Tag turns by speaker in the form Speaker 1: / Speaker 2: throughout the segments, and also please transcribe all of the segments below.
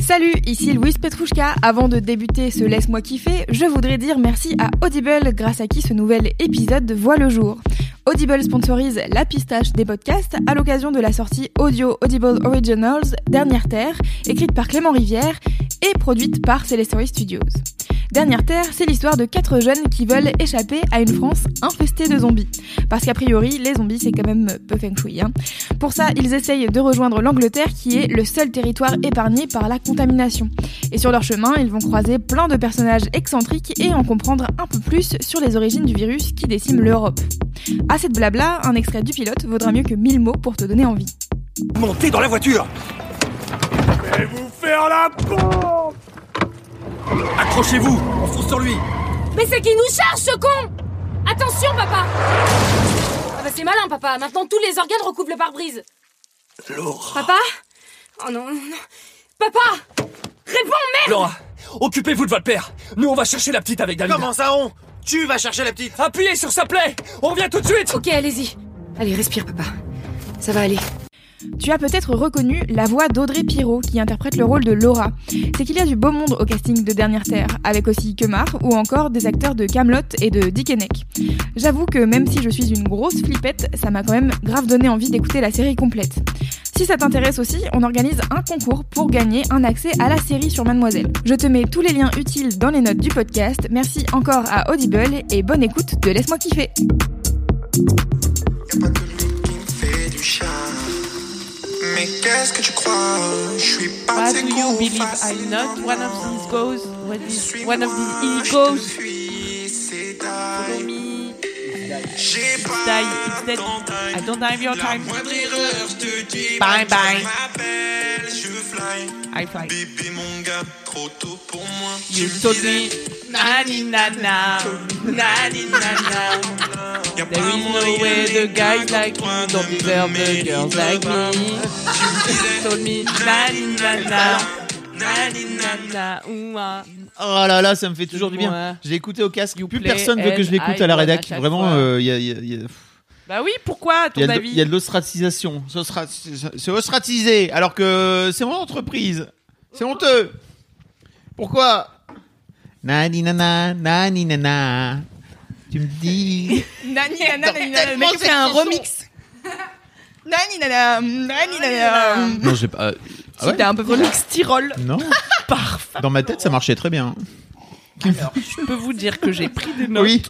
Speaker 1: Salut, ici Louise Petrouchka. Avant de débuter ce Laisse-moi kiffer, je voudrais dire merci à Audible, grâce à qui ce nouvel épisode voit le jour. Audible sponsorise la pistache des podcasts à l'occasion de la sortie audio Audible Originals Dernière Terre, écrite par Clément Rivière et produite par Celestory Studios. Dernière Terre, c'est l'histoire de quatre jeunes qui veulent échapper à une France infestée de zombies. Parce qu'a priori, les zombies, c'est quand même peu feng shui. Hein. Pour ça, ils essayent de rejoindre l'Angleterre qui est le seul territoire épargné par la contamination. Et sur leur chemin, ils vont croiser plein de personnages excentriques et en comprendre un peu plus sur les origines du virus qui décime l'Europe. À cette blabla, un extrait du pilote vaudra mieux que mille mots pour te donner envie.
Speaker 2: Montez dans la voiture Je vais vous faire la pompe Accrochez-vous, on fonce sur lui
Speaker 3: Mais c'est qui nous charge, ce con Attention, papa Ah bah c'est malin, papa. Maintenant, tous les organes recouvrent le pare-brise.
Speaker 2: Laura
Speaker 3: Papa Oh non, non, non. Papa Réponds, merde
Speaker 2: Laura, occupez-vous de votre père Nous, on va chercher la petite avec David
Speaker 4: Comment ça on Tu vas chercher la petite
Speaker 2: Appuyez sur sa plaie On revient tout de suite
Speaker 3: Ok, allez-y. Allez, respire, papa. Ça va aller.
Speaker 1: Tu as peut-être reconnu la voix d'Audrey Pirot qui interprète le rôle de Laura. C'est qu'il y a du beau monde au casting de Dernière Terre, avec aussi Kemar ou encore des acteurs de Camelot et de Dick Henneck. J'avoue que même si je suis une grosse flippette, ça m'a quand même grave donné envie d'écouter la série complète. Si ça t'intéresse aussi, on organise un concours pour gagner un accès à la série sur Mademoiselle. Je te mets tous les liens utiles dans les notes du podcast. Merci encore à Audible et bonne écoute de Laisse-moi kiffer.
Speaker 5: Y'a pas que lui qui me fait du chat. Mais qu'est-ce que tu crois Je suis pas
Speaker 6: Why
Speaker 5: de
Speaker 6: do
Speaker 5: tes
Speaker 6: you
Speaker 5: goûts
Speaker 6: believe I'm
Speaker 5: faciles,
Speaker 6: not
Speaker 5: non,
Speaker 6: one of
Speaker 5: non.
Speaker 6: these ghosts? What is
Speaker 5: Suis-moi,
Speaker 6: one of these
Speaker 5: je te
Speaker 6: egos?
Speaker 5: fuis, c'est
Speaker 6: Follow
Speaker 5: die.
Speaker 6: me.
Speaker 5: J'ai pas
Speaker 6: Die, it's dead.
Speaker 5: ton time.
Speaker 6: I don't have your
Speaker 5: La
Speaker 6: time.
Speaker 5: moindre erreur, je te dis
Speaker 6: Bye,
Speaker 5: bah, tu
Speaker 6: bye.
Speaker 5: m'appelles, je fly.
Speaker 6: I fly.
Speaker 5: Bébé, mon gars, trop tôt pour moi. Tu
Speaker 6: You
Speaker 5: me
Speaker 6: told
Speaker 5: disais,
Speaker 6: me. Nani nana. Nani nana.
Speaker 5: y'a pas
Speaker 6: There is
Speaker 5: moyen,
Speaker 6: no way
Speaker 5: les
Speaker 6: the guys
Speaker 5: gars,
Speaker 6: like
Speaker 5: toi,
Speaker 6: you don't
Speaker 5: ne me
Speaker 6: deserve the
Speaker 5: méritent
Speaker 6: girls like
Speaker 5: pas.
Speaker 6: me. You told me. Nani nana. Nani nana. Ouah.
Speaker 7: Oh là là, ça me fait toujours du
Speaker 6: Ouais.
Speaker 7: bien. J'ai écouté au casque. Plus
Speaker 6: hein. plaît,
Speaker 7: personne veut que je l'écoute
Speaker 6: elle,
Speaker 7: à la
Speaker 6: elle, à
Speaker 7: rédac.
Speaker 6: chaque
Speaker 7: Vraiment,
Speaker 6: fois.
Speaker 7: euh, il y a- il y a- il y a-
Speaker 6: Bah oui, pourquoi, à
Speaker 7: il y
Speaker 6: ton
Speaker 7: a de-
Speaker 6: avis
Speaker 7: il y a de l'ostracisation. Ce sera- C'est ostracisé, alors que c'est mon entreprise. C'est honteux. Pourquoi Nani nana, nani nana. Tu me dis.
Speaker 1: Nani nana nani nana, le
Speaker 7: Tellement
Speaker 1: mec fait un
Speaker 7: cette chanson.
Speaker 1: remix. Nani nana, nani nana.
Speaker 7: Non, j'ai pas. euh, ah ouais
Speaker 1: C'était un peu remix Tyrol.
Speaker 7: Non. Dans ma tête, ça marchait très bien.
Speaker 6: Je peux vous dire que j'ai pris des notes.
Speaker 7: Oui,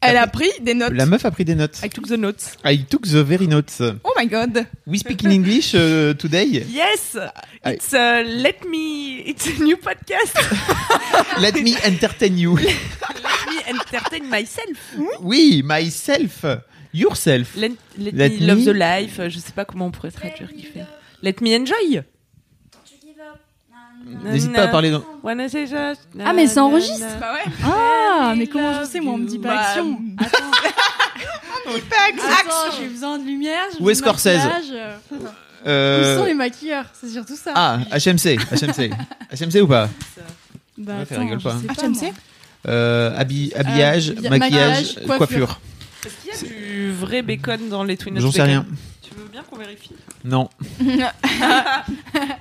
Speaker 1: Elle a pris des notes.
Speaker 7: la meuf a pris des notes.
Speaker 6: I took the notes.
Speaker 7: I took the very notes.
Speaker 1: Oh my god.
Speaker 7: We speak in English euh, today.
Speaker 6: Yes!
Speaker 7: I-
Speaker 6: It's uh, let me. It's a new podcast.
Speaker 7: Let me entertain you.
Speaker 6: let me entertain myself.
Speaker 7: Oui, myself, yourself.
Speaker 6: Let, let
Speaker 7: Let
Speaker 6: me love
Speaker 7: me-
Speaker 6: the life. Je sais pas comment on pourrait traduire qui fait. Let me enjoy.
Speaker 7: N'hésite pas à parler dans.
Speaker 6: Ah, mais ça enregistre.
Speaker 1: Bah ouais.
Speaker 8: Ah, mais comment je sais, moi, on me dit pas action. Attends,
Speaker 7: Ah,
Speaker 8: attends, j'ai besoin de lumière. j'ai
Speaker 7: Où
Speaker 8: besoin
Speaker 7: est
Speaker 8: de
Speaker 7: Scorsese
Speaker 8: maquillage, euh,
Speaker 7: Euh,
Speaker 8: Où sont les maquilleurs C'est surtout ça.
Speaker 7: Ah, HMC, HMC. HMC ou pas
Speaker 8: bah,
Speaker 7: Ouais, t'es rigole
Speaker 8: je
Speaker 7: pas.
Speaker 8: sais
Speaker 1: HMC?
Speaker 8: moi.
Speaker 7: Euh, habi- Habillage,
Speaker 8: bi-
Speaker 7: maquillage,
Speaker 8: maquillage,
Speaker 7: coiffure.
Speaker 8: coiffure.
Speaker 6: Est-ce qu'il y a du vrai bacon dans les Twin
Speaker 7: J'en sais rien.
Speaker 6: Tu veux bien qu'on vérifie
Speaker 7: Non.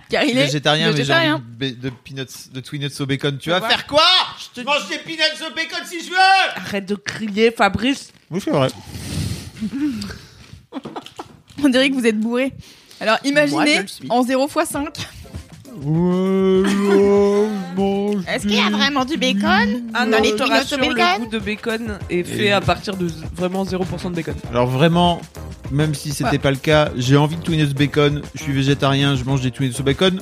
Speaker 1: Car il est
Speaker 7: végétarien, mais j'ai
Speaker 1: végétarien.
Speaker 7: envie de, ba- de peanuts, de Twinnuts au bacon. Tu
Speaker 6: Faut
Speaker 7: vas
Speaker 6: voir.
Speaker 7: faire quoi
Speaker 6: te
Speaker 7: Je mange des peanuts au bacon si je veux
Speaker 6: Arrête de crier, Fabrice.
Speaker 7: Oui, c'est vrai.
Speaker 1: On dirait que vous êtes bourré. Alors
Speaker 6: Moi,
Speaker 1: imaginez
Speaker 6: je le suis.
Speaker 1: en 0 x 5.
Speaker 7: Est-ce
Speaker 1: vraiment du bacon
Speaker 6: Un
Speaker 1: Dans les
Speaker 6: an,
Speaker 1: Twinnuts au
Speaker 6: rassure,
Speaker 1: bacon
Speaker 6: le goût de bacon est fait
Speaker 7: Et-
Speaker 6: à partir de z- vraiment 0% de bacon.
Speaker 7: Alors vraiment, même si c'était
Speaker 1: Ouais.
Speaker 7: pas le cas, j'ai envie de Twinnuts bacon. Je suis végétarien, je mange des Twinnuts au bacon.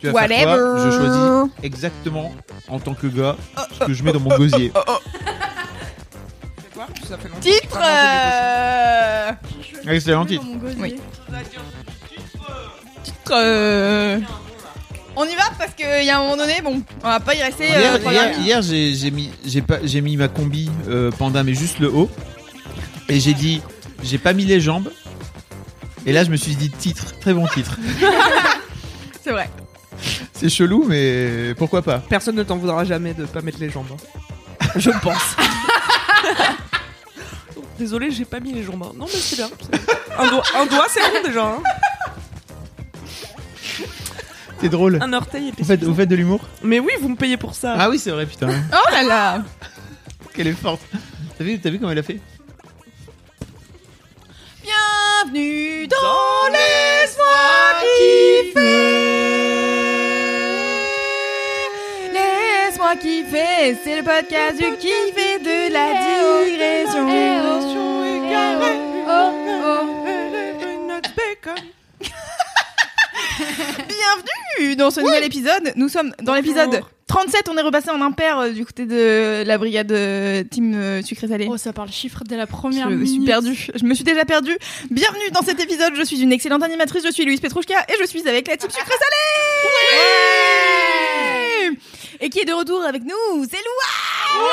Speaker 7: Tu vas faire quoi
Speaker 1: Whatever.
Speaker 7: Je choisis exactement en tant que gars ce que je mets dans mon gosier.
Speaker 1: Titre euh,
Speaker 7: Excellent titre.
Speaker 1: Oui.
Speaker 5: Euh...
Speaker 1: On y va parce qu'il y a un moment donné, bon, on va pas y rester. euh,
Speaker 7: Hier,
Speaker 1: trois
Speaker 7: hier-
Speaker 1: heures.
Speaker 7: hier, j'ai j'ai mis, j'ai pas- j'ai mis ma combi euh, panda, mais juste le haut. Et j'ai dit, j'ai pas mis les jambes. Et là, je me suis dit, titre, très bon titre.
Speaker 1: C'est vrai.
Speaker 7: C'est chelou, mais pourquoi pas
Speaker 6: Personne ne t'en voudra jamais de pas mettre les jambes. hein. Je pense. Désolé, j'ai pas mis les jambes. hein. Non, mais c'est bien. c'est bien. Un doigt, un doigt, c'est bon déjà. hein.
Speaker 7: C'est drôle.
Speaker 6: Un orteil et puis
Speaker 7: Vous faites, vous faites de l'humour
Speaker 6: Mais oui, vous me payez pour ça.
Speaker 7: Ah oui, c'est vrai, putain.
Speaker 1: Oh là là
Speaker 7: Qu'elle est forte. T'as vu, t'as vu comment elle a fait
Speaker 1: Bienvenue dans, Laisse-moi kiffer Laisse-moi kiffer, c'est le podcast du kiff et de la digression. Bienvenue dans ce nouvel épisode. Nous sommes dans l'épisode 37, on est repassé en impair euh, du côté de la brigade euh, Team euh, Sucré Salé. Oh, ça parle chiffre dès la première Je suis
Speaker 5: minute.
Speaker 1: perdue, je me suis déjà perdue. Bienvenue dans cet épisode, je suis une excellente animatrice, je suis Louise Petrouchka et je suis avec la Team Sucré Salé Et qui est de retour avec nous C'est Loua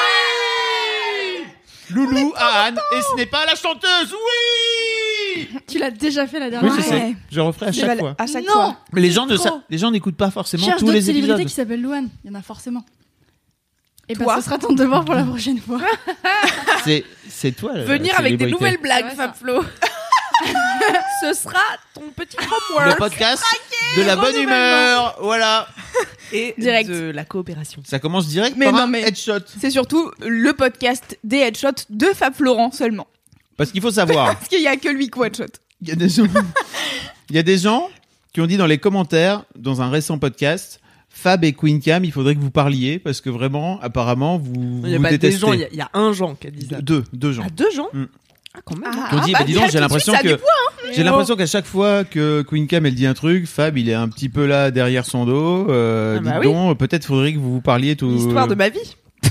Speaker 7: Loulou à Anne, et ce n'est pas la chanteuse, oui
Speaker 5: Tu l'as déjà fait la
Speaker 7: Oui,
Speaker 5: dernière
Speaker 7: je
Speaker 5: fois.
Speaker 7: sais. Je referai à
Speaker 5: Tu
Speaker 7: chaque
Speaker 5: vas-
Speaker 1: Ah,
Speaker 7: fois.
Speaker 5: à chaque Non. fois.
Speaker 7: Mais les gens ne
Speaker 5: Trop.
Speaker 7: sa- les gens n'écoutent pas forcément
Speaker 5: Cherche
Speaker 7: tous
Speaker 5: d'autres
Speaker 7: les
Speaker 5: célébrités
Speaker 7: épisodes.
Speaker 5: qui s'appellent Louane. Il y en a forcément. Et ben,
Speaker 1: Toi.
Speaker 5: ce sera ton devoir pour la prochaine fois.
Speaker 7: C'est, c'est toi. la
Speaker 6: Venir avec des
Speaker 7: célébrité.
Speaker 6: nouvelles blagues, Fab Flo. Ce sera ton petit homework.
Speaker 7: Le podcast de la bonne humeur. Voilà.
Speaker 6: Et
Speaker 1: Direct.
Speaker 6: de la coopération.
Speaker 7: Ça commence direct
Speaker 1: Mais
Speaker 7: par
Speaker 1: non,
Speaker 7: un
Speaker 1: mais-
Speaker 7: headshot.
Speaker 1: C'est surtout le podcast des headshots de Fab Florent seulement.
Speaker 7: Parce qu'il faut savoir,
Speaker 1: Parce qu'il n'y a que lui qui headshot.
Speaker 7: il y a des gens, il y a des gens qui ont dit dans les commentaires, dans un récent podcast, Fab et Queen Cam, il faudrait que vous parliez parce que vraiment, apparemment, vous,
Speaker 6: Il y a
Speaker 7: vous
Speaker 6: pas des
Speaker 7: détestez.
Speaker 6: gens, il y a- il y, a un Jean qui a dit ça.
Speaker 7: Deux, deux gens.
Speaker 6: Ah, deux gens
Speaker 7: Mm.
Speaker 6: Ah, quand même.
Speaker 7: Qui ont dit, bah, dis donc, j'ai l'impression que j'ai l'impression qu'à chaque fois que Queen Cam elle dit un truc, Fab il est un petit peu là derrière son dos. Euh,
Speaker 6: Ah bah
Speaker 7: dites
Speaker 6: oui.
Speaker 7: donc, peut-être faudrait que vous vous parliez tout.
Speaker 6: L'histoire de ma vie.
Speaker 7: Euh.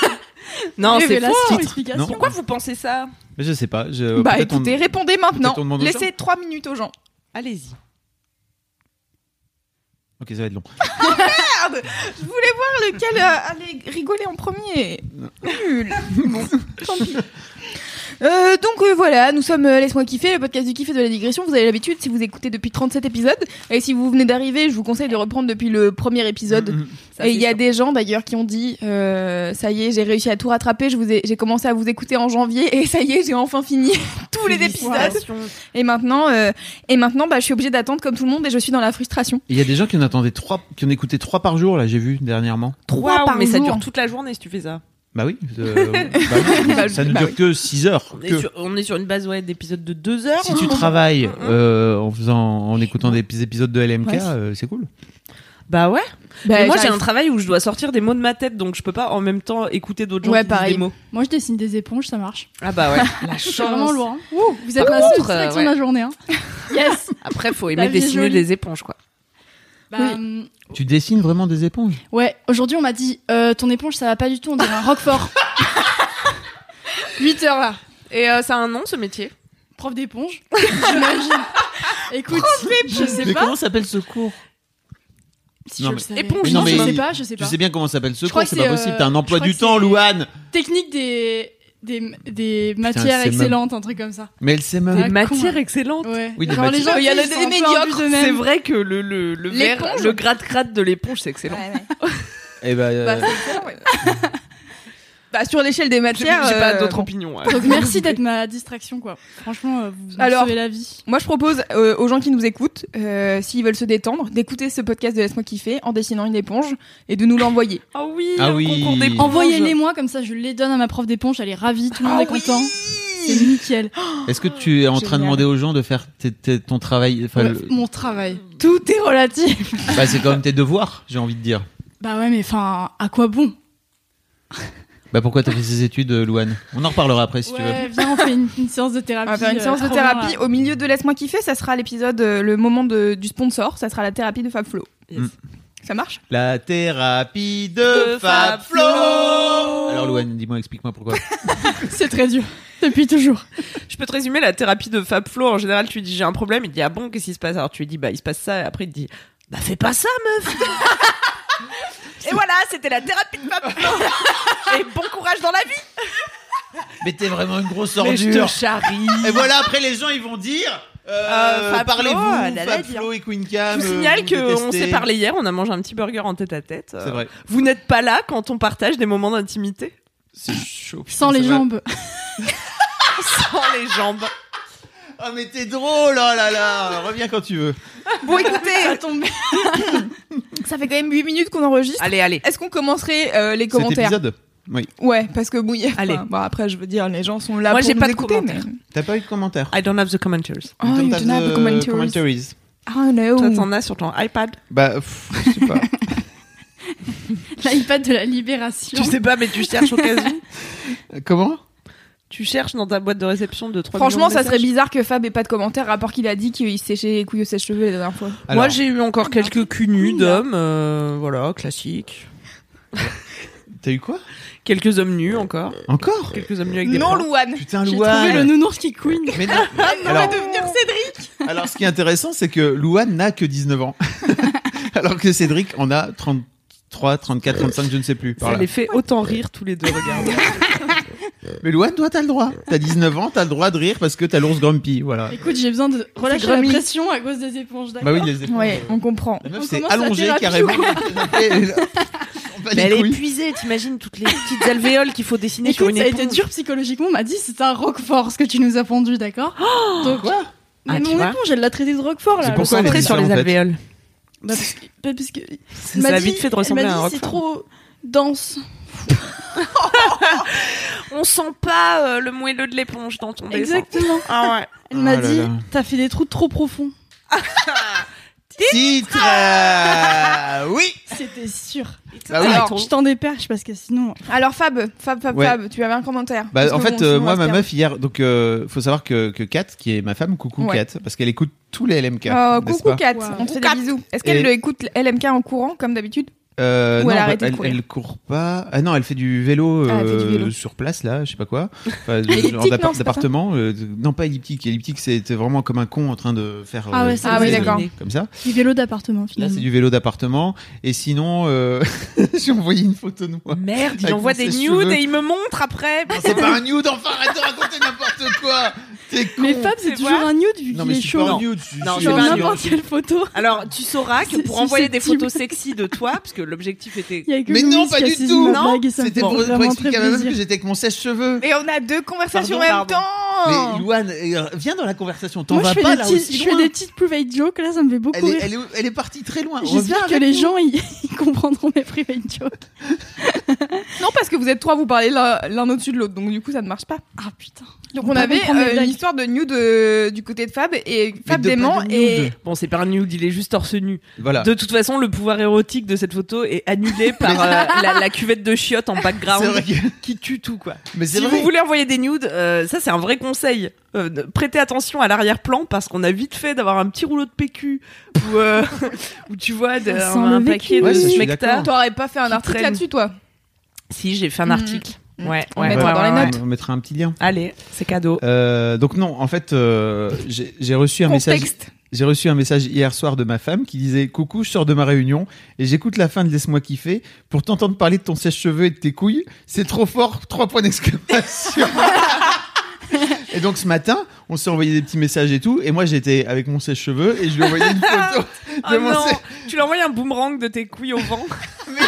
Speaker 6: non, c'est
Speaker 1: Révélation,
Speaker 6: faux.
Speaker 1: explication.
Speaker 7: Non.
Speaker 6: Pourquoi vous pensez ça
Speaker 7: Mais Je sais pas. Je...
Speaker 1: bah
Speaker 7: euh, peut-être on-
Speaker 1: écoutez, répondez maintenant.
Speaker 7: peut-être on demande aux
Speaker 1: Laissez 3 minutes aux gens.
Speaker 6: Allez-y.
Speaker 7: Ok, ça va être long.
Speaker 1: Merde Je voulais voir lequel euh, allait rigoler en premier. Nul. Bon, tant pis. Euh, donc euh, voilà, nous sommes euh, Laisse-moi kiffer, le podcast du kiff et de la digression. Vous avez l'habitude si vous écoutez depuis 37 épisodes. Et si vous venez d'arriver, je vous conseille de reprendre depuis le premier épisode.
Speaker 6: Mm, Ça,
Speaker 1: Et il
Speaker 6: c'est
Speaker 1: y a des gens d'ailleurs qui ont dit euh, Ça y est, j'ai réussi à tout rattraper. Je vous ai- J'ai commencé à vous écouter en janvier et ça y est, j'ai enfin fini tous les épisodes.
Speaker 6: Félicitations.
Speaker 1: Et maintenant, euh, et maintenant bah, je suis obligée d'attendre comme tout le monde et je suis dans la frustration.
Speaker 7: Il y a des gens qui en attendaient trois, qui en écoutaient trois par jour là, j'ai vu dernièrement.
Speaker 1: Trois
Speaker 6: Waouh,
Speaker 1: par
Speaker 6: mais ça
Speaker 1: jour.
Speaker 6: dure toute la journée si tu fais ça.
Speaker 7: Bah oui, euh, bah oui,
Speaker 1: Bah,
Speaker 7: ça ne
Speaker 1: bah
Speaker 7: dure
Speaker 1: oui.
Speaker 7: que 6 heures.
Speaker 6: On
Speaker 7: que.
Speaker 6: est, sur, on est sur une base ouais, d'épisodes de deux heures.
Speaker 7: Si tu travailles euh, en faisant, en écoutant des petits épisodes de LMK,
Speaker 1: Ouais.
Speaker 7: euh, c'est cool.
Speaker 6: Bah ouais.
Speaker 1: Bah,
Speaker 6: Mais moi j'ai
Speaker 1: j'arrive-
Speaker 6: un travail où je dois sortir des mots de ma tête, donc je peux pas en même temps écouter d'autres gens
Speaker 1: Ouais,
Speaker 6: qui disent
Speaker 1: pareil.
Speaker 6: des mots.
Speaker 5: Moi, je dessine des éponges, ça marche.
Speaker 6: Ah bah ouais. La
Speaker 5: C'est
Speaker 6: chance.
Speaker 5: vraiment hein. loin. vous êtes
Speaker 6: Par
Speaker 5: ma
Speaker 6: contre,
Speaker 5: seule distraction
Speaker 6: euh,
Speaker 5: de
Speaker 6: ouais.
Speaker 5: la journée. Hein. Yes.
Speaker 6: Après, faut
Speaker 5: La
Speaker 6: aimer
Speaker 5: vie
Speaker 6: dessiner
Speaker 5: jolie.
Speaker 6: des éponges quoi.
Speaker 5: Bah,
Speaker 1: Oui.
Speaker 5: hum,
Speaker 7: Tu dessines vraiment des éponges.
Speaker 5: ouais. Aujourd'hui, on m'a dit euh, ton éponge, ça va pas du tout. On dirait un roquefort. 8 heures là.
Speaker 6: Et euh, ça a un nom ce métier
Speaker 5: Prof d'éponge. J'imagine. Écoute, je sais pas.
Speaker 7: s'appelle ce cours
Speaker 5: Si je
Speaker 7: Non,
Speaker 5: le
Speaker 7: mais-
Speaker 5: savais.
Speaker 6: Éponge,
Speaker 7: non,
Speaker 5: je
Speaker 7: mais-
Speaker 5: sais pas, je sais
Speaker 7: Tu
Speaker 5: pas.
Speaker 7: sais bien comment s'appelle ce
Speaker 5: Je
Speaker 7: cours,
Speaker 5: crois
Speaker 7: c'est
Speaker 5: que
Speaker 7: pas
Speaker 5: c'est,
Speaker 7: possible.
Speaker 5: euh,
Speaker 7: T'as un emploi
Speaker 5: je crois
Speaker 7: du
Speaker 5: que
Speaker 7: temps,
Speaker 5: c'est-
Speaker 7: Louane.
Speaker 5: Technique des des, des matières
Speaker 7: c'est même-
Speaker 5: excellentes, un truc comme ça.
Speaker 7: Mais elle sait même.
Speaker 5: Ah,
Speaker 6: Des
Speaker 5: con.
Speaker 6: matières excellentes.
Speaker 5: Ouais.
Speaker 7: Oui, des
Speaker 5: Genre les
Speaker 7: matières-
Speaker 5: gens,
Speaker 1: Oh, Il y en a
Speaker 5: ils
Speaker 1: des
Speaker 5: sont un peu
Speaker 1: médiocres,
Speaker 5: imbus d'eux-mêmes.
Speaker 6: C'est vrai que le le le verre-
Speaker 1: L'éponge.
Speaker 6: le gratte gratte de l'éponge c'est excellent.
Speaker 1: Ouais, ouais.
Speaker 7: Eh ben, euh,
Speaker 1: Bah, c'est clair, ouais. Bah, sur l'échelle des
Speaker 6: J'ai
Speaker 1: matières.
Speaker 6: j'ai pas
Speaker 1: euh,
Speaker 6: d'autres
Speaker 1: bon.
Speaker 6: opinions. ouais.
Speaker 5: Donc merci d'être ma distraction quoi. Franchement, euh, vous me
Speaker 1: Alors-
Speaker 5: sauvez la vie.
Speaker 1: Moi, je propose euh, aux gens qui nous écoutent, euh, s'ils veulent se détendre, d'écouter ce podcast de Laisse-moi kiffer en dessinant une éponge et de nous l'envoyer.
Speaker 6: Ah oui.
Speaker 7: Ah
Speaker 6: un
Speaker 7: oui.
Speaker 6: concours d'éponges.
Speaker 5: Envoyez-les moi comme ça, je les donne à ma prof d'éponge, elle est ravie, tout le monde est content. C'est nickel.
Speaker 7: Est-ce que tu es en train de
Speaker 5: Génial.
Speaker 7: demander aux gens de faire tes- tes- ton travail enfin,
Speaker 5: Ouais,
Speaker 7: le-
Speaker 5: Mon travail. Tout est relatif.
Speaker 7: bah, C'est quand même tes devoirs, j'ai envie de dire.
Speaker 5: Bah ouais, mais enfin, à quoi bon
Speaker 7: Bah pourquoi t'as fait ces études, euh, Louane On en reparlera après si tu veux.
Speaker 5: Ouais, viens, on fait une, une séance de
Speaker 1: On
Speaker 5: thérapie.
Speaker 1: va faire une
Speaker 5: euh,
Speaker 1: séance de
Speaker 5: trop bien,
Speaker 1: thérapie
Speaker 5: là.
Speaker 1: au milieu de Laisse-moi kiffer. Ça sera l'épisode, euh, le moment de- du sponsor. Ça sera la thérapie de Fab Flo.
Speaker 5: Mm.
Speaker 6: Yes.
Speaker 1: Ça marche
Speaker 7: La thérapie de,
Speaker 6: Fab
Speaker 7: Fab Flo. Alors, Louane, dis-moi, explique-moi pourquoi.
Speaker 5: C'est très dur. Depuis toujours.
Speaker 6: Je peux te résumer la thérapie de Fab Flo. En général, tu lui dis j'ai un problème, il te dit ah bon, qu'est-ce qui se passe Alors tu lui dis bah il se passe ça, et après il te dit bah fais pas ça, meuf Et voilà, c'était la thérapie de Fab Flo Et bon courage dans la vie
Speaker 7: Mais t'es vraiment une grosse
Speaker 6: Mais
Speaker 7: ordure.
Speaker 6: je te charrie.
Speaker 7: Et voilà, après, les gens, ils vont dire.
Speaker 6: Euh,
Speaker 7: Euh,
Speaker 6: Fab Flo,
Speaker 7: Parlez-vous,
Speaker 6: elle allait
Speaker 7: Fab
Speaker 6: dire.
Speaker 7: Flo et Queen Cam.
Speaker 6: Je vous
Speaker 7: euh,
Speaker 6: signale
Speaker 7: vous
Speaker 6: qu'on
Speaker 7: détestez.
Speaker 6: s'est parlé hier, on a mangé un petit burger en tête à tête.
Speaker 7: C'est vrai.
Speaker 6: Vous n'êtes pas là quand on partage des moments d'intimité
Speaker 7: C'est chaud.
Speaker 5: Sans les jambes.
Speaker 6: Sans les jambes.
Speaker 7: Oh, mais t'es drôle, oh là là. Reviens quand tu veux.
Speaker 9: Bon, écoutez, ça, fait quand même 8 minutes qu'on enregistre.
Speaker 6: Allez, allez.
Speaker 9: Est-ce qu'on commencerait euh, les
Speaker 7: Cet
Speaker 9: commentaires
Speaker 7: épisode. Oui.
Speaker 9: Ouais, parce que bon, il y a-
Speaker 6: Allez.
Speaker 9: enfin, bon, après, je veux dire, les gens sont là
Speaker 6: Moi,
Speaker 9: pour
Speaker 6: j'ai
Speaker 9: nous
Speaker 6: pas de
Speaker 9: écouter. mais-
Speaker 7: T'as pas eu de commentaires.
Speaker 6: I don't have the commentaries.
Speaker 1: Ah,
Speaker 9: Oh, you don't have the commentaries. Oh no.
Speaker 6: Toi, t'en as sur ton iPad
Speaker 7: Bah, pff, je sais pas.
Speaker 5: L'iPad de la libération.
Speaker 6: Tu sais pas, mais tu cherches au cas où.
Speaker 7: Euh, Comment
Speaker 6: Tu cherches dans ta boîte de réception de 3
Speaker 9: Franchement, ça serait bizarre que Fab ait pas de commentaires, rapport qu'il a dit qu'il séchait les couilles au sèche-cheveux la dernière fois.
Speaker 6: Moi, j'ai eu encore quelques culs nus d'hommes, euh, voilà, classique.
Speaker 7: T'as eu quoi
Speaker 6: Quelques hommes nus encore.
Speaker 7: Encore
Speaker 6: Quelques hommes nus avec des
Speaker 9: Non,
Speaker 6: bras.
Speaker 9: Louane.
Speaker 7: Putain,
Speaker 5: J'ai trouvé le
Speaker 7: Louane.
Speaker 5: nounours qui couine.
Speaker 7: Mais non.
Speaker 9: On va
Speaker 7: Alors-
Speaker 9: devenir Cédric.
Speaker 7: Alors, ce qui est intéressant, c'est que Louane n'a que 19 ans. Alors que Cédric en a 33, 34, 35, je ne sais plus. par
Speaker 6: Ça
Speaker 7: là.
Speaker 6: les fait autant rire tous les deux, regarde.
Speaker 7: Mais Louane, toi, t'as le droit. T'as 19 ans, t'as le droit de rire parce que t'as l'ours Grumpy. Voilà.
Speaker 5: Écoute, j'ai besoin de relâcher la
Speaker 9: grummy.
Speaker 5: pression à cause des éponges, d'accord
Speaker 7: Bah oui, les épaules.
Speaker 9: Ouais, on comprend.
Speaker 7: La meuf
Speaker 5: On
Speaker 7: s'est
Speaker 5: commence la
Speaker 7: allongée
Speaker 5: thérapie
Speaker 7: carrément.
Speaker 5: ou quoi
Speaker 7: Elle est là. On bat les couilles.
Speaker 6: épuisée, t'imagines toutes les petites alvéoles qu'il faut dessiner
Speaker 5: Écoute, ça a été dur psychologiquement. On m'a dit c'est un roquefort ce que tu nous as pondu, d'accord
Speaker 7: Oh,
Speaker 5: Donc quoi Mais
Speaker 6: Ah, tu
Speaker 5: mon
Speaker 6: vois.
Speaker 5: éponge, elle l'a traité de roquefort là.
Speaker 7: C'est
Speaker 5: le
Speaker 7: pourquoi elle
Speaker 5: centre.
Speaker 6: Centré
Speaker 7: est
Speaker 6: sur les
Speaker 7: en fait.
Speaker 6: alvéoles.
Speaker 5: Bah, parce que, bah, parce que
Speaker 6: Ça
Speaker 5: elle m'a
Speaker 6: a
Speaker 5: dit-
Speaker 6: vite fait de
Speaker 5: elle m'a
Speaker 6: ressembler
Speaker 5: dit,
Speaker 6: à un rock.
Speaker 5: C'est trop dense.
Speaker 6: On sent pas euh, le moelleux de l'éponge dans ton
Speaker 5: Exactement.
Speaker 6: Ah ouais.
Speaker 5: Elle m'a
Speaker 7: Oh là
Speaker 5: dit
Speaker 7: là.
Speaker 5: t'as fait des trous trop profonds.
Speaker 7: Titre
Speaker 9: Ah.
Speaker 7: euh, Oui
Speaker 5: C'était sûr.
Speaker 6: Ah
Speaker 7: Bah oui.
Speaker 5: Alors, je t'en déperche parce que sinon.
Speaker 9: Alors, Fab, Fab, Fab,
Speaker 7: Ouais.
Speaker 9: Fab, tu avais un commentaire. Parce
Speaker 7: Bah, en
Speaker 9: que
Speaker 7: fait,
Speaker 9: bon,
Speaker 7: euh,
Speaker 9: sinon, on
Speaker 7: moi,
Speaker 9: va
Speaker 7: ma
Speaker 9: se
Speaker 7: meuf, hier, donc, euh, faut savoir que, que Kat, qui est ma femme, coucou
Speaker 9: Ouais.
Speaker 7: Kat, parce qu'elle écoute tous les LMK.
Speaker 9: perdre. Euh,
Speaker 5: Oh,
Speaker 7: n'est-ce
Speaker 9: coucou
Speaker 7: pas
Speaker 9: Kat,
Speaker 5: Wow.
Speaker 9: on te fait
Speaker 7: Coucou
Speaker 9: des bisous. Est-ce qu'elle
Speaker 7: Et-
Speaker 9: écoute LMK en courant comme d'habitude
Speaker 7: Euh,
Speaker 9: Ou
Speaker 7: non,
Speaker 9: elle a
Speaker 7: bah,
Speaker 9: arrêté de
Speaker 7: elle,
Speaker 9: courir.
Speaker 7: elle court pas. Ah non, elle fait du vélo,
Speaker 9: Ah, elle fait du
Speaker 7: euh,
Speaker 9: vélo.
Speaker 7: sur place là, je sais pas quoi. Enfin,
Speaker 9: Mais elliptique, non, c'est pas ça
Speaker 7: d'appartement. euh, non, pas elliptique. Elliptique, c'était vraiment comme un con en train de faire. euh,
Speaker 5: Ah ouais, ça,
Speaker 9: Ah oui,
Speaker 7: des-
Speaker 9: d'accord.
Speaker 7: Comme ça. Mm.
Speaker 5: Du vélo d'appartement
Speaker 7: Là,
Speaker 5: finalement.
Speaker 7: c'est du vélo d'appartement. Et sinon, euh... j'ai envoyé une photo de moi.
Speaker 6: Merde, il
Speaker 7: Avec
Speaker 6: envoie
Speaker 7: mon
Speaker 6: des
Speaker 7: sèche-cheveux.
Speaker 6: nudes et il me montre après.
Speaker 7: Non, C'est pas un nude, enfin, arrête de raconter n'importe quoi. T'es con.
Speaker 5: Mais Fab, c'est
Speaker 6: tu
Speaker 5: toujours
Speaker 6: vois
Speaker 5: un nude vu
Speaker 7: non,
Speaker 5: qu'il
Speaker 7: mais
Speaker 5: est
Speaker 7: c'est
Speaker 5: chaud. hein.
Speaker 7: pas un
Speaker 6: Non.
Speaker 7: nude. je-
Speaker 6: Non,
Speaker 7: je-
Speaker 6: c'est
Speaker 5: Genre
Speaker 6: pas un
Speaker 5: n'importe quelle photo.
Speaker 6: Alors, tu sauras que
Speaker 5: C'est
Speaker 6: pour envoyer des
Speaker 5: susceptible.
Speaker 6: photos sexy de toi, parce que l'objectif était.
Speaker 5: Il y a que
Speaker 7: Mais
Speaker 5: Louis
Speaker 7: non,
Speaker 5: qui
Speaker 7: pas
Speaker 5: a
Speaker 7: du
Speaker 5: saisi
Speaker 7: tout.
Speaker 5: ma blague et ça me fait
Speaker 7: C'était pour, pour
Speaker 5: vraiment très
Speaker 7: expliquer à ma meuf que
Speaker 5: plaisir.
Speaker 7: j'étais avec mon sèche-cheveux.
Speaker 9: Mais on a deux conversations
Speaker 6: Pardon,
Speaker 9: en même
Speaker 6: pardon.
Speaker 7: Mais
Speaker 9: temps.
Speaker 7: Louane, euh, viens dans la conversation. T'en
Speaker 5: Moi,
Speaker 7: vas
Speaker 5: je fais,
Speaker 7: pas
Speaker 5: des
Speaker 7: là
Speaker 5: petites-
Speaker 7: aussi
Speaker 5: je fais
Speaker 7: loin.
Speaker 5: des petites private jokes, là, ça me fait beaucoup
Speaker 7: Elle est,
Speaker 5: rire.
Speaker 7: elle, est, elle est partie très loin. Reviens
Speaker 5: J'espère que
Speaker 7: avec
Speaker 5: les
Speaker 7: nous.
Speaker 5: gens, ils, ils comprendront mes private jokes.
Speaker 9: Non, parce que vous êtes trois, vous parlez l'un l'un au-dessus de l'autre, donc du coup, ça ne marche pas.
Speaker 5: Ah putain.
Speaker 9: Donc
Speaker 5: Ils vont
Speaker 9: on
Speaker 5: pas
Speaker 9: avait
Speaker 5: comprendre mes
Speaker 9: euh,
Speaker 5: blagues.
Speaker 9: l'histoire de nude euh, du côté de Fab et Fab
Speaker 7: de pas
Speaker 9: dément
Speaker 7: de
Speaker 9: et
Speaker 7: nude.
Speaker 6: Bon, c'est pas un nude, il est juste torse nu.
Speaker 7: Voilà.
Speaker 6: De toute façon, le pouvoir érotique de cette photo est annulé par euh, la, la cuvette de chiottes en
Speaker 7: C'est
Speaker 6: background
Speaker 7: vrai que-
Speaker 6: qui tue tout, quoi.
Speaker 7: Mais c'est
Speaker 6: Si
Speaker 7: vrai.
Speaker 6: vous voulez envoyer des nudes, euh, ça c'est un vrai conseil. Euh, de- prêtez attention à l'arrière-plan parce qu'on a vite fait d'avoir un petit rouleau de PQ ou euh, ou tu vois de-
Speaker 5: On sent
Speaker 6: un,
Speaker 5: le
Speaker 6: paquet
Speaker 5: vécu.
Speaker 6: de
Speaker 7: Ouais, je suis
Speaker 6: smecta.
Speaker 7: d'accord.
Speaker 9: t'aurais pas fait un
Speaker 6: Qui
Speaker 9: article
Speaker 6: traîne.
Speaker 9: là-dessus toi.
Speaker 6: Si j'ai fait un
Speaker 9: Mhm.
Speaker 6: article. Ouais,
Speaker 9: On
Speaker 6: ouais,
Speaker 9: mettra
Speaker 6: ouais,
Speaker 9: dans les
Speaker 6: ouais,
Speaker 9: notes.
Speaker 6: ouais.
Speaker 7: On mettra un petit lien.
Speaker 6: Allez, c'est cadeau.
Speaker 7: Euh, donc non, en fait, euh, j'ai j'ai reçu un message.
Speaker 9: Contexte.
Speaker 7: J'ai reçu un message hier soir de ma femme qui disait coucou, je sors de ma réunion et j'écoute la fin de laisse-moi kiffer pour t'entendre parler de ton sèche-cheveux et de tes couilles. C'est trop fort. Trois points d'exclamation. Et donc ce matin, on s'est envoyé des petits messages et tout, et moi j'étais avec mon sèche-cheveux et je lui ai envoyé une photo
Speaker 6: Oh
Speaker 7: de mon
Speaker 6: non,
Speaker 7: sèche-
Speaker 6: tu lui as envoyé un boomerang de tes couilles au vent.
Speaker 7: Mais non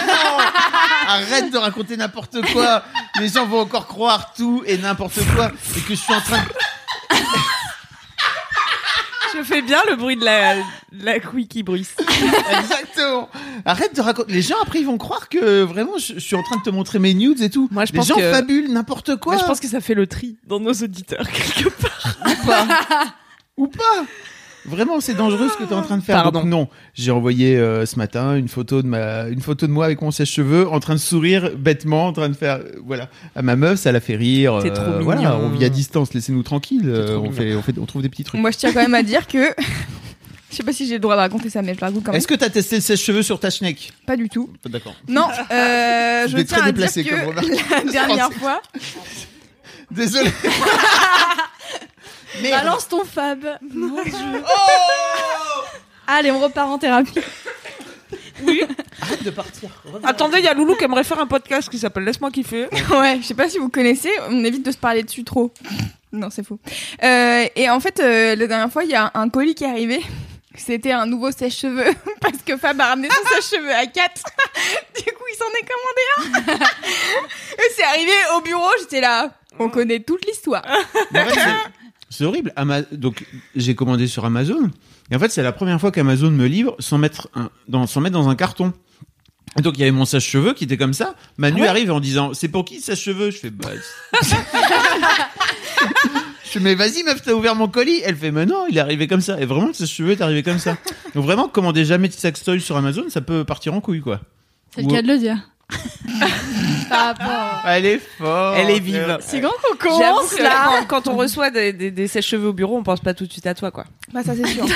Speaker 7: Arrête de raconter n'importe quoi Les gens vont encore croire tout et n'importe quoi et que je suis en train de...
Speaker 6: Je fais bien le bruit de la, de la couille qui bruisse.
Speaker 7: Exactement Arrête de raconter... Les gens après ils vont croire que vraiment je, je suis en train de te montrer mes nudes et tout.
Speaker 6: Moi, je
Speaker 7: Les
Speaker 6: pense
Speaker 7: gens
Speaker 6: que-
Speaker 7: fabulent n'importe quoi
Speaker 6: Moi, je pense que ça fait le tri dans nos auditeurs quelque part.
Speaker 7: Ou pas Ou pas Vraiment, c'est dangereux ce que tu es en train de faire.
Speaker 6: Pardon.
Speaker 7: Donc, non, j'ai envoyé euh, ce matin une photo de ma, une photo de moi avec mon sèche-cheveux, en train de sourire bêtement, en train de faire, euh, voilà, à ma meuf, ça la fait rire. euh,
Speaker 6: T'es trop
Speaker 7: voilà,
Speaker 6: mignon.
Speaker 7: on vit à distance, laissez-nous tranquilles.
Speaker 6: T'es trop
Speaker 7: euh, on
Speaker 6: mignon.
Speaker 7: fait, on fait, on trouve des petits trucs.
Speaker 9: Moi je tiens quand même à dire que
Speaker 1: Je sais pas si j'ai le droit de raconter ça, mais je la raconte quand même.
Speaker 7: Est-ce que t'as testé le sèche-cheveux sur ta schneck
Speaker 1: Pas du tout.
Speaker 7: D'accord.
Speaker 1: Non, euh, je
Speaker 7: Vous êtes
Speaker 1: tiens
Speaker 7: très
Speaker 1: à
Speaker 7: déplacé
Speaker 1: dire que
Speaker 7: comme Oh, remarque.
Speaker 1: la dernière
Speaker 7: Je
Speaker 1: fois.
Speaker 7: Désolé.
Speaker 5: Balance ton fab. Mon Dieu.
Speaker 7: Oh
Speaker 5: Allez, on repart en thérapie.
Speaker 6: Arrête de partir. Attendez, il y a Loulou qui aimerait faire un podcast qui s'appelle Laisse-moi kiffer.
Speaker 1: ouais, je sais pas si vous connaissez, on évite de se parler dessus trop. Non, c'est faux. Euh, et en fait, euh, la dernière fois, il y a un colis qui est arrivé. C'était un nouveau sèche-cheveux parce que Fab a ramené son sèche-cheveux à 4. du coup, il s'en est commandé un. et c'est arrivé au bureau, j'étais là. On connaît toute l'histoire.
Speaker 5: Ah,
Speaker 7: C'est horrible. Ama- Donc, j'ai commandé sur Amazon. Et en fait, c'est la première fois qu'Amazon me livre sans mettre, un- dans, sans mettre dans un carton. Et donc, il y avait mon sèche-cheveux qui était comme ça. Manu
Speaker 6: Ah ouais
Speaker 7: arrive en disant C'est pour qui le sèche-cheveux Je fais Bah. c'est- Je fais, mais vas-y meuf, t'as ouvert mon colis. Elle fait mais non, il est arrivé comme ça. Et vraiment, le sèche-cheveux est arrivé comme ça. Donc vraiment, commandez jamais de sextoy sur Amazon, ça peut partir en couille quoi.
Speaker 5: C'est le cas de le dire.
Speaker 7: Elle est forte.
Speaker 6: Elle est vive.
Speaker 5: C'est quand qu'on
Speaker 6: J'avoue
Speaker 5: commence
Speaker 6: que
Speaker 5: là.
Speaker 6: Quand, quand on reçoit des, des, des sèche-cheveux au bureau, on pense pas tout de suite à toi, quoi.
Speaker 1: Bah, ça, c'est sûr.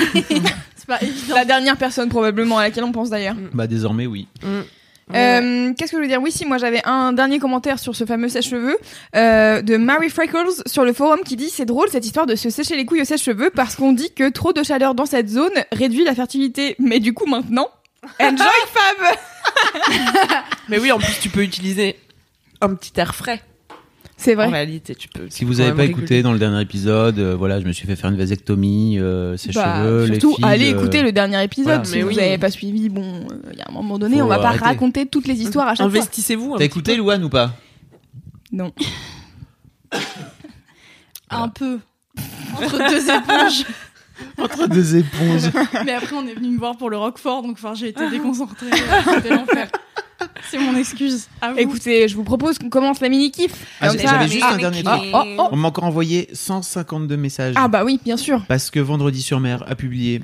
Speaker 1: c'est pas évident. La dernière personne, probablement, à laquelle on pense d'ailleurs.
Speaker 7: Bah désormais oui.
Speaker 1: Euh, Qu'est-ce que je veux dire Oui, si, moi j'avais un dernier commentaire sur ce fameux sèche-cheveux euh, de Mary Freckles sur le forum qui dit C'est drôle cette histoire de se sécher les couilles au sèche-cheveux parce qu'on dit que trop de chaleur dans cette zone réduit la fertilité. Mais du coup, maintenant, enjoy Fab
Speaker 6: Mais oui, en plus, tu peux utiliser un petit air frais.
Speaker 1: C'est
Speaker 6: vrai. En réalité, tu peux.
Speaker 7: Si vous n'avez pas écouté dans le dernier épisode, euh, voilà, je me suis fait faire une vasectomie, euh, ses
Speaker 1: Bah,
Speaker 7: cheveux, les
Speaker 1: Surtout,
Speaker 7: filles,
Speaker 1: allez
Speaker 7: euh,
Speaker 1: écouter le dernier épisode
Speaker 7: voilà.
Speaker 1: si
Speaker 7: Mais
Speaker 1: vous
Speaker 7: oui.
Speaker 1: n'avez pas suivi. Bon, euh, il y a un moment donné,
Speaker 7: Faut
Speaker 1: on va pas
Speaker 7: arrêter.
Speaker 1: raconter toutes les histoires à chaque fois.
Speaker 6: Investissez-vous.
Speaker 7: T'as écouté Louane ou pas
Speaker 1: Non.
Speaker 5: Un peu. Entre deux éponges.
Speaker 7: Entre deux éponges.
Speaker 5: Mais après, on est venu me voir pour le Roquefort, donc enfin, j'ai été déconcentrée. euh, C'était l'enfer. C'est mon excuse. à vous.
Speaker 1: Écoutez, je vous propose qu'on commence la mini-kiff.
Speaker 7: Ah,
Speaker 1: Comme
Speaker 7: j'ai-
Speaker 1: ça-
Speaker 7: J'avais juste
Speaker 1: Ah,
Speaker 7: un dernier
Speaker 1: ah,
Speaker 7: truc.
Speaker 1: oh, oh.
Speaker 7: On m'a encore envoyé 152 messages.
Speaker 1: Ah bah oui, bien sûr.
Speaker 7: Parce que Vendredi sur Mer a publié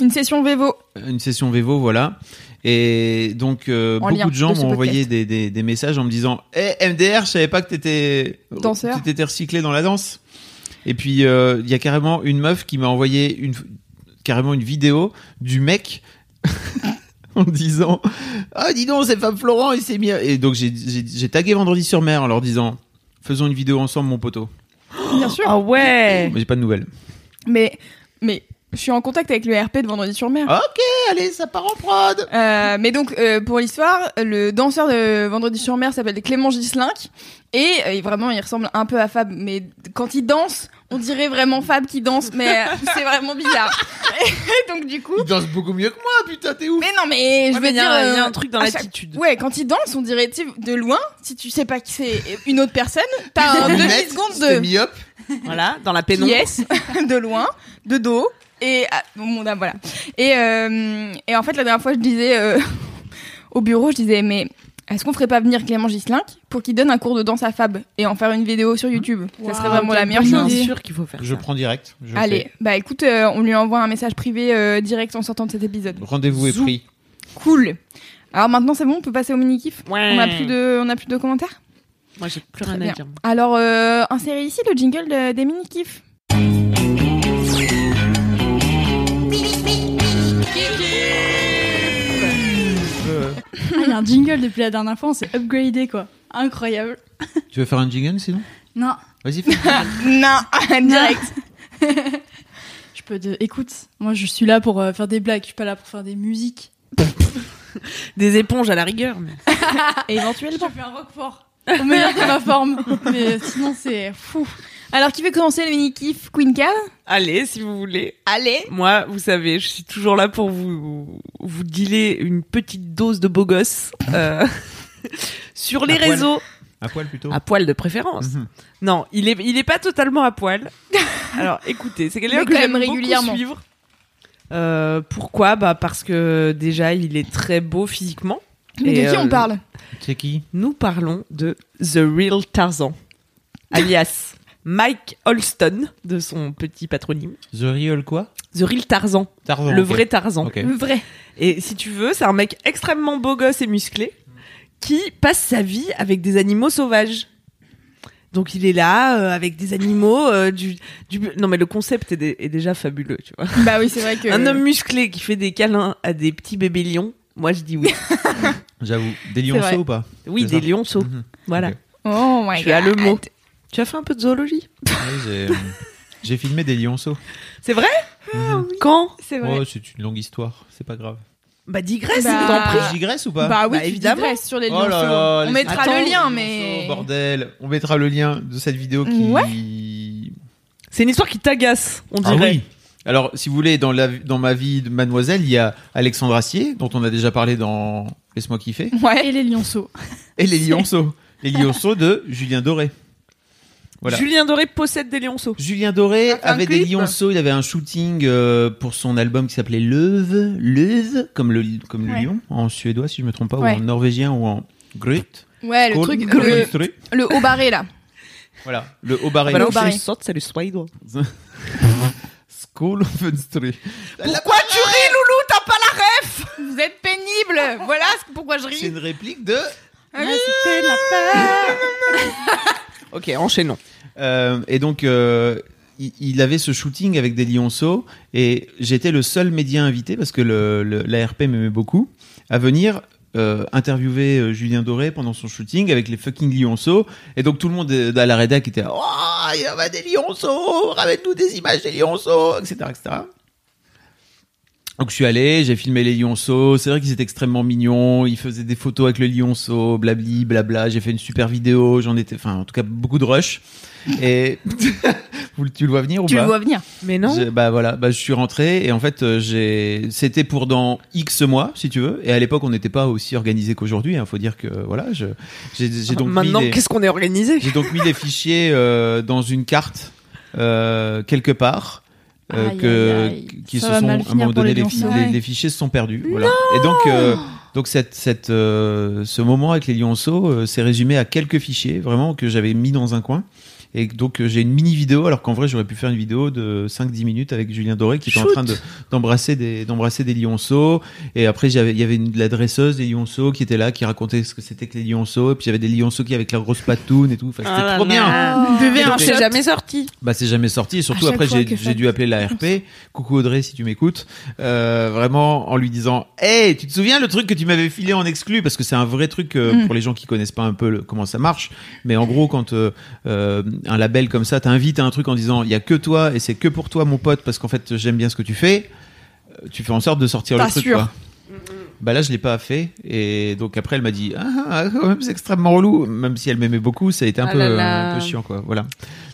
Speaker 1: Une session Vevo.
Speaker 7: une session Vevo, voilà. Et donc, euh,
Speaker 1: En lien
Speaker 7: beaucoup de gens
Speaker 1: de ce
Speaker 7: m'ont envoyé
Speaker 1: podcast.
Speaker 7: des, des- des messages en me disant Eh, MDR, je savais pas que t'étais
Speaker 1: Danseur.
Speaker 7: que t'étais recyclé dans la danse. Et puis, euh, il y a carrément une meuf qui m'a envoyé une, carrément une vidéo du mec en disant Ah, dis donc, c'est Fab Florent, il s'est mis. à- Et donc, j'ai- j'ai j'ai tagué Vendredi sur mer en leur disant Faisons une vidéo ensemble, mon poteau.
Speaker 1: Bien sûr.
Speaker 6: Ah ouais
Speaker 7: Mais j'ai pas de nouvelles.
Speaker 1: Mais, mais je suis en contact avec le RP de Vendredi sur
Speaker 6: Ah.
Speaker 1: Mer.
Speaker 7: Ok, allez, ça part en prod.
Speaker 1: mais donc, euh, pour l'histoire, le danseur de Vendredi sur Mer s'appelle Clément Gislinck. Et euh, il- vraiment, il ressemble un peu à Fab. Mais quand il danse, on dirait vraiment Fab qui danse. Mais euh, c'est vraiment bizarre. Et donc, du coup.
Speaker 7: Il danse beaucoup mieux que moi, putain, t'es ouf.
Speaker 1: Mais non, mais je
Speaker 6: Ouais,
Speaker 1: veux
Speaker 6: mais il y
Speaker 1: dire.
Speaker 6: a un- il y a
Speaker 1: euh,
Speaker 6: un truc dans
Speaker 1: à chaque-
Speaker 6: l'attitude.
Speaker 1: Ouais, quand il danse, on dirait tu sais, de loin, si tu sais pas qui c'est une autre personne, t'as un
Speaker 6: Une
Speaker 1: demi
Speaker 6: lunette,
Speaker 1: secondes
Speaker 6: c'était
Speaker 1: de.
Speaker 7: Myope.
Speaker 6: Voilà, dans la pénombre.
Speaker 1: Yes, de loin, de dos. Et ah, bon, ah, voilà. Et, euh, et en fait, la dernière fois, je disais euh, au bureau, je disais, mais est-ce qu'on ferait pas venir Clément Gislinck pour qu'il donne un cours de danse à Fab et en faire une vidéo sur YouTube Ça serait vraiment la meilleure chose.
Speaker 6: Bien sûr qu'il faut faire
Speaker 7: Je prends direct. je
Speaker 1: Allez,
Speaker 7: fais.
Speaker 1: bah écoute, euh, on lui envoie un message privé euh, direct en sortant de cet épisode.
Speaker 7: Rendez-vous est
Speaker 1: Zou.
Speaker 7: pris.
Speaker 1: Cool. Alors maintenant, c'est bon, on peut passer au mini-kiff
Speaker 6: Ouais.
Speaker 1: On a plus de, on a plus de commentaires
Speaker 6: Moi, j'ai plus
Speaker 1: Très
Speaker 6: rien
Speaker 1: bien.
Speaker 6: à dire.
Speaker 1: Alors, euh, insérez ici le jingle de- des mini-kiffs.
Speaker 5: Ah, Il y a un jingle depuis la dernière fois, on s'est upgradé quoi. Incroyable.
Speaker 7: Tu veux faire un jingle sinon
Speaker 5: Non.
Speaker 7: Vas-y, fais.
Speaker 1: non,
Speaker 5: direct. je peux. de- Écoute, moi je suis là pour euh, faire des blagues, je suis pas là pour faire des musiques.
Speaker 6: Des éponges à la rigueur. mais-
Speaker 1: Ah,
Speaker 5: Éventuellement. Je fais un roquefort. Au meilleur de ma forme. Mais euh, sinon c'est fou.
Speaker 1: Alors, qui veut commencer le mini-kiff Queen Cave
Speaker 6: Allez, si vous voulez.
Speaker 1: Allez.
Speaker 6: Moi, vous savez, je suis toujours là pour vous, vous dealer une petite dose de beau gosse euh, sur les
Speaker 7: À poil.
Speaker 6: réseaux.
Speaker 7: À poil plutôt.
Speaker 6: À poil de préférence. Non, il est, il est pas totalement à poil. Alors, écoutez, c'est quelqu'un
Speaker 1: Mais
Speaker 6: que
Speaker 1: quand
Speaker 6: j'aime
Speaker 1: même
Speaker 6: régulièrement
Speaker 1: régulièrement.
Speaker 6: suivre. Euh, pourquoi Bah parce que déjà, il est très beau physiquement.
Speaker 1: Mais
Speaker 6: Et,
Speaker 1: de qui
Speaker 6: euh,
Speaker 1: on parle
Speaker 7: C'est qui
Speaker 6: Nous parlons de The Real Tarzan, alias Mike Holston, de son petit patronyme.
Speaker 7: The Real quoi
Speaker 6: The Real Tarzan.
Speaker 7: Tarzan,
Speaker 6: Le
Speaker 7: ok.
Speaker 6: vrai Tarzan.
Speaker 7: Ok. Le
Speaker 1: vrai.
Speaker 6: Et si tu veux, c'est un mec extrêmement beau gosse et musclé qui passe sa vie avec des animaux sauvages. Donc il est là euh, avec des animaux, euh, du, du- non mais le concept est, dé- est déjà fabuleux, tu vois.
Speaker 9: Bah oui, c'est vrai que-
Speaker 6: un homme musclé qui fait des câlins à des petits bébés lions, moi je dis oui.
Speaker 7: J'avoue. Des
Speaker 6: C'est vrai.
Speaker 7: lionceaux ou pas Mhm.
Speaker 6: Oui, des lionceaux. Voilà.
Speaker 9: Oh my
Speaker 6: je suis à le mot. Tu as fait un peu de zoologie
Speaker 7: Ah Oui, j'ai- euh, J'ai filmé des lionceaux.
Speaker 6: C'est vrai Quand
Speaker 9: C'est
Speaker 7: Oh, c'est une longue histoire, c'est pas grave.
Speaker 6: Bah digresse,
Speaker 9: Bah,
Speaker 6: je t'en prie.
Speaker 7: Je digresse ou pas
Speaker 9: Bah oui, tu
Speaker 6: évidemment.
Speaker 9: digresses sur les
Speaker 7: Oh là
Speaker 9: lionceaux.
Speaker 7: là,
Speaker 9: On
Speaker 7: les-
Speaker 9: mettra
Speaker 7: Attends,
Speaker 9: le lien,
Speaker 7: les
Speaker 9: mais.
Speaker 7: Oh, bordel, on mettra le lien de cette vidéo qui.
Speaker 6: C'est une histoire qui t'agace, on
Speaker 7: Ah
Speaker 6: dirait.
Speaker 7: oui. Alors, si vous voulez, dans, la, dans ma vie de mademoiselle, il y a Alexandre Assier, dont on a déjà parlé dans Laisse-moi kiffer,
Speaker 5: Ouais. Et les lionceaux.
Speaker 7: et les lionceaux. les lionceaux de Julien Doré. Voilà.
Speaker 6: Julien Doré possède des lionceaux.
Speaker 7: Julien Doré avait des lionceaux, il avait un shooting euh, pour son album qui s'appelait Leuve, Leuve, comme le, comme le
Speaker 9: Ouais.
Speaker 7: lion, en suédois si je me trompe pas,
Speaker 9: Ouais.
Speaker 7: ou en norvégien ou en grut.
Speaker 9: Ouais, le
Speaker 7: Skål.
Speaker 9: truc.
Speaker 7: Skål.
Speaker 9: Le, le haut barré, là.
Speaker 7: Voilà, le haut barré.
Speaker 6: Ah bah non, c'est une sorte, c'est le suédois.
Speaker 7: Skål och fönstret.
Speaker 6: Pourquoi tu ris, Loulou T'as pas la ref
Speaker 9: Vous êtes pénible Voilà ce- pourquoi je
Speaker 7: C'est
Speaker 9: ris.
Speaker 7: une réplique de.
Speaker 6: C'était la peur. Ok, enchaînons.
Speaker 7: et donc, euh, il, il avait ce shooting avec des lionceaux et j'étais le seul média invité parce que le- le- l'ARP m'aimait beaucoup à venir. euh, interviewer euh, Julien Doré pendant son shooting avec les fucking lionceaux et donc tout le monde euh, à la rédac était oh il y avait des lionceaux ramène-nous des images des lionceaux etc etc donc je suis allé, j'ai filmé les lionceaux. C'est vrai qu'ils étaient extrêmement mignons. Ils faisaient des photos avec le lionceau, blabli, blabla. J'ai fait une super vidéo. J'en étais, enfin, en tout cas, beaucoup de rush. Et Vous le- tu le vois venir ou
Speaker 9: Tu
Speaker 7: pas
Speaker 9: le vois venir.
Speaker 6: Mais non.
Speaker 7: Je- bah voilà, bah je suis rentré et en fait euh, j'ai, c'était pour dans X mois si tu veux. Et à l'époque on n'était pas aussi organisé qu'aujourd'hui. Il faut dire que voilà, je, j'ai,
Speaker 9: Ah,
Speaker 7: j'ai donc mis
Speaker 6: Maintenant,
Speaker 7: des-
Speaker 6: qu'est-ce qu'on est organisé
Speaker 7: j'ai donc mis des fichiers euh, dans une carte euh, quelque part. euh,
Speaker 6: Aïe, aïe,
Speaker 7: que,
Speaker 6: aïe.
Speaker 7: qui
Speaker 6: Ça
Speaker 7: se
Speaker 6: va
Speaker 7: sont à
Speaker 6: mal
Speaker 7: un
Speaker 6: finir
Speaker 7: moment
Speaker 6: pour
Speaker 7: donné
Speaker 6: les
Speaker 7: les, fi-
Speaker 6: lionceaux.
Speaker 7: les-
Speaker 6: Ouais.
Speaker 7: les fichiers se sont perdus voilà et donc euh, donc cette cette euh, ce moment avec les lionceaux euh, s'est résumé à quelques fichiers vraiment que j'avais mis dans un coin et donc euh, j'ai une mini vidéo alors qu'en vrai j'aurais pu faire une vidéo de 5-10 minutes avec Julien Doré qui était en
Speaker 6: Shoot.
Speaker 7: train de- d'embrasser des d'embrasser des lionceaux et après j'avais il y avait une, de la dresseuse des lionceaux qui était là qui racontait ce que c'était que les lionceaux et puis il y avait des lionceaux qui avec leur grosse patoune et tout enfin
Speaker 9: Ah
Speaker 7: c'était
Speaker 6: Ah
Speaker 7: trop bien
Speaker 6: Bébé,
Speaker 7: Donc,
Speaker 6: c'est jamais sorti.
Speaker 7: bah c'est jamais sorti et surtout
Speaker 6: À chaque
Speaker 7: après
Speaker 6: fois
Speaker 7: j'ai
Speaker 6: que
Speaker 7: j'ai
Speaker 6: ça-
Speaker 7: dû appeler la RP. Coucou Audrey si tu m'écoutes. Euh, vraiment en lui disant "Hey, tu te souviens le truc que tu m'avais filé en exclu parce que c'est un vrai truc euh,
Speaker 6: Mm.
Speaker 7: pour les gens qui connaissent pas un peu le- comment ça marche, mais en gros quand euh, euh, un label comme ça t'invite à un truc en disant "Il y a que toi et c'est que pour toi mon pote parce qu'en fait j'aime bien ce que tu fais." euh, Tu fais en sorte de sortir le truc
Speaker 6: T'assures.
Speaker 7: quoi. Bah là, je l'ai pas fait. Et donc après, elle m'a dit, ah, ah, quand même, c'est extrêmement relou. Même si elle m'aimait beaucoup, ça a été un,
Speaker 6: Ah
Speaker 7: peu,
Speaker 6: là là.
Speaker 7: un peu chiant, quoi. Voilà.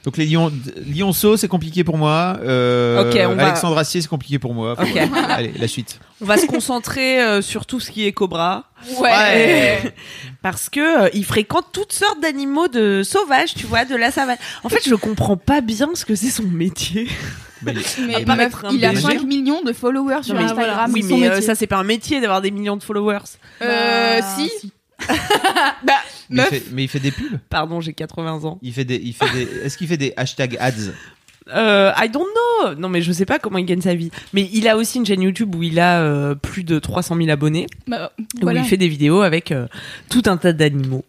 Speaker 7: Donc les lions, lionceaux, c'est compliqué pour moi. Euh,
Speaker 6: Ok, on va-
Speaker 7: Alexandre Assier, c'est compliqué pour moi. Enfin,
Speaker 6: Ok.
Speaker 7: voilà. Allez, la suite.
Speaker 6: On va se concentrer euh, sur tout ce qui est cobra.
Speaker 7: Ouais.
Speaker 6: Et- Parce que euh, il fréquente toutes sortes d'animaux de sauvages, tu vois, de la savane. En fait, je comprends pas bien ce que c'est son métier.
Speaker 9: Mais
Speaker 7: Ah,
Speaker 6: À part
Speaker 9: meuf,
Speaker 6: être un
Speaker 9: il a
Speaker 6: berger.
Speaker 9: 5 millions de followers sur
Speaker 6: Non, mais-
Speaker 9: Instagram.
Speaker 6: Oui,
Speaker 9: c'est son
Speaker 6: mais euh,
Speaker 9: métier.
Speaker 6: ça bah, c'est pas un métier d'avoir des millions de followers.
Speaker 9: Euh, si.
Speaker 7: Mais il, fait, mais il fait des pubs.
Speaker 6: Pardon, j'ai 80 ans.
Speaker 7: Il fait des, il fait des. Est-ce qu'il fait des hashtags ads
Speaker 6: Euh, I don't know. Non, mais je sais pas comment il gagne sa vie. Mais il a aussi une chaîne YouTube où il a euh, plus de 300 000 abonnés.
Speaker 9: Bah,
Speaker 6: Où
Speaker 9: voilà.
Speaker 6: il fait des vidéos avec euh, tout un tas d'animaux.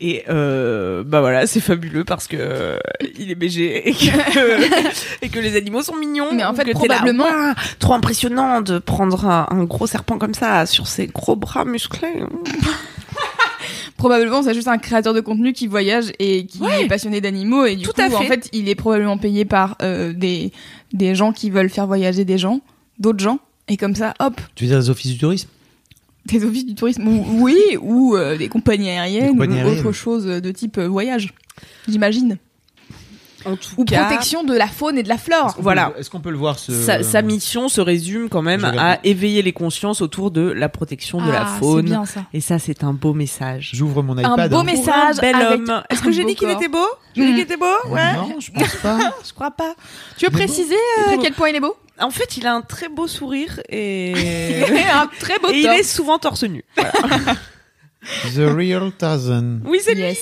Speaker 6: Et euh, bah voilà, c'est fabuleux parce que euh, il est BG et que, et que les animaux sont mignons.
Speaker 9: Mais en
Speaker 6: ou
Speaker 9: fait,
Speaker 6: que t'es là,
Speaker 9: probablement-
Speaker 6: Ouah, trop impressionnant de prendre un, un gros serpent comme ça sur ses gros bras musclés.
Speaker 9: Probablement, c'est juste un créateur de contenu qui voyage et qui est passionné d'animaux et du
Speaker 6: Tout
Speaker 9: coup,
Speaker 6: à
Speaker 9: en
Speaker 6: fait.
Speaker 9: fait, il est probablement payé par euh, des des gens qui veulent faire voyager des gens, d'autres gens, et comme ça, hop,
Speaker 7: Tu veux dire les offices du tourisme
Speaker 9: des offices du tourisme, ou- oui, ou euh, des compagnies aériennes,
Speaker 7: compagnies
Speaker 9: ou
Speaker 7: aériennes.
Speaker 9: autre chose de type euh, voyage, j'imagine.
Speaker 6: En tout
Speaker 9: Ou
Speaker 6: cas-
Speaker 9: protection de la faune et de la flore.
Speaker 6: Voilà.
Speaker 7: Est-ce qu'on peut le voir ce
Speaker 6: Sa, sa mission se résume quand même
Speaker 7: Je regarde.
Speaker 6: à éveiller les consciences autour de la protection de la
Speaker 9: Ah, c'est
Speaker 6: faune.
Speaker 9: bien, ça.
Speaker 6: Et ça, c'est un beau message.
Speaker 7: J'ouvre mon hein.
Speaker 9: Un beau message.
Speaker 6: bel
Speaker 9: avec
Speaker 6: homme. Est-ce que
Speaker 9: un
Speaker 6: j'ai
Speaker 9: beau
Speaker 6: dit qu'il
Speaker 9: corps.
Speaker 6: était beau J'ai dit qu'il était beau Ouais.
Speaker 7: Oh, Non, je pense pas.
Speaker 6: je crois pas.
Speaker 9: Tu veux préciser euh, à quel point il est beau
Speaker 6: En fait, il a un très beau sourire et
Speaker 9: Il est un très beau
Speaker 6: Et il
Speaker 9: torse.
Speaker 6: est souvent torse nu. Voilà.
Speaker 7: The Real Tarzan.
Speaker 6: oui, c'est
Speaker 9: lui.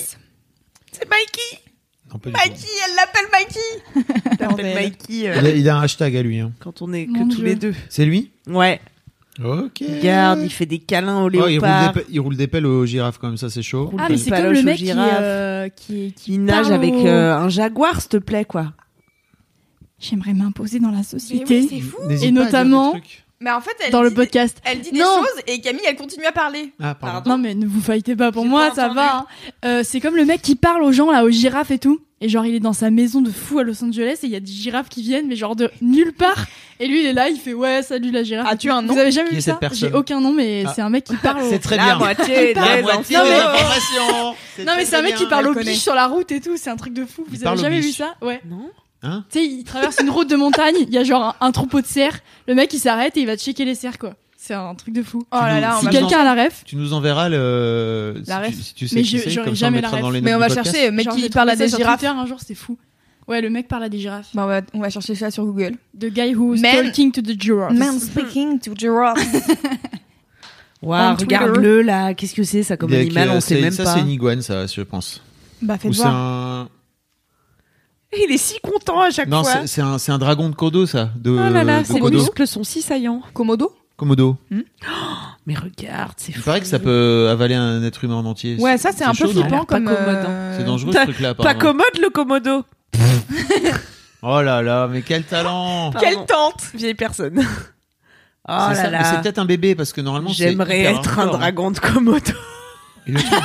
Speaker 6: C'est Mikey.
Speaker 7: Non, pas du tout.
Speaker 9: Mikey, elle l'appelle Mikey.
Speaker 6: Il s'appelle Mikey euh,
Speaker 7: Il a, il a un hashtag à lui. hein.
Speaker 6: quand on est que
Speaker 9: Mon
Speaker 6: tous
Speaker 9: Dieu.
Speaker 6: les deux.
Speaker 7: C'est lui
Speaker 6: Ouais.
Speaker 7: Ok.
Speaker 6: Garde, il fait des câlins au
Speaker 7: Oh, il, roule
Speaker 6: léopard.
Speaker 7: des, pe- il roule des pelles aux girafes quand même, ça c'est chaud.
Speaker 5: Ah, mais c'est comme
Speaker 6: paloche
Speaker 5: le
Speaker 6: aux
Speaker 5: mec qui,
Speaker 6: girafes.
Speaker 5: euh, qui, qui
Speaker 6: Il nage
Speaker 5: parle
Speaker 6: avec
Speaker 5: au-
Speaker 6: euh, un jaguar, s'il te plaît, quoi.
Speaker 5: J'aimerais m'imposer dans la société.
Speaker 9: Mais oui, c'est fou. N'hésite
Speaker 5: Et
Speaker 9: pas à dire
Speaker 5: notamment
Speaker 9: Mais en fait, elle
Speaker 5: dans le
Speaker 9: dit-
Speaker 5: podcast.
Speaker 9: Elle dit des
Speaker 5: Non.
Speaker 9: choses et Camille, elle continue à parler.
Speaker 7: Ah,
Speaker 5: Non mais ne vous fightez pas pour moi, ça va. hein. Euh, c'est comme le mec qui parle aux gens là, aux girafes et tout. Et genre il est dans sa maison de fou à Los Angeles et il y a des girafes qui viennent mais genre de nulle part. Et lui il est là, il fait ouais salut la girafe. Ah tu as un nom Vous avez jamais
Speaker 7: Qui
Speaker 5: vu
Speaker 7: est cette
Speaker 5: ça
Speaker 7: personne
Speaker 5: J'ai aucun nom mais
Speaker 7: Ah.
Speaker 5: c'est un mec qui parle. aux-
Speaker 7: C'est très bien.
Speaker 5: Qui parle-
Speaker 7: la moitié des
Speaker 5: Non, mais-
Speaker 7: informations.
Speaker 5: Non mais c'est un mec qui parle
Speaker 9: on
Speaker 5: aux
Speaker 9: le connaît.
Speaker 5: biches sur la route et tout, c'est un truc de fou. Vous
Speaker 7: parle
Speaker 5: avez
Speaker 7: aux
Speaker 5: jamais vu
Speaker 7: biches.
Speaker 5: ça Ouais.
Speaker 6: Non.
Speaker 7: Hein
Speaker 5: Tu sais, il traverse une route de montagne, il y a genre un, un troupeau de cerfs, le mec il s'arrête et il va checker les cerfs quoi. C'est un truc de fou.
Speaker 7: Oh là là, on
Speaker 5: si
Speaker 7: va-
Speaker 5: quelqu'un a la ref,
Speaker 7: Tu nous enverras le.
Speaker 5: La
Speaker 7: si,
Speaker 5: ref.
Speaker 7: tu, si tu sais
Speaker 5: Mais
Speaker 7: qui
Speaker 5: je-
Speaker 7: c'est,
Speaker 5: j'aurais
Speaker 7: comme ça on
Speaker 5: jamais
Speaker 7: mettra
Speaker 5: la
Speaker 7: dans
Speaker 5: ref.
Speaker 7: les
Speaker 9: Mais
Speaker 7: notes
Speaker 9: on
Speaker 7: du
Speaker 9: va
Speaker 7: podcast.
Speaker 9: chercher euh, mec
Speaker 5: Genre, j'ai
Speaker 9: qui
Speaker 5: trouvé
Speaker 9: parle à
Speaker 5: ça
Speaker 9: des
Speaker 5: sur
Speaker 9: girafes.
Speaker 5: Twitter un jour, c'est fou. Ouais, le mec parle à des girafes.
Speaker 9: Bah, on, va, on va chercher ça sur Google.
Speaker 5: The guy who was
Speaker 9: Men-
Speaker 5: talking to the giraffes.
Speaker 9: Man speaking to giraffes.
Speaker 6: Waouh,
Speaker 9: On Twitter.
Speaker 6: regarde-le là, qu'est-ce que c'est ça comme
Speaker 7: Il y a
Speaker 6: animal
Speaker 7: que-
Speaker 6: On sait
Speaker 7: c'est-
Speaker 6: même
Speaker 7: ça,
Speaker 6: pas.
Speaker 7: c'est une iguane, ça, je pense.
Speaker 5: Bah
Speaker 7: Ou c'est un.
Speaker 6: Il est si content à chaque
Speaker 7: Non,
Speaker 6: fois.
Speaker 7: c'est- c'est un, c'est un dragon de Kodo, ça. De,
Speaker 6: Oh là là,
Speaker 7: de
Speaker 6: ses
Speaker 7: Kodo.
Speaker 6: muscles sont si saillants.
Speaker 9: Komodo
Speaker 7: Komodo.
Speaker 6: Mais regarde, c'est
Speaker 7: Il
Speaker 6: fou.
Speaker 7: paraît que ça peut avaler un être humain en entier.
Speaker 9: Ouais, ça c'est un peu
Speaker 7: chaud, non hein.
Speaker 9: flippant
Speaker 6: Pas
Speaker 9: comme.
Speaker 6: commode,
Speaker 9: euh,
Speaker 7: C'est dangereux ce truc-là.
Speaker 6: Pas
Speaker 7: apparemment.
Speaker 6: commode le commodo.
Speaker 7: Oh là là, mais quel talent
Speaker 6: Quelle tente Vieille personne. Oh là
Speaker 7: C'est ça, mais
Speaker 6: Oh là.
Speaker 7: C'est peut-être un bébé parce que normalement c'est
Speaker 6: J'aimerais
Speaker 7: hyper
Speaker 6: être un
Speaker 7: hardcore, hein.
Speaker 6: dragon de commodo.
Speaker 7: Et le truc de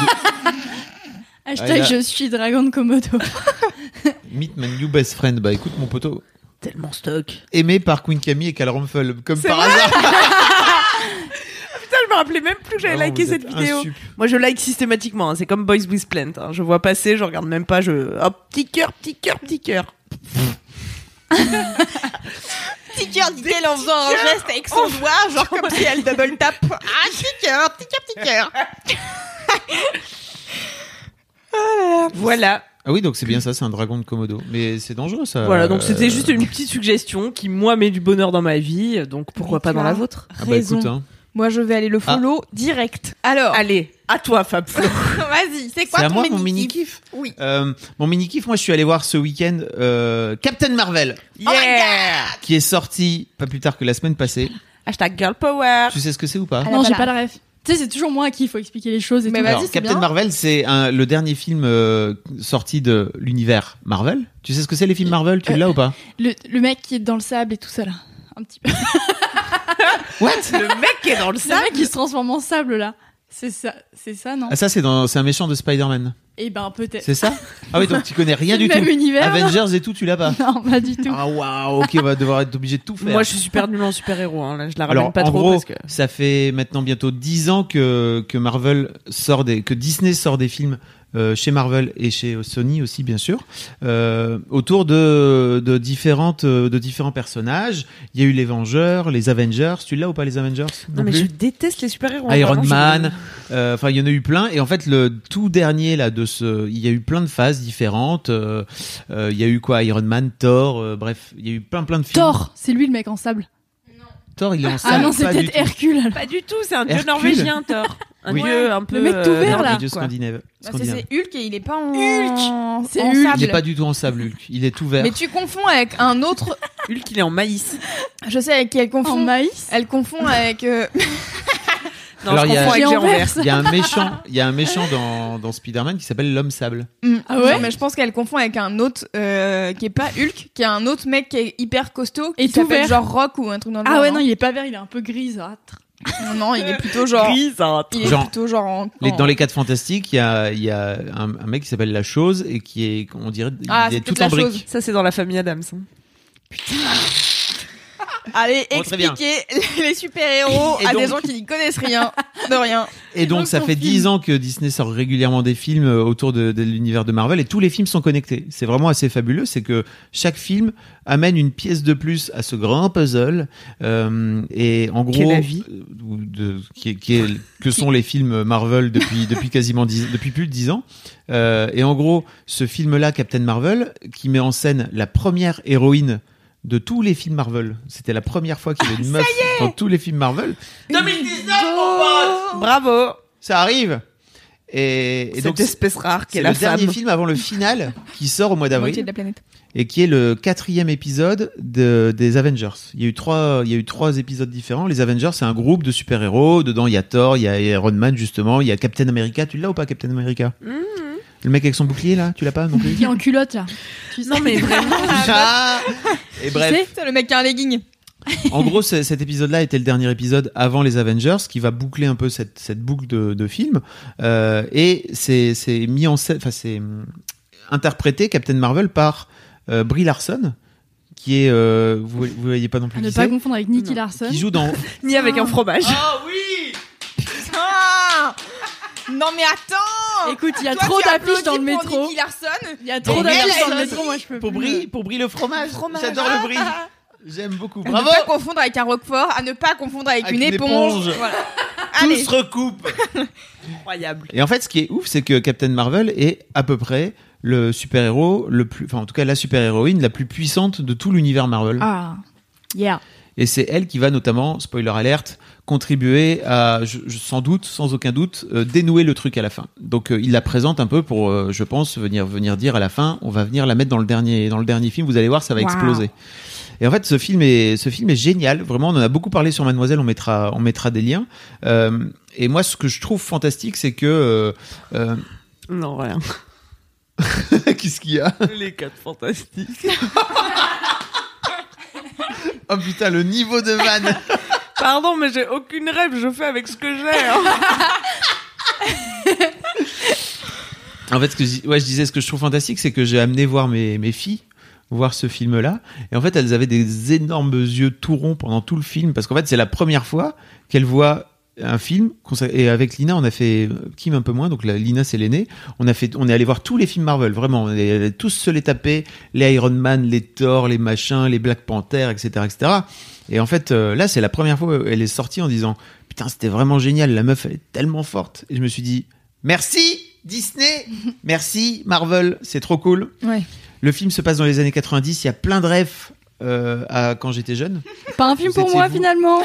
Speaker 7: Ah,
Speaker 5: Hashtag
Speaker 7: il a-
Speaker 5: je suis dragon de Komodo.
Speaker 7: Meet my new best friend. Bah écoute, mon poteau.
Speaker 6: Tellement stock.
Speaker 7: Aimé par Queen Camille et Cal Rumpel, comme
Speaker 6: C'est
Speaker 7: par
Speaker 6: vrai
Speaker 7: hasard.
Speaker 6: Putain, je me rappelais même plus que j'avais
Speaker 7: Vraiment,
Speaker 6: liké
Speaker 7: vous
Speaker 6: cette
Speaker 7: êtes
Speaker 6: vidéo.
Speaker 7: insup.
Speaker 6: Moi, je like systématiquement. hein. C'est comme Boys with Plant. hein. Je vois passer, je regarde même pas. Je hop, petit cœur, petit cœur, petit cœur.
Speaker 9: petit cœur dit-elle en faisant un geste avec son doigt, genre
Speaker 6: bah.
Speaker 9: comme si elle double tape. Ah, petit cœur, petit cœur, petit cœur.
Speaker 6: Voilà.
Speaker 7: Ah oui, donc c'est bien ça, c'est un dragon de Komodo. Mais c'est dangereux ça.
Speaker 6: Voilà. Donc
Speaker 7: Euh,
Speaker 6: c'était juste une petite suggestion qui moi met du bonheur dans ma vie. Donc pourquoi
Speaker 9: Mais
Speaker 6: pas dans la
Speaker 9: Clara.
Speaker 6: vôtre
Speaker 7: Ah bah écoute,
Speaker 9: raison.
Speaker 7: hein. Ah.
Speaker 9: Moi je vais aller le follow direct. Alors,
Speaker 6: Allez, à toi, Fab.
Speaker 9: Oh
Speaker 6: Flo.
Speaker 9: vas-y, c'est quoi
Speaker 7: C'est à
Speaker 9: ton
Speaker 7: moi mon mini
Speaker 9: mini-kiff
Speaker 7: kiff.
Speaker 9: Oui.
Speaker 7: Euh, mon mini kiff, moi je suis allé voir ce week-end euh, Captain Marvel,
Speaker 6: yeah.
Speaker 7: qui est sorti pas plus tard que la semaine passée.
Speaker 6: Hashtag girl
Speaker 9: Ah.
Speaker 6: power.
Speaker 7: Tu sais ce que c'est ou pas
Speaker 9: Elle a
Speaker 5: non,
Speaker 9: pas
Speaker 5: j'ai
Speaker 9: la
Speaker 5: pas la ref. Tu sais, c'est toujours moi à qui il faut expliquer les choses et
Speaker 9: Mais
Speaker 5: tout.
Speaker 9: vas-y,
Speaker 7: Alors,
Speaker 9: c'est
Speaker 7: Captain
Speaker 9: bien.
Speaker 7: Marvel, c'est un- le dernier film euh, sorti de l'univers Marvel. Tu sais ce que c'est les films Marvel Tu l'as ou pas
Speaker 5: Le, le mec qui est dans le sable et tout ça là. Un petit peu.
Speaker 7: What
Speaker 6: Le mec qui est dans le
Speaker 5: Le
Speaker 6: sac.
Speaker 5: mec qui se transforme en sable là. C'est ça, c'est ça non
Speaker 7: Ah, ça c'est dans c'est un méchant de Spider-Man.
Speaker 5: Et ben peut-être.
Speaker 7: C'est ça Ah oui, donc tu connais rien
Speaker 5: C'est
Speaker 7: du
Speaker 5: le
Speaker 7: tout.
Speaker 5: même univers, non
Speaker 7: Avengers et tout, tu l'as pas.
Speaker 5: Non, pas du tout.
Speaker 7: Ah waouh, ok, on va devoir être obligé de tout faire.
Speaker 6: Moi, je suis super nul en super héros. Là, je la ramène
Speaker 7: Alors,
Speaker 6: pas
Speaker 7: en
Speaker 6: trop
Speaker 7: gros,
Speaker 6: parce que.
Speaker 7: ça fait maintenant bientôt 10 ans que, que Marvel sort des, que Disney sort des films euh, chez Marvel et chez Sony aussi, bien sûr, euh, autour de, de différentes, euh, de différents personnages. Il y a eu les Vengeurs, les Avengers. Tu l'as ou pas les Avengers
Speaker 6: Non, mais
Speaker 7: plus
Speaker 6: je déteste les super héros.
Speaker 7: Iron Man, euh, enfin il y en a eu plein et en fait le tout dernier là de ce, il y a eu plein de phases différentes. euh, euh, il y a eu quoi Iron Man, Thor, euh, bref, il y a eu plein plein de films.
Speaker 5: Thor, c'est lui le mec en sable.
Speaker 7: Thor, il est en
Speaker 5: Ah
Speaker 7: salle,
Speaker 5: non, c'est
Speaker 7: pas du
Speaker 5: peut-être
Speaker 7: tout.
Speaker 5: Hercule. alors.
Speaker 6: Pas du tout, c'est un
Speaker 7: dieu
Speaker 6: dieu
Speaker 7: Hercule. norvégien,
Speaker 6: norvégien, Thor. Un
Speaker 7: Oui.
Speaker 6: dieu un peu.
Speaker 5: Le mec tout
Speaker 6: euh,
Speaker 5: vert, là.
Speaker 7: Norvégien,
Speaker 6: quoi.
Speaker 7: scandinave.
Speaker 9: Bah, ça,
Speaker 7: scandinave.
Speaker 9: c'est Hulk et il est pas en.
Speaker 6: Hulk
Speaker 5: C'est
Speaker 9: en
Speaker 5: Hulk.
Speaker 9: sable.
Speaker 7: Il est pas du tout en sable, Hulk. Il est tout vert.
Speaker 9: Mais tu confonds avec un autre.
Speaker 6: Hulk, il est en maïs.
Speaker 9: Je sais avec qui elle
Speaker 5: En
Speaker 9: confond.
Speaker 5: maïs.
Speaker 9: Elle confond avec. euh,
Speaker 6: Non,
Speaker 7: Alors,
Speaker 6: je
Speaker 7: il y a-
Speaker 6: confonds avec
Speaker 5: Et en
Speaker 6: géant
Speaker 5: vert,
Speaker 6: vert.
Speaker 5: ça.
Speaker 7: Il y a un méchant, il y a un méchant dans, dans Spider-Man qui s'appelle l'homme sable.
Speaker 9: hmm,
Speaker 5: Ah ouais
Speaker 9: non, mais je pense qu'elle confond avec un autre euh, qui est pas Hulk, qui est un autre mec qui est hyper costaud,
Speaker 5: Et
Speaker 9: qui
Speaker 5: tout
Speaker 9: s'appelle
Speaker 5: vert.
Speaker 9: genre Rock ou un truc dans le
Speaker 5: Ah
Speaker 9: genre, hein.
Speaker 5: ouais, non, il est pas vert, il est un peu grisâtre.
Speaker 9: non, non, il est plutôt genre. Il est
Speaker 7: Genre,
Speaker 9: plutôt genre en.
Speaker 7: Les-
Speaker 1: Oh.
Speaker 9: en-
Speaker 7: dans les quatre fantastiques, il y a, il y a un, un mec qui s'appelle la chose et qui est, on dirait, il
Speaker 9: Ah,
Speaker 7: est
Speaker 9: c'est
Speaker 7: tout
Speaker 9: peut-être
Speaker 7: en
Speaker 9: la
Speaker 7: briques.
Speaker 9: chose.
Speaker 6: Ça, c'est dans la famille Adams. hein.
Speaker 9: Allez,
Speaker 7: Bon, très bien.
Speaker 9: expliquer les super-héros
Speaker 7: Et
Speaker 9: à des
Speaker 7: donc- Ah
Speaker 9: gens qui n'y connaissent rien, de rien.
Speaker 7: Et donc, ça fait dix ans que Disney sort régulièrement des films euh, autour de, de l'univers de Marvel et tous les films sont connectés. C'est vraiment assez fabuleux, c'est que chaque film amène une pièce de plus à ce grand puzzle. euh, et en gros,
Speaker 6: Qu'est la vie.
Speaker 7: euh, ou de- qui est- qui est- que sont les films Marvel depuis depuis quasiment dix- depuis plus de dix ans. Euh, et en gros, ce film-là, Captain Marvel, qui met en scène la première héroïne de tous les films Marvel. C'était la première fois qu'il Ah, y avait une meuf dans tous les films Marvel.
Speaker 6: Bravo
Speaker 7: Ça arrive. Et, et
Speaker 6: Cette espèce rare qu'est
Speaker 7: c'est
Speaker 6: la
Speaker 7: le dernier
Speaker 6: femme.
Speaker 7: film avant le final qui sort au mois
Speaker 9: Moitié
Speaker 7: d'avril
Speaker 9: de la planète.
Speaker 7: et qui est le quatrième épisode de, des Avengers. Il y a eu trois, il y a eu trois épisodes différents. Les Avengers, c'est un groupe de super héros. Dedans, il y a Thor, il y a Iron Man justement, il y a Captain America. Tu l'as ou pas Captain America
Speaker 9: Mm-hmm.
Speaker 7: Le mec avec son bouclier là, tu l'as pas non plus
Speaker 5: Qui est en culotte là.
Speaker 6: Non mais vraiment.
Speaker 7: Ah, Et bref.
Speaker 9: Tu sais, c'est le mec qui a un legging.
Speaker 7: En gros, c'est- cet épisode-là était le dernier épisode avant les Avengers, qui va boucler un peu cette, cette boucle de, de film. Euh, et c'est c'est mis en scène, enfin, c'est hum, interprété Captain Marvel par euh, Brie Larson, qui est, euh, vous, vous voyez pas non plus
Speaker 5: À Ah, ne
Speaker 7: qui
Speaker 5: pas
Speaker 7: c'est,
Speaker 5: confondre avec Nicky Larson.
Speaker 7: qui joue dans
Speaker 6: Ni avec un fromage.
Speaker 7: Ah
Speaker 6: Ah.
Speaker 9: Putain Non mais attends
Speaker 5: Écoute, il y a
Speaker 9: Toi,
Speaker 5: trop
Speaker 9: tu
Speaker 5: d'affiches dans le
Speaker 9: applaudis pour
Speaker 5: métro.
Speaker 9: Nicky Larson.
Speaker 5: Il y a trop
Speaker 7: Mais
Speaker 5: d'affiches
Speaker 7: elle,
Speaker 5: dans le
Speaker 7: elle
Speaker 5: métro, moi je peux
Speaker 7: pour
Speaker 5: plus.
Speaker 7: Brie, pour Brie le fromage.
Speaker 9: Fromage.
Speaker 7: J'adore le Brie. J'aime beaucoup.
Speaker 9: À ne
Speaker 7: Bravo.
Speaker 9: pas confondre avec un roquefort, à ne pas confondre avec,
Speaker 7: Avec
Speaker 9: une
Speaker 7: une
Speaker 9: éponge.
Speaker 7: éponge.
Speaker 9: Voilà.
Speaker 7: Tout
Speaker 9: Allez.
Speaker 7: se recoupe.
Speaker 6: Incroyable.
Speaker 7: Et en fait, ce qui est ouf, c'est que Captain Marvel est à peu près le super-héros le plus, enfin en tout cas la super-héroïne la plus puissante de tout l'univers Marvel.
Speaker 5: Ah, yeah.
Speaker 7: Et c'est elle qui va notamment, spoiler alerte, contribuer à, je- je- sans doute, sans aucun doute, euh, dénouer le truc à la fin. Donc euh, il la présente un peu pour, euh, je pense, venir venir dire à la fin, on va venir la mettre dans le dernier dans le dernier film. Vous allez voir, ça va
Speaker 5: Wow.
Speaker 7: exploser. Et en fait, ce film est ce film est génial. Vraiment, on en a beaucoup parlé sur Mademoiselle. On mettra on mettra des liens. Euh, et moi, ce que je trouve fantastique, c'est que euh, euh,
Speaker 6: Non rien.
Speaker 7: qu'est-ce qu'il y a
Speaker 6: Les quatre fantastiques.
Speaker 7: Oh putain, le niveau de vanne.
Speaker 6: Pardon mais j'ai aucune rêve. Je fais avec ce que j'ai. hein.
Speaker 7: En fait, ce que je, ouais, je disais, ce que je trouve fantastique, c'est que j'ai amené voir mes, mes filles voir ce film-là. Et en fait, elles avaient des énormes yeux tout ronds pendant tout le film. Parce qu'en fait, c'est la première fois qu'elles voient un film. consa- Et avec Lina, on a fait Kim un peu moins. Donc la- Lina, c'est l'aînée. On, a fait- on est allé voir tous les films Marvel, vraiment. On est allé tous se les taper. Les Iron Man, les Thor, les machins, les Black Panther, etc. etc. Et en fait, euh, là, c'est la première fois où elle est sortie en disant Putain, c'était vraiment génial. La meuf, elle est tellement forte. Et je me suis dit Merci Disney Merci Marvel, c'est trop cool.
Speaker 9: Ouais.
Speaker 7: Le film se passe dans les années 90, il y a plein de refs euh, à quand j'étais jeune.
Speaker 5: Pas un film
Speaker 7: Vous
Speaker 5: pour
Speaker 7: étiez
Speaker 5: moi
Speaker 7: vous. Ah.
Speaker 5: finalement.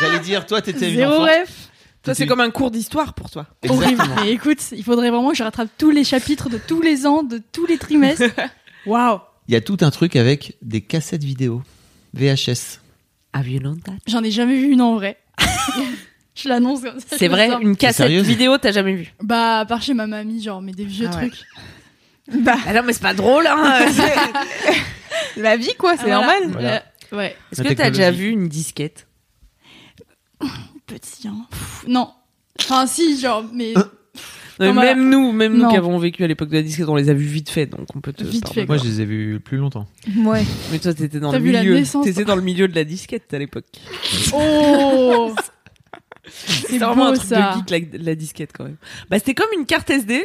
Speaker 7: J'allais dire, toi, t'étais une
Speaker 5: Zéro
Speaker 7: enfant.
Speaker 5: ref.
Speaker 6: Toi c'est comme un cours d'histoire pour toi.
Speaker 5: Horrible.
Speaker 7: Exactement.
Speaker 5: Mais écoute, il faudrait vraiment que je rattrape tous les chapitres de tous les ans, de tous les trimestres. Waouh.
Speaker 7: Il y a tout un truc avec des cassettes vidéo, VHS.
Speaker 6: Have you known that?
Speaker 5: J'en ai jamais vu une en vrai. je l'annonce comme ça. je
Speaker 10: C'est
Speaker 5: le
Speaker 10: vrai,
Speaker 5: sors.
Speaker 10: une cassette
Speaker 7: sérieuse
Speaker 10: vidéo, t'as jamais vu.
Speaker 5: Bah, à part chez ma mamie, genre, mais des vieux
Speaker 6: Ah ouais.
Speaker 5: trucs.
Speaker 6: Ah,
Speaker 9: Bah,
Speaker 10: Bah non, mais c'est pas drôle, hein.
Speaker 9: la vie quoi, c'est
Speaker 6: Ah,
Speaker 5: Voilà.
Speaker 9: normal.
Speaker 7: Voilà.
Speaker 5: Euh, ouais,
Speaker 10: Est-ce
Speaker 7: La
Speaker 10: que t'as déjà
Speaker 7: technologie.
Speaker 10: vu une disquette
Speaker 5: petit, hein. Pff, non. Enfin, si, genre, mais
Speaker 6: Non,
Speaker 5: Non,
Speaker 6: mais
Speaker 5: voilà.
Speaker 6: Euh, même nous, même
Speaker 5: Non.
Speaker 6: nous qui avons vécu à l'époque de la disquette, on les a vus vite fait, donc on peut te.
Speaker 5: Vite
Speaker 6: pardonner.
Speaker 5: fait. Moi,
Speaker 7: je les ai vus plus longtemps.
Speaker 9: Ouais.
Speaker 6: Mais toi, t'étais dans
Speaker 5: T'as
Speaker 6: le
Speaker 5: vu la
Speaker 6: milieu.
Speaker 5: naissance.
Speaker 6: T'étais dans le milieu de la disquette à l'époque.
Speaker 5: oh.
Speaker 6: C'est
Speaker 5: C'est
Speaker 6: vraiment un
Speaker 5: beau
Speaker 6: truc
Speaker 5: ça.
Speaker 6: de geek la, la disquette quand même. Bah c'était comme une carte SD,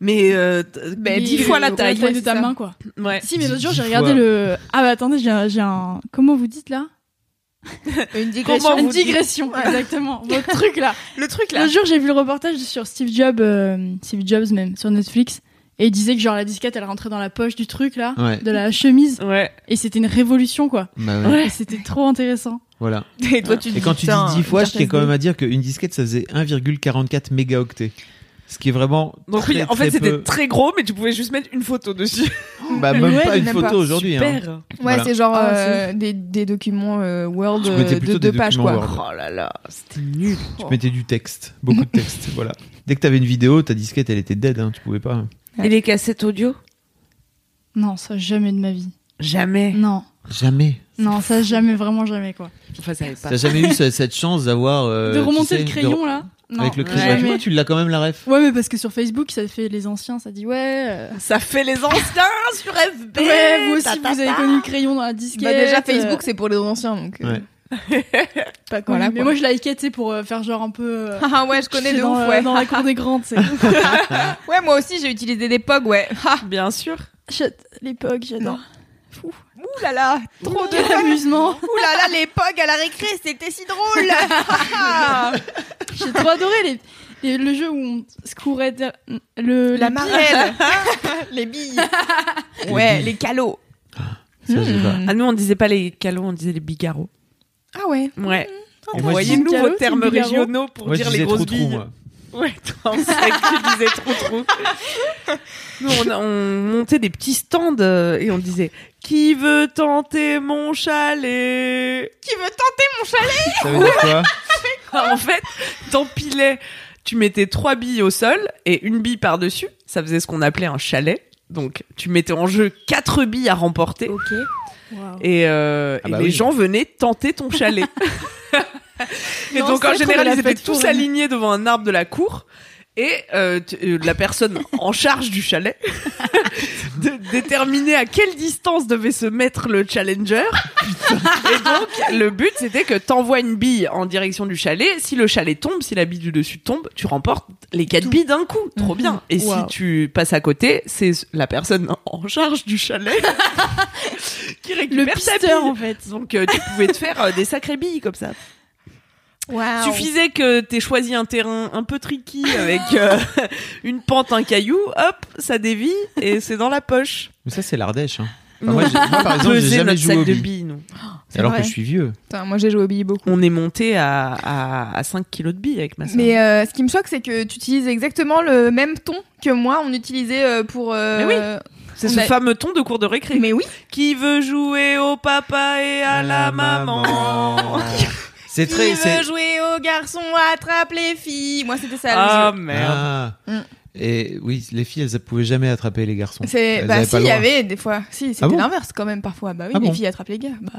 Speaker 6: mais euh, t-
Speaker 9: Bah,
Speaker 1: Bah,
Speaker 5: Mais
Speaker 6: dix fois la
Speaker 5: le-
Speaker 6: taille.
Speaker 5: de ta main, quoi.
Speaker 6: Ouais.
Speaker 5: Si, mais l'autre jour,
Speaker 7: Dix
Speaker 5: j'ai
Speaker 7: fois.
Speaker 5: regardé le. Ah, bah attendez, j'ai un, j'ai un. Comment vous dites là
Speaker 9: Une
Speaker 6: digression.
Speaker 5: Une
Speaker 6: vous dites-
Speaker 5: digression, exactement. Votre truc là.
Speaker 9: Le truc là.
Speaker 5: L'autre jour, j'ai vu le reportage sur Steve Jobs, euh, Steve Jobs même, sur Netflix. Et il disait que genre la disquette, elle rentrait dans la poche du truc là,
Speaker 7: Ouais.
Speaker 5: de la chemise.
Speaker 6: Ouais.
Speaker 5: Et c'était une révolution quoi.
Speaker 7: Bah ouais,
Speaker 5: Et C'était trop intéressant.
Speaker 7: Voilà.
Speaker 9: Et toi tu
Speaker 7: Et quand tu dis 10 fois, je tiens quand même à dire qu'une disquette, ça faisait 1,44 mégaoctets. Ce qui est vraiment.
Speaker 6: Donc
Speaker 7: très,
Speaker 6: oui, en fait
Speaker 7: très
Speaker 6: c'était
Speaker 7: peu.
Speaker 6: très gros, mais tu pouvais juste mettre une photo dessus.
Speaker 7: Bah, même
Speaker 9: Ouais,
Speaker 7: pas une
Speaker 9: même
Speaker 7: photo
Speaker 9: pas.
Speaker 7: aujourd'hui. Hein.
Speaker 6: Père.
Speaker 9: Ouais,
Speaker 7: Voilà.
Speaker 9: c'est genre
Speaker 6: Ah,
Speaker 9: euh, des, des documents euh, Word
Speaker 7: Je
Speaker 9: euh,
Speaker 7: mettais
Speaker 9: de
Speaker 7: plutôt
Speaker 9: deux
Speaker 7: des
Speaker 9: pages
Speaker 7: documents
Speaker 9: quoi.
Speaker 7: Word.
Speaker 6: Oh là là, c'était nul.
Speaker 7: Tu mettais du texte, beaucoup de texte. voilà. Dès que t'avais une vidéo, ta disquette, elle était dead, hein, tu pouvais pas.
Speaker 6: Et les cassettes audio
Speaker 5: Non, ça jamais de ma vie.
Speaker 6: Jamais.
Speaker 5: Non,
Speaker 7: Jamais.
Speaker 5: non, ça jamais, vraiment jamais quoi.
Speaker 6: Enfin, ça avait pas.
Speaker 7: T'as jamais eu ce- cette chance d'avoir. euh,
Speaker 5: de
Speaker 7: tu
Speaker 5: remonter
Speaker 7: sais,
Speaker 5: le
Speaker 7: de-
Speaker 5: crayon là. Non.
Speaker 7: Avec le crayon.
Speaker 5: jamais.
Speaker 7: Tu vois, tu l'as quand même la ref.
Speaker 5: Ouais, mais parce que sur Facebook, ça fait les anciens, ça dit ouais. euh,
Speaker 6: Ça fait les anciens sur
Speaker 9: Eh,
Speaker 6: FB.
Speaker 5: Ouais, vous aussi,
Speaker 6: ta, ta,
Speaker 5: vous avez
Speaker 6: ta.
Speaker 5: connu le crayon dans la disquette.
Speaker 9: Bah, déjà
Speaker 5: euh,
Speaker 9: Facebook c'est pour les anciens donc. euh,
Speaker 7: Ouais.
Speaker 5: pas connu.
Speaker 9: Voilà,
Speaker 5: mais
Speaker 9: quoi.
Speaker 5: moi, je likais, tu sais, pour euh, faire genre un peu. euh,
Speaker 9: Ah ouais, je connais
Speaker 5: tu
Speaker 9: de
Speaker 5: sais, dans,
Speaker 9: ouf
Speaker 5: euh,
Speaker 9: ouais.
Speaker 5: Dans la cour des grandes, c'est.
Speaker 9: Ouais, moi aussi j'ai utilisé des POG ouais. Ah,
Speaker 6: Bien sûr.
Speaker 5: L'époque, j'adore.
Speaker 9: Ouh là là, trop de
Speaker 5: l'amusement.
Speaker 9: Ouh là là, les POG à la récré, c'était si drôle. Ah,
Speaker 5: J'ai trop adoré les, les- le jeu où on se courait der-
Speaker 9: la
Speaker 5: le les
Speaker 6: Ah,
Speaker 9: marelle, les billes. Ouais, les calots.
Speaker 7: Ça, je sais pas.
Speaker 6: Ah nous on disait pas les calons, on disait les bigarots.
Speaker 9: Ah ouais.
Speaker 6: Ouais.
Speaker 7: Et moi, je dis-
Speaker 6: Envoyez-nous
Speaker 5: Bigaro,
Speaker 6: vos termes
Speaker 5: c'est Bigaro.
Speaker 6: régionaux pour
Speaker 7: moi, je
Speaker 6: dire les
Speaker 7: disais
Speaker 6: grosses
Speaker 7: trou-trou,
Speaker 6: billes.
Speaker 7: moi.
Speaker 6: Ouais, toi, c'est vrai que tu disais trop trop. Nous, on, a- on montait des petits stands euh, et on disait Qui veut tenter mon chalet Qui veut tenter mon chalet
Speaker 7: Ça veut dire quoi
Speaker 6: En fait, t'empilais, tu mettais trois billes au sol et une bille par-dessus. Ça faisait ce qu'on appelait un chalet. Donc, tu mettais en jeu quatre billes à remporter. Ok. Et, euh,
Speaker 7: Ah
Speaker 6: et
Speaker 7: bah
Speaker 6: les
Speaker 7: oui.
Speaker 6: gens venaient tenter ton chalet. et
Speaker 11: Non,
Speaker 6: donc,
Speaker 11: c'est vrai
Speaker 6: en
Speaker 11: qu'on
Speaker 6: général,
Speaker 11: a
Speaker 6: ils étaient
Speaker 11: fait pour
Speaker 6: tous
Speaker 11: une-
Speaker 6: alignés devant un arbre de la cour. Et euh, tu- euh, la personne en charge du chalet de déterminer à quelle distance devait se mettre le challenger. Et donc, le but, c'était que t'envoies une bille en direction du chalet. Si le chalet tombe, si la bille du dessus tombe, tu remportes les quatre billes d'un coup. Trop bien. Et
Speaker 11: Wow.
Speaker 6: si tu passes à côté, c'est la personne en charge du chalet qui récupère le pisteur, en fait. Donc, euh, tu pouvais te faire euh, des sacrées billes comme ça. Suffisait que t'aies choisi un terrain un peu tricky avec euh, une pente, un caillou, hop, ça dévie et c'est dans la poche.
Speaker 7: Mais ça, c'est l'Ardèche. Hein.
Speaker 6: Non.
Speaker 7: Enfin, moi, j'ai- moi, par exemple, j'ai
Speaker 6: Peser
Speaker 7: jamais
Speaker 6: notre
Speaker 7: joué
Speaker 6: sac
Speaker 7: au
Speaker 6: de
Speaker 7: billes.
Speaker 6: billes, nous.
Speaker 7: C'est Alors que vrai. je suis vieux.
Speaker 1: moi, j'ai joué aux billes beaucoup.
Speaker 6: On est monté à, à, à 5 kilos de billes avec ma sœur.
Speaker 1: Mais euh, ce qui me choque, c'est que tu utilises exactement le même ton que moi, on utilisait euh, pour. euh,
Speaker 6: Mais oui. C'est
Speaker 1: on
Speaker 6: ce
Speaker 1: a-
Speaker 6: fameux ton de cours de récré.
Speaker 1: Mais oui.
Speaker 6: Qui veut jouer au papa et à la maman
Speaker 7: C'est
Speaker 1: Qui
Speaker 7: très. c'est-
Speaker 1: veut jouer aux garçons, attrape les filles. Moi, c'était ça.
Speaker 6: Ah,
Speaker 1: le jeu.
Speaker 7: Ah.
Speaker 1: Mm.
Speaker 7: Et oui, les filles, elles pouvaient jamais attraper les garçons.
Speaker 1: C'est
Speaker 7: Elles
Speaker 1: bah
Speaker 7: avaient
Speaker 1: si
Speaker 7: pas
Speaker 1: il
Speaker 7: le
Speaker 1: y
Speaker 7: droit. Ah
Speaker 1: avait des fois si c'était
Speaker 7: bon
Speaker 1: l'inverse quand même parfois bah oui
Speaker 7: Ah
Speaker 1: les
Speaker 7: bon
Speaker 1: filles attrapent les gars bah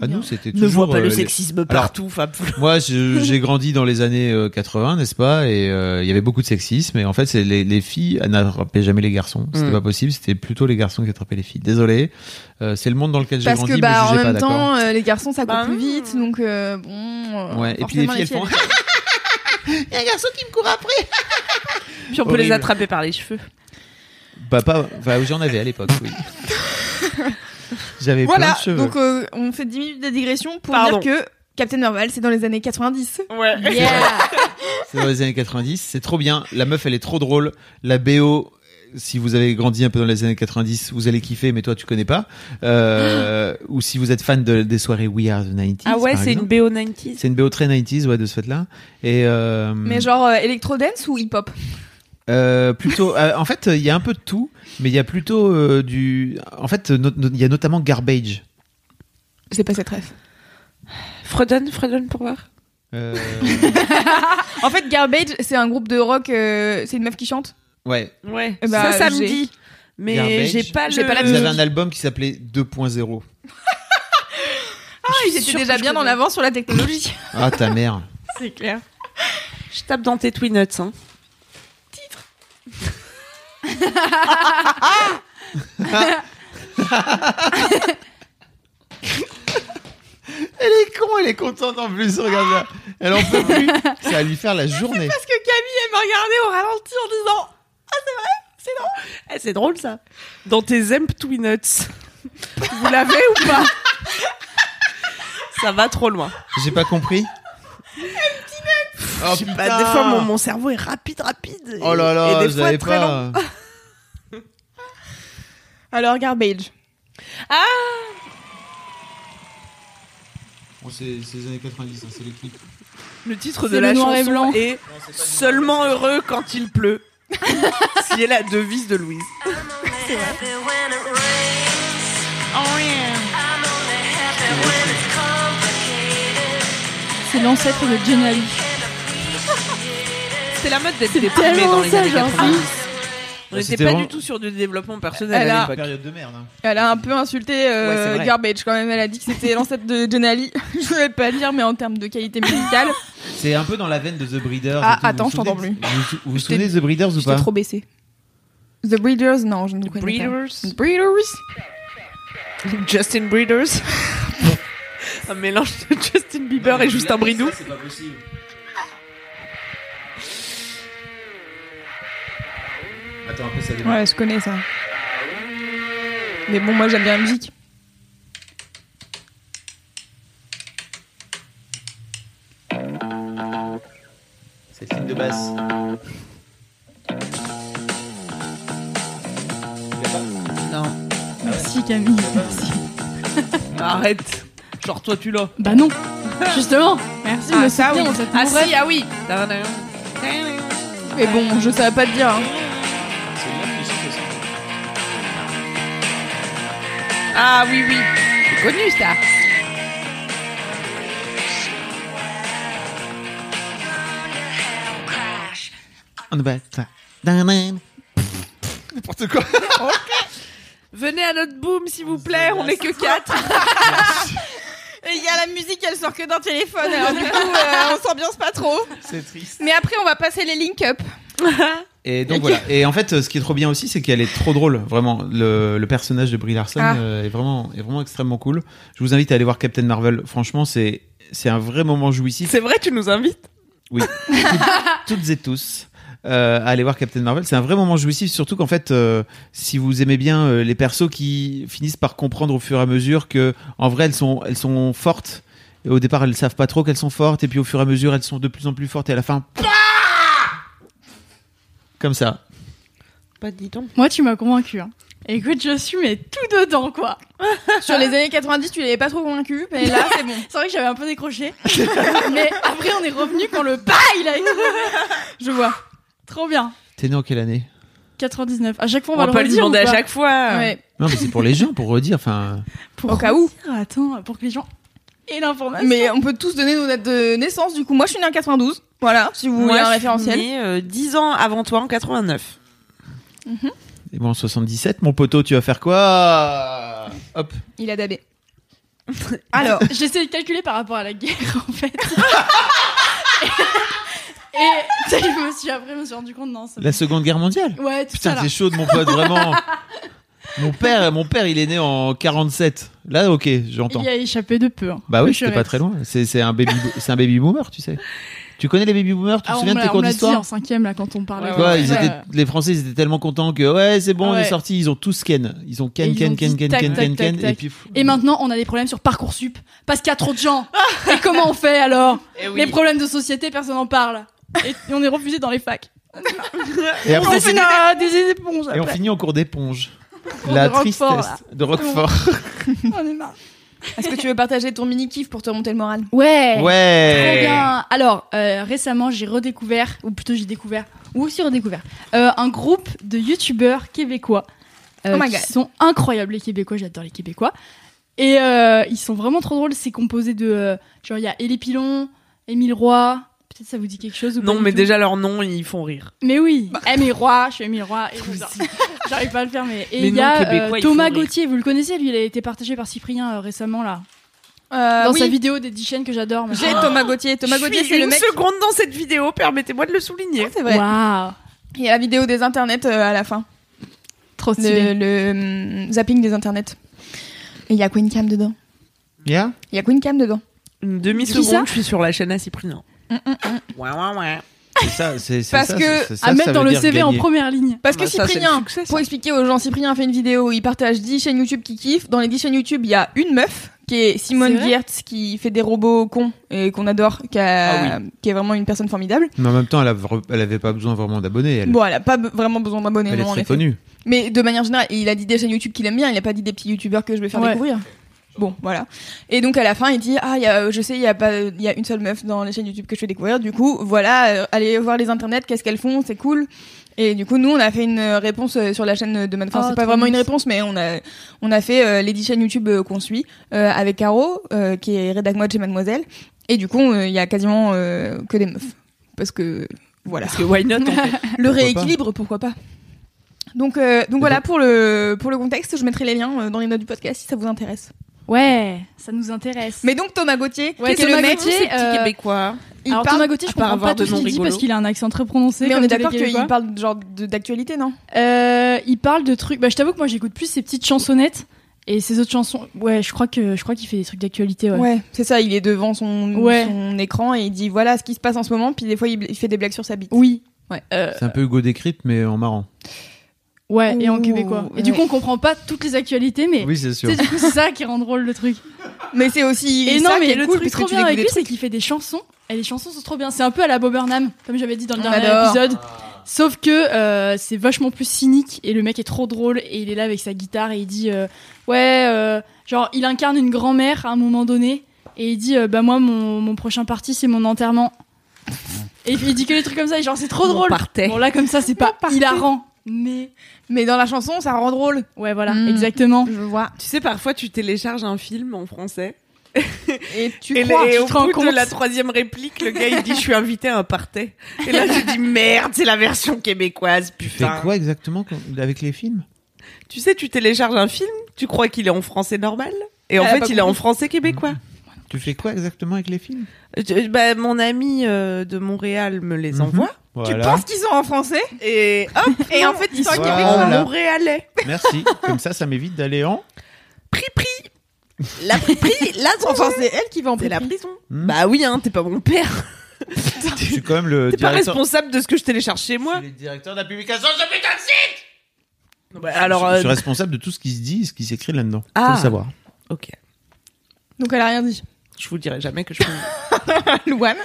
Speaker 7: Ah nous, c'était
Speaker 6: Ne vois
Speaker 7: toujours.
Speaker 6: pas le
Speaker 7: les-
Speaker 6: sexisme
Speaker 7: Alors,
Speaker 6: partout, Fab.
Speaker 7: Moi, je- j'ai grandi dans les années euh, 80, n'est-ce pas Et euh, il y avait beaucoup de sexisme. Et en fait, c'est les, les filles elles n'attrapaient jamais les garçons. C'était
Speaker 1: Mm.
Speaker 7: pas possible. C'était plutôt les garçons qui attrapaient les filles. Désolé. Euh, c'est le monde dans lequel j'ai
Speaker 1: parce
Speaker 7: grandi.
Speaker 1: que bah
Speaker 7: me
Speaker 1: en
Speaker 7: jugez pas,
Speaker 1: même
Speaker 7: d'accord
Speaker 1: temps euh, les garçons ça court plus vite donc euh, bon euh,
Speaker 7: Ouais. Et puis les
Speaker 1: forcément,
Speaker 7: filles, elles font. Il y a un garçon qui me court après.
Speaker 6: Puis on peut les
Speaker 7: Horrible.
Speaker 6: attraper par les cheveux.
Speaker 7: bah pas. Bah j'en avais à l'époque. Oui. J'avais plein
Speaker 1: voilà
Speaker 7: de cheveux.
Speaker 1: donc euh, on fait 10 minutes de digression pour
Speaker 6: Pardon.
Speaker 1: dire que Captain Marvel c'est dans les années 90
Speaker 6: ouais
Speaker 7: C'est dans les années 90, c'est trop bien. La meuf, elle est trop drôle. La BO, si vous avez grandi un peu dans les années 90, vous allez kiffer, mais toi, tu connais pas. Euh, ou si vous êtes fan de- des soirées We Are the 90s.
Speaker 6: Ah ouais,
Speaker 7: par
Speaker 6: c'est une
Speaker 7: exemple.
Speaker 6: BO 90s.
Speaker 7: C'est une BO très 90s, ouais, de ce fait-là. Et euh,
Speaker 1: mais genre euh, électro dance ou hip hop
Speaker 7: euh, plutôt, euh, en fait, il y a un peu de tout, mais il y a plutôt euh, du. En fait, no- no- il y a notamment Garbage.
Speaker 1: c'est pas cette rêve
Speaker 6: Fredonne Fredonne pour voir
Speaker 7: Euh,
Speaker 1: en fait Garbage c'est un groupe de rock euh, c'est une meuf qui chante
Speaker 7: ouais.
Speaker 6: Ouais.
Speaker 1: Eh bah,
Speaker 6: ça, ça me
Speaker 1: j'ai-
Speaker 6: dit. Mais
Speaker 7: Garbage.
Speaker 6: j'ai pas le.
Speaker 7: Ils avaient un album qui s'appelait 2.0.
Speaker 1: ah ils étaient déjà bien en avance sur la technologie
Speaker 7: Ah, ta mère.
Speaker 6: C'est clair. Je tape dans tes Twinuts. Hein.
Speaker 7: Elle est con, elle est contente en plus, regarde là. Elle en peut plus. Ça va lui faire la journée.
Speaker 1: parce que Camille elle m'a regardé au ralenti en disant ah c'est vrai c'est drôle
Speaker 6: Eh, c'est drôle ça. Dans tes Zemp Twinuts. Vous l'avez ou pas Ça va trop loin.
Speaker 7: J'ai pas compris. Oh,
Speaker 6: Je sais pas,
Speaker 7: putain.
Speaker 6: des fois mon, mon cerveau est rapide, rapide.
Speaker 7: Oh là là,
Speaker 6: et des
Speaker 7: je
Speaker 6: fois
Speaker 7: l'avais
Speaker 6: très
Speaker 7: pas.
Speaker 6: lent.
Speaker 1: alors Garbage
Speaker 6: Ah
Speaker 7: c'est les années 90, c'est les clips.
Speaker 6: Le titre de
Speaker 7: C'est
Speaker 6: la
Speaker 7: le
Speaker 6: chanson
Speaker 7: noir et blanc.
Speaker 6: est Seulement heureux quand il pleut. qui est la devise de Louise.
Speaker 5: C'est l'ancêtre de Johnny Ali.
Speaker 6: C'est la mode d'être
Speaker 5: C'est
Speaker 6: déprimé
Speaker 5: tellement
Speaker 6: dans les
Speaker 5: ça,
Speaker 6: années
Speaker 5: genre,
Speaker 6: 90.
Speaker 5: oui.
Speaker 6: On
Speaker 7: Ouais,
Speaker 6: n'était
Speaker 7: c'était
Speaker 6: pas
Speaker 7: vraiment-
Speaker 6: du tout sur du développement personnel
Speaker 1: Elle
Speaker 6: à
Speaker 1: a,
Speaker 6: l'époque.
Speaker 7: de merde.
Speaker 6: hein.
Speaker 1: elle a un peu insulté euh,
Speaker 6: Ouais, c'est vrai.
Speaker 1: Garbage quand même. Elle a dit que c'était l'ancêtre de Denali. Je vais pas le dire, mais en termes de qualité musicale,
Speaker 7: C'est un peu dans la veine de The Breeders.
Speaker 1: Ah,
Speaker 7: et tout.
Speaker 1: attends,
Speaker 7: Vous
Speaker 1: je
Speaker 7: vous
Speaker 1: t'entends
Speaker 7: souvenez-
Speaker 1: plus.
Speaker 7: Vous vous, vous
Speaker 1: J'étais-
Speaker 7: souvenez de The Breeders ou
Speaker 1: j'étais
Speaker 7: pas
Speaker 1: trop baissée. The Breeders, non, je ne connais pas.
Speaker 6: Breeders.
Speaker 1: Breeders.
Speaker 6: Justin Breeders. un mélange de Justin Bieber et Justin Bridou.
Speaker 7: C'est pas possible. Attends, après ça démarre.
Speaker 1: Ouais, je connais ça. Mais bon, moi j'aime bien la musique.
Speaker 7: Cette ligne de basse.
Speaker 6: Non.
Speaker 5: Merci Camille, merci.
Speaker 6: Ah. Arrête. Genre toi tu l'as.
Speaker 5: Bah non, justement. Merci,
Speaker 6: Ah,
Speaker 5: me
Speaker 6: ça,
Speaker 5: soutenir
Speaker 6: oui.
Speaker 5: dans cette
Speaker 6: Ah, si,
Speaker 5: mourette.
Speaker 6: ah oui.
Speaker 1: Mais bon, je savais pas te dire. hein.
Speaker 6: Ah oui, oui. C'est connu ça.
Speaker 7: On va ça. Danan.
Speaker 6: N'importe quoi. Venez à notre boom, s'il vous plaît. On est que quatre.
Speaker 1: Et il y a la musique, elle sort que d'un téléphone. Alors du coup, euh, on s'ambiance pas trop.
Speaker 7: C'est triste.
Speaker 1: Mais après, on va passer les link up.
Speaker 7: Et donc voilà. Et en fait, euh, ce qui est trop bien aussi, c'est qu'elle est trop drôle. Vraiment, le, le personnage de Brie Larson
Speaker 1: Ah.
Speaker 7: euh, est vraiment, est vraiment extrêmement cool. Je vous invite à aller voir Captain Marvel. Franchement, c'est, c'est un vrai moment jouissif.
Speaker 6: C'est vrai, tu nous invites.
Speaker 7: Oui. Toutes- toutes et tous. euh, à aller voir Captain Marvel, c'est un vrai moment jouissif, surtout qu'en fait, euh, si vous aimez bien euh, les persos qui finissent par comprendre au fur et à mesure que, en vrai, elles sont, elles sont fortes. Et au départ, elles savent pas trop qu'elles sont fortes, et puis au fur et à mesure, elles sont de plus en plus fortes, et à la fin, comme ça.
Speaker 6: Pas dis donc.
Speaker 5: Moi, tu m'as convaincu. Hein. Écoute, je suis mais tout dedans, quoi.
Speaker 1: Sur les années 90, tu l'avais pas trop convaincu, mais là, c'est bon.
Speaker 5: C'est vrai que j'avais un peu décroché. mais après, on est revenu quand le pas, il a explosé. Je vois. Trop bien.
Speaker 7: T'es né en quelle année
Speaker 5: 99. À chaque fois, on,
Speaker 6: On
Speaker 5: va
Speaker 6: va pas
Speaker 5: le
Speaker 6: le
Speaker 5: redire
Speaker 6: demander
Speaker 5: ou
Speaker 6: à
Speaker 5: pas
Speaker 6: chaque fois.
Speaker 5: Ouais.
Speaker 7: Non, mais c'est pour les gens, pour redire. Enfin,
Speaker 5: Pour
Speaker 1: Au cas où.
Speaker 5: redire, Attends, pour que les gens aient l'information.
Speaker 1: Mais on peut tous donner nos dates de naissance. Du coup, moi, je suis née en 92. Voilà, si vous voulez un référentiel.
Speaker 6: Je suis née, euh, 10 ans avant toi, en 89.
Speaker 7: et bon, en 77, mon poteau, tu vas faire quoi Hop.
Speaker 1: Il a dabé.
Speaker 5: Alors, j'essaie de calculer par rapport à la guerre, en fait. et tu sais, je me suis après, je me suis rendu compte, non, ça.
Speaker 7: La Seconde Guerre mondiale
Speaker 5: Ouais, tout ça,
Speaker 7: Putain,
Speaker 5: là.
Speaker 7: t'es chaude, mon pote, vraiment. mon père, mon père, il est né en 47. Là, ok, j'entends.
Speaker 5: Il y a échappé de peu. hein.
Speaker 7: Bah oui,
Speaker 5: Je
Speaker 7: c'était pas
Speaker 5: reste.
Speaker 7: très loin. C'est c'est un baby, c'est un baby boomer, tu sais. Tu connais les baby boomers Tu
Speaker 5: Ah,
Speaker 7: te
Speaker 5: on
Speaker 7: souviens de
Speaker 5: me
Speaker 7: tes
Speaker 5: l'a- on
Speaker 7: cours
Speaker 5: me l'a dit
Speaker 7: d'histoire
Speaker 5: en cinquième, là, quand on parlait.
Speaker 7: Ouais, ils
Speaker 5: Ouais.
Speaker 7: étaient- les Français, ils étaient tellement contents que ouais, c'est bon, on
Speaker 5: Ouais.
Speaker 7: est sorti. Ils ont tous ken, ils ont ken,
Speaker 5: Ils ont
Speaker 7: ken, ken,
Speaker 5: dit
Speaker 7: ken,
Speaker 5: tac,
Speaker 7: ken,
Speaker 5: tac,
Speaker 7: ken,
Speaker 5: tac,
Speaker 7: ken, et
Speaker 5: tac.
Speaker 7: puis
Speaker 5: Et
Speaker 1: Mm.
Speaker 5: maintenant, on a des problèmes sur Parcoursup parce qu'il y a trop de gens. et comment on fait alors
Speaker 6: Eh oui.
Speaker 5: Les problèmes de société, personne n'en parle. Et et on est refusé dans les facs. on
Speaker 7: Et après,
Speaker 5: fait
Speaker 7: on
Speaker 1: Ah,
Speaker 5: des, des éponges.
Speaker 7: et on
Speaker 5: après.
Speaker 7: finit en cours d'éponge.
Speaker 5: Cours
Speaker 7: La
Speaker 5: de Roquefort,
Speaker 7: tristesse
Speaker 5: là.
Speaker 7: de Roquefort.
Speaker 5: On est marre.
Speaker 1: Est-ce que tu veux partager ton mini kiff pour te remonter le moral
Speaker 5: Ouais.
Speaker 7: Ouais.
Speaker 5: Trop bien. Alors, euh, récemment, j'ai redécouvert, ou plutôt j'ai découvert, ou aussi redécouvert, euh, un groupe de youtubeurs québécois euh,
Speaker 1: Oh my
Speaker 5: qui
Speaker 1: God.
Speaker 5: sont incroyables. Les Québécois, j'adore les Québécois. Et euh, ils sont vraiment trop drôles. C'est composé de, euh, genre, il y a Élie Pilon, Émile Roy. Peut-être ça vous dit quelque chose ou pas
Speaker 6: Non,
Speaker 5: du
Speaker 6: mais
Speaker 5: tout
Speaker 6: déjà, leurs noms, ils font rire.
Speaker 5: mais oui,
Speaker 1: Eh,
Speaker 5: Émile Roy, je suis Émile Roy. et j'adore. J'arrive pas à le faire, mais. Et
Speaker 6: Les
Speaker 5: il y a
Speaker 6: noms québécois,
Speaker 5: euh,
Speaker 6: ils
Speaker 5: Thomas
Speaker 6: font rire.
Speaker 5: Gauthier, vous le connaissez, lui, il a été partagé par Cyprien euh, récemment, là. dans
Speaker 1: euh, oui.
Speaker 5: sa vidéo des 10 chaînes que j'adore.
Speaker 1: J'ai
Speaker 5: machin.
Speaker 1: Thomas Gauthier. Thomas
Speaker 6: Je
Speaker 1: Gauthier,
Speaker 6: suis
Speaker 1: c'est le
Speaker 6: une
Speaker 1: mec.
Speaker 6: seconde dans cette vidéo, permettez-moi de le souligner.
Speaker 1: C'est vrai.
Speaker 5: Waouh.
Speaker 1: Il y a la vidéo des internets euh, à la fin.
Speaker 5: Trop
Speaker 1: Le, le, hum, zapping des internets. Et il y a Queen Cam dedans.
Speaker 7: Yeah.
Speaker 1: Il y a Queen Cam dedans.
Speaker 6: Une
Speaker 1: Qui ça
Speaker 6: demi-seconde, je suis sur la chaîne à Cyprien. Ouais, ouais, ouais.
Speaker 7: C'est ça, c'est c'est
Speaker 1: Parce
Speaker 7: ça,
Speaker 1: que-
Speaker 7: c'est- c'est ça,
Speaker 5: à
Speaker 7: ça
Speaker 5: mettre
Speaker 7: veut
Speaker 5: Ah, dans le
Speaker 7: dire
Speaker 5: CV en
Speaker 7: gagner.
Speaker 5: première ligne.
Speaker 1: Parce
Speaker 6: Ah
Speaker 1: que
Speaker 6: bah ça, c'est
Speaker 1: Cyprien,
Speaker 6: le succès, ça.
Speaker 1: pour expliquer aux gens, Cyprien fait une vidéo où il partage 10 chaînes YouTube qui kiffent. Dans les 10 chaînes YouTube, il y a une meuf qui est
Speaker 5: C'est
Speaker 1: Simone
Speaker 5: vrai
Speaker 1: Giertz qui fait des robots cons et qu'on adore, qui, a-
Speaker 7: Ah
Speaker 1: qui est vraiment une personne formidable.
Speaker 7: Mais en même temps, elle, a vr- elle avait pas besoin vraiment d'abonnés. Elle,
Speaker 1: Bon, elle a pas be- vraiment besoin d'abonnés.
Speaker 7: elle est
Speaker 1: non, en
Speaker 7: très
Speaker 1: effet.
Speaker 7: connue.
Speaker 1: Mais de manière générale, il a dit des chaînes YouTube qu'il aime bien, il a pas dit des petits youtubeurs que je vais faire
Speaker 5: Ouais.
Speaker 1: découvrir. Bon, voilà. Et donc à la fin, il dit ah, il y a, je sais, il y a pas, il y a une seule meuf dans les chaînes YouTube que je vais découvrir. Du coup, voilà, euh, allez voir les internets, qu'est-ce qu'elles font, c'est cool. Et du coup, nous, on a fait une euh, réponse euh, sur la chaîne de Man. Enfin,
Speaker 5: Oh,
Speaker 1: c'est pas
Speaker 5: trop
Speaker 1: vraiment une
Speaker 5: mignon.
Speaker 1: réponse, mais on a, on a fait euh, les 10 chaînes YouTube euh, qu'on suit euh, avec Caro, euh, qui est rédac mode chez Mademoiselle. Et du coup, euh, il y a quasiment euh, que des meufs, parce que voilà
Speaker 6: Parce que why not en fait.
Speaker 1: le
Speaker 7: Pourquoi
Speaker 1: rééquilibre, pourquoi pas donc, euh, donc voilà
Speaker 7: donc-
Speaker 1: pour le, pour le contexte, je mettrai les liens euh, dans les notes du podcast si ça vous intéresse.
Speaker 5: Ouais, ça nous intéresse.
Speaker 1: Mais donc Thomas Gauthier,
Speaker 5: Ouais,
Speaker 1: qui est
Speaker 5: Thomas
Speaker 1: le mec,
Speaker 5: Gauthier,
Speaker 6: Ces petits
Speaker 5: euh,
Speaker 6: Québécois.
Speaker 1: il
Speaker 5: Alors
Speaker 1: parle,
Speaker 5: Thomas Gauthier, je
Speaker 6: à part
Speaker 5: comprends pas
Speaker 6: avoir
Speaker 5: tout
Speaker 6: de
Speaker 5: ce qu'il
Speaker 6: noms
Speaker 5: dit
Speaker 6: rigolos.
Speaker 5: parce qu'il a un accent très prononcé.
Speaker 1: mais on
Speaker 5: comme
Speaker 1: est
Speaker 5: tous les
Speaker 1: d'accord qu'il
Speaker 5: Québécois.
Speaker 1: parle genre de- d'actualité, non
Speaker 5: Euh, il parle de trucs. Bah, je t'avoue que moi, j'écoute plus ses petites chansonnettes et ses autres chansons. Ouais, je crois que je crois qu'il fait des trucs d'actualité. Ouais.
Speaker 1: c'est ça, il est devant son,
Speaker 5: Ouais.
Speaker 1: son écran et il dit voilà ce qui se passe en ce moment, puis des fois il, il fait des blagues sur sa bite.
Speaker 5: Oui.
Speaker 1: Ouais.
Speaker 5: Euh,
Speaker 7: C'est un peu Hugo Décrypte, mais en marrant.
Speaker 5: ouais, et en
Speaker 1: Ouh,
Speaker 5: québécois. Et du
Speaker 1: ouais.
Speaker 5: coup, on comprend pas toutes les actualités, mais
Speaker 7: Oui, c'est
Speaker 5: tu
Speaker 7: sûr.
Speaker 5: sais, du coup, c'est ça qui rend drôle le truc.
Speaker 1: Mais c'est aussi
Speaker 5: Et
Speaker 1: ça
Speaker 5: non,
Speaker 1: qui
Speaker 5: mais
Speaker 1: est
Speaker 5: le
Speaker 1: cool,
Speaker 5: truc
Speaker 1: parce que
Speaker 5: trop
Speaker 1: tu
Speaker 5: bien avec lui,
Speaker 1: découvres
Speaker 5: c'est qu'il fait des chansons. Et les chansons sont trop bien. C'est un peu à la Bob Burnham, comme j'avais dit dans le
Speaker 1: On
Speaker 5: dernier
Speaker 1: adore.
Speaker 5: épisode. Sauf que euh, c'est vachement plus cynique et le mec est trop drôle et il est là avec sa guitare et il dit euh, ouais euh, genre il incarne une grand-mère à un moment donné et il dit euh, bah moi mon, mon prochain parti c'est mon enterrement Et il dit que les trucs comme ça, et genre c'est trop drôle. Bon là comme ça c'est pas hilarant. Mais...
Speaker 1: mais dans la chanson, ça rend drôle.
Speaker 5: Ouais, voilà,
Speaker 1: Hmm.
Speaker 5: exactement.
Speaker 1: Je vois.
Speaker 6: Tu sais, parfois, tu télécharges un film en français.
Speaker 1: Et tu
Speaker 6: et
Speaker 1: crois,
Speaker 6: le- et
Speaker 1: tu
Speaker 6: au
Speaker 1: te rends
Speaker 6: bout de
Speaker 1: compte.
Speaker 6: la troisième réplique, le gars il dit je suis invité à un party. Et là tu dis merde, c'est la version québécoise,
Speaker 7: Tu fais
Speaker 6: putain.
Speaker 7: quoi exactement quand- avec les films
Speaker 6: Tu sais, tu télécharges un film, tu crois qu'il est en français normal, et en
Speaker 7: Elle a
Speaker 6: fait il
Speaker 7: pas
Speaker 6: est en
Speaker 7: compris.
Speaker 6: français québécois.
Speaker 7: Tu fais quoi exactement avec les films
Speaker 6: Euh, tu- bah, mon ami euh, de Montréal me
Speaker 7: Mhm.
Speaker 6: les envoie.
Speaker 7: Voilà.
Speaker 6: Tu penses
Speaker 1: qu'ils sont en français
Speaker 6: Et hop
Speaker 1: Et en fait, ils sont
Speaker 7: Voilà.
Speaker 6: québécois montréalais.
Speaker 7: Merci. Comme ça, ça m'évite d'aller en.
Speaker 6: La prison, la
Speaker 1: Enfin, c'est elle qui va en
Speaker 6: C'est la prison.
Speaker 7: Hmm.
Speaker 6: Bah oui, hein, t'es pas mon père.
Speaker 7: Je suis quand même le
Speaker 6: T'es pas
Speaker 7: directeur.
Speaker 6: responsable de ce que je télécharge chez moi.
Speaker 7: Directeur de la publication, je putain de site
Speaker 6: Bah, alors,
Speaker 7: je suis
Speaker 6: euh,
Speaker 7: responsable de tout ce qui se dit et ce qui s'écrit là-dedans.
Speaker 6: Ah.
Speaker 7: Faut le savoir.
Speaker 6: ok.
Speaker 1: Donc elle a rien dit.
Speaker 6: Je vous dirai jamais que je.
Speaker 1: Louane.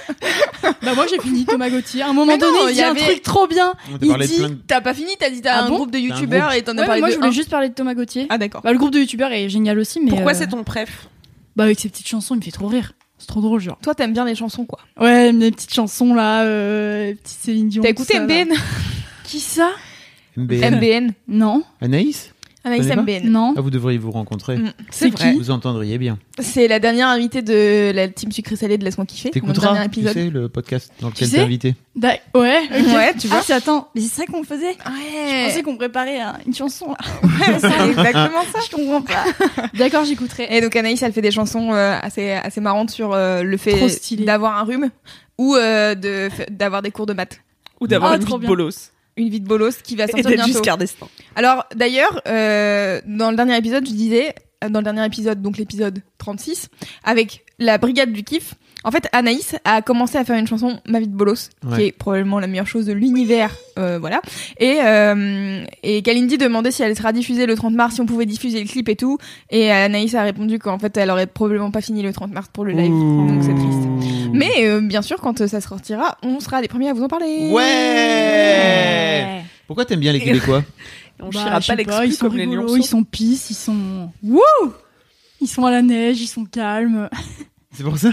Speaker 5: Bah moi j'ai fini Thomas Gauthier. À un moment
Speaker 1: Mais non,
Speaker 5: donné, il
Speaker 1: il
Speaker 5: dit
Speaker 1: y
Speaker 5: un
Speaker 1: avait-
Speaker 5: truc trop bien.
Speaker 7: On t'a
Speaker 5: Il
Speaker 7: parlé de
Speaker 5: dit
Speaker 7: plein de-
Speaker 1: T'as pas fini, t'as dit t'as
Speaker 5: Ah
Speaker 1: un
Speaker 5: bon
Speaker 1: groupe de
Speaker 7: T'as un
Speaker 1: youtubeurs
Speaker 7: groupe.
Speaker 1: et t'en as
Speaker 5: Ouais, mais
Speaker 1: parlé
Speaker 5: moi
Speaker 1: de
Speaker 5: je voulais
Speaker 1: un.
Speaker 5: juste parler de Thomas Gauthier.
Speaker 1: Ah d'accord.
Speaker 5: Bah, le groupe de youtubeurs est génial aussi, mais
Speaker 6: Pourquoi
Speaker 5: euh,
Speaker 6: c'est ton préf
Speaker 5: Bah avec ses petites chansons, il me fait trop rire. C'est trop drôle genre.
Speaker 1: Toi t'aimes bien les chansons quoi.
Speaker 5: Ouais, mes petites chansons là, euh, les petites Céline Dion.
Speaker 1: T'as
Speaker 5: tout
Speaker 1: écouté
Speaker 5: ça, là.
Speaker 1: MBN
Speaker 5: Qui ça
Speaker 7: MBN.
Speaker 1: MBN.
Speaker 5: Non.
Speaker 7: Anaïs
Speaker 1: Anaïs
Speaker 7: Connais pas
Speaker 1: MBN.
Speaker 5: Non.
Speaker 7: Ah, vous devriez vous rencontrer.
Speaker 1: Mm.
Speaker 6: C'est vrai.
Speaker 7: Vous entendriez bien.
Speaker 1: C'est la dernière invitée de la team sucré salé de Laisse-moi kiffer. Mon dernier
Speaker 7: T'écouteras, tu
Speaker 1: épisode.
Speaker 7: sais, le podcast dans lequel
Speaker 5: sais
Speaker 7: t'es invité.
Speaker 5: Bah, ouais. ok.
Speaker 1: Ouais, tu vois.
Speaker 5: Ah, c'est- attends, mais c'est ça qu'on faisait. Je pensais
Speaker 1: Ah, Ouais.
Speaker 5: qu'on préparait hein, une chanson là.
Speaker 1: C'est exactement ça.
Speaker 5: Je comprends pas. D'accord, j'écouterai.
Speaker 1: Et donc Anaïs, elle fait des chansons euh, assez assez marrantes sur euh, le
Speaker 5: Trop
Speaker 1: fait
Speaker 5: stylé.
Speaker 1: d'avoir un rhume ou euh, de f- d'avoir des cours de maths.
Speaker 6: Ou d'avoir
Speaker 5: Ah,
Speaker 6: une
Speaker 5: trop
Speaker 6: vie de
Speaker 5: bien.
Speaker 6: bolos
Speaker 1: Une vie de bolos qui va
Speaker 6: Et
Speaker 1: sortir
Speaker 6: d'être
Speaker 1: bientôt.
Speaker 6: Giscard d'Estaing.
Speaker 1: Alors d'ailleurs, euh, dans le dernier épisode, je disais, euh, dans le dernier épisode, donc l'épisode 36, avec la brigade du kiff, en fait Anaïs a commencé à faire une chanson Ma vie de bolos, qui
Speaker 7: Ouais.
Speaker 1: est probablement la meilleure chose de l'univers, euh, voilà. Et, euh, et Kalindi demandait si elle sera diffusée le 30 mars, si on pouvait diffuser le clip et tout. Et Anaïs a répondu qu'en fait elle aurait probablement pas fini le 30 mars pour le live, donc c'est triste. Mais euh, bien sûr, quand euh, ça sortira, on sera les premiers à vous en parler.
Speaker 5: Eh
Speaker 7: Ouais Pourquoi t'aimes bien les Québécois
Speaker 6: Eh. On
Speaker 5: Bah,
Speaker 6: chira
Speaker 5: je
Speaker 6: pas
Speaker 5: sais
Speaker 6: l'exclu
Speaker 5: ils sont
Speaker 6: comme les
Speaker 5: rigolos,
Speaker 6: lions.
Speaker 5: Ils sont pisses, ils sont. Wouh Ils sont à la neige, ils sont calmes.
Speaker 7: C'est pour ça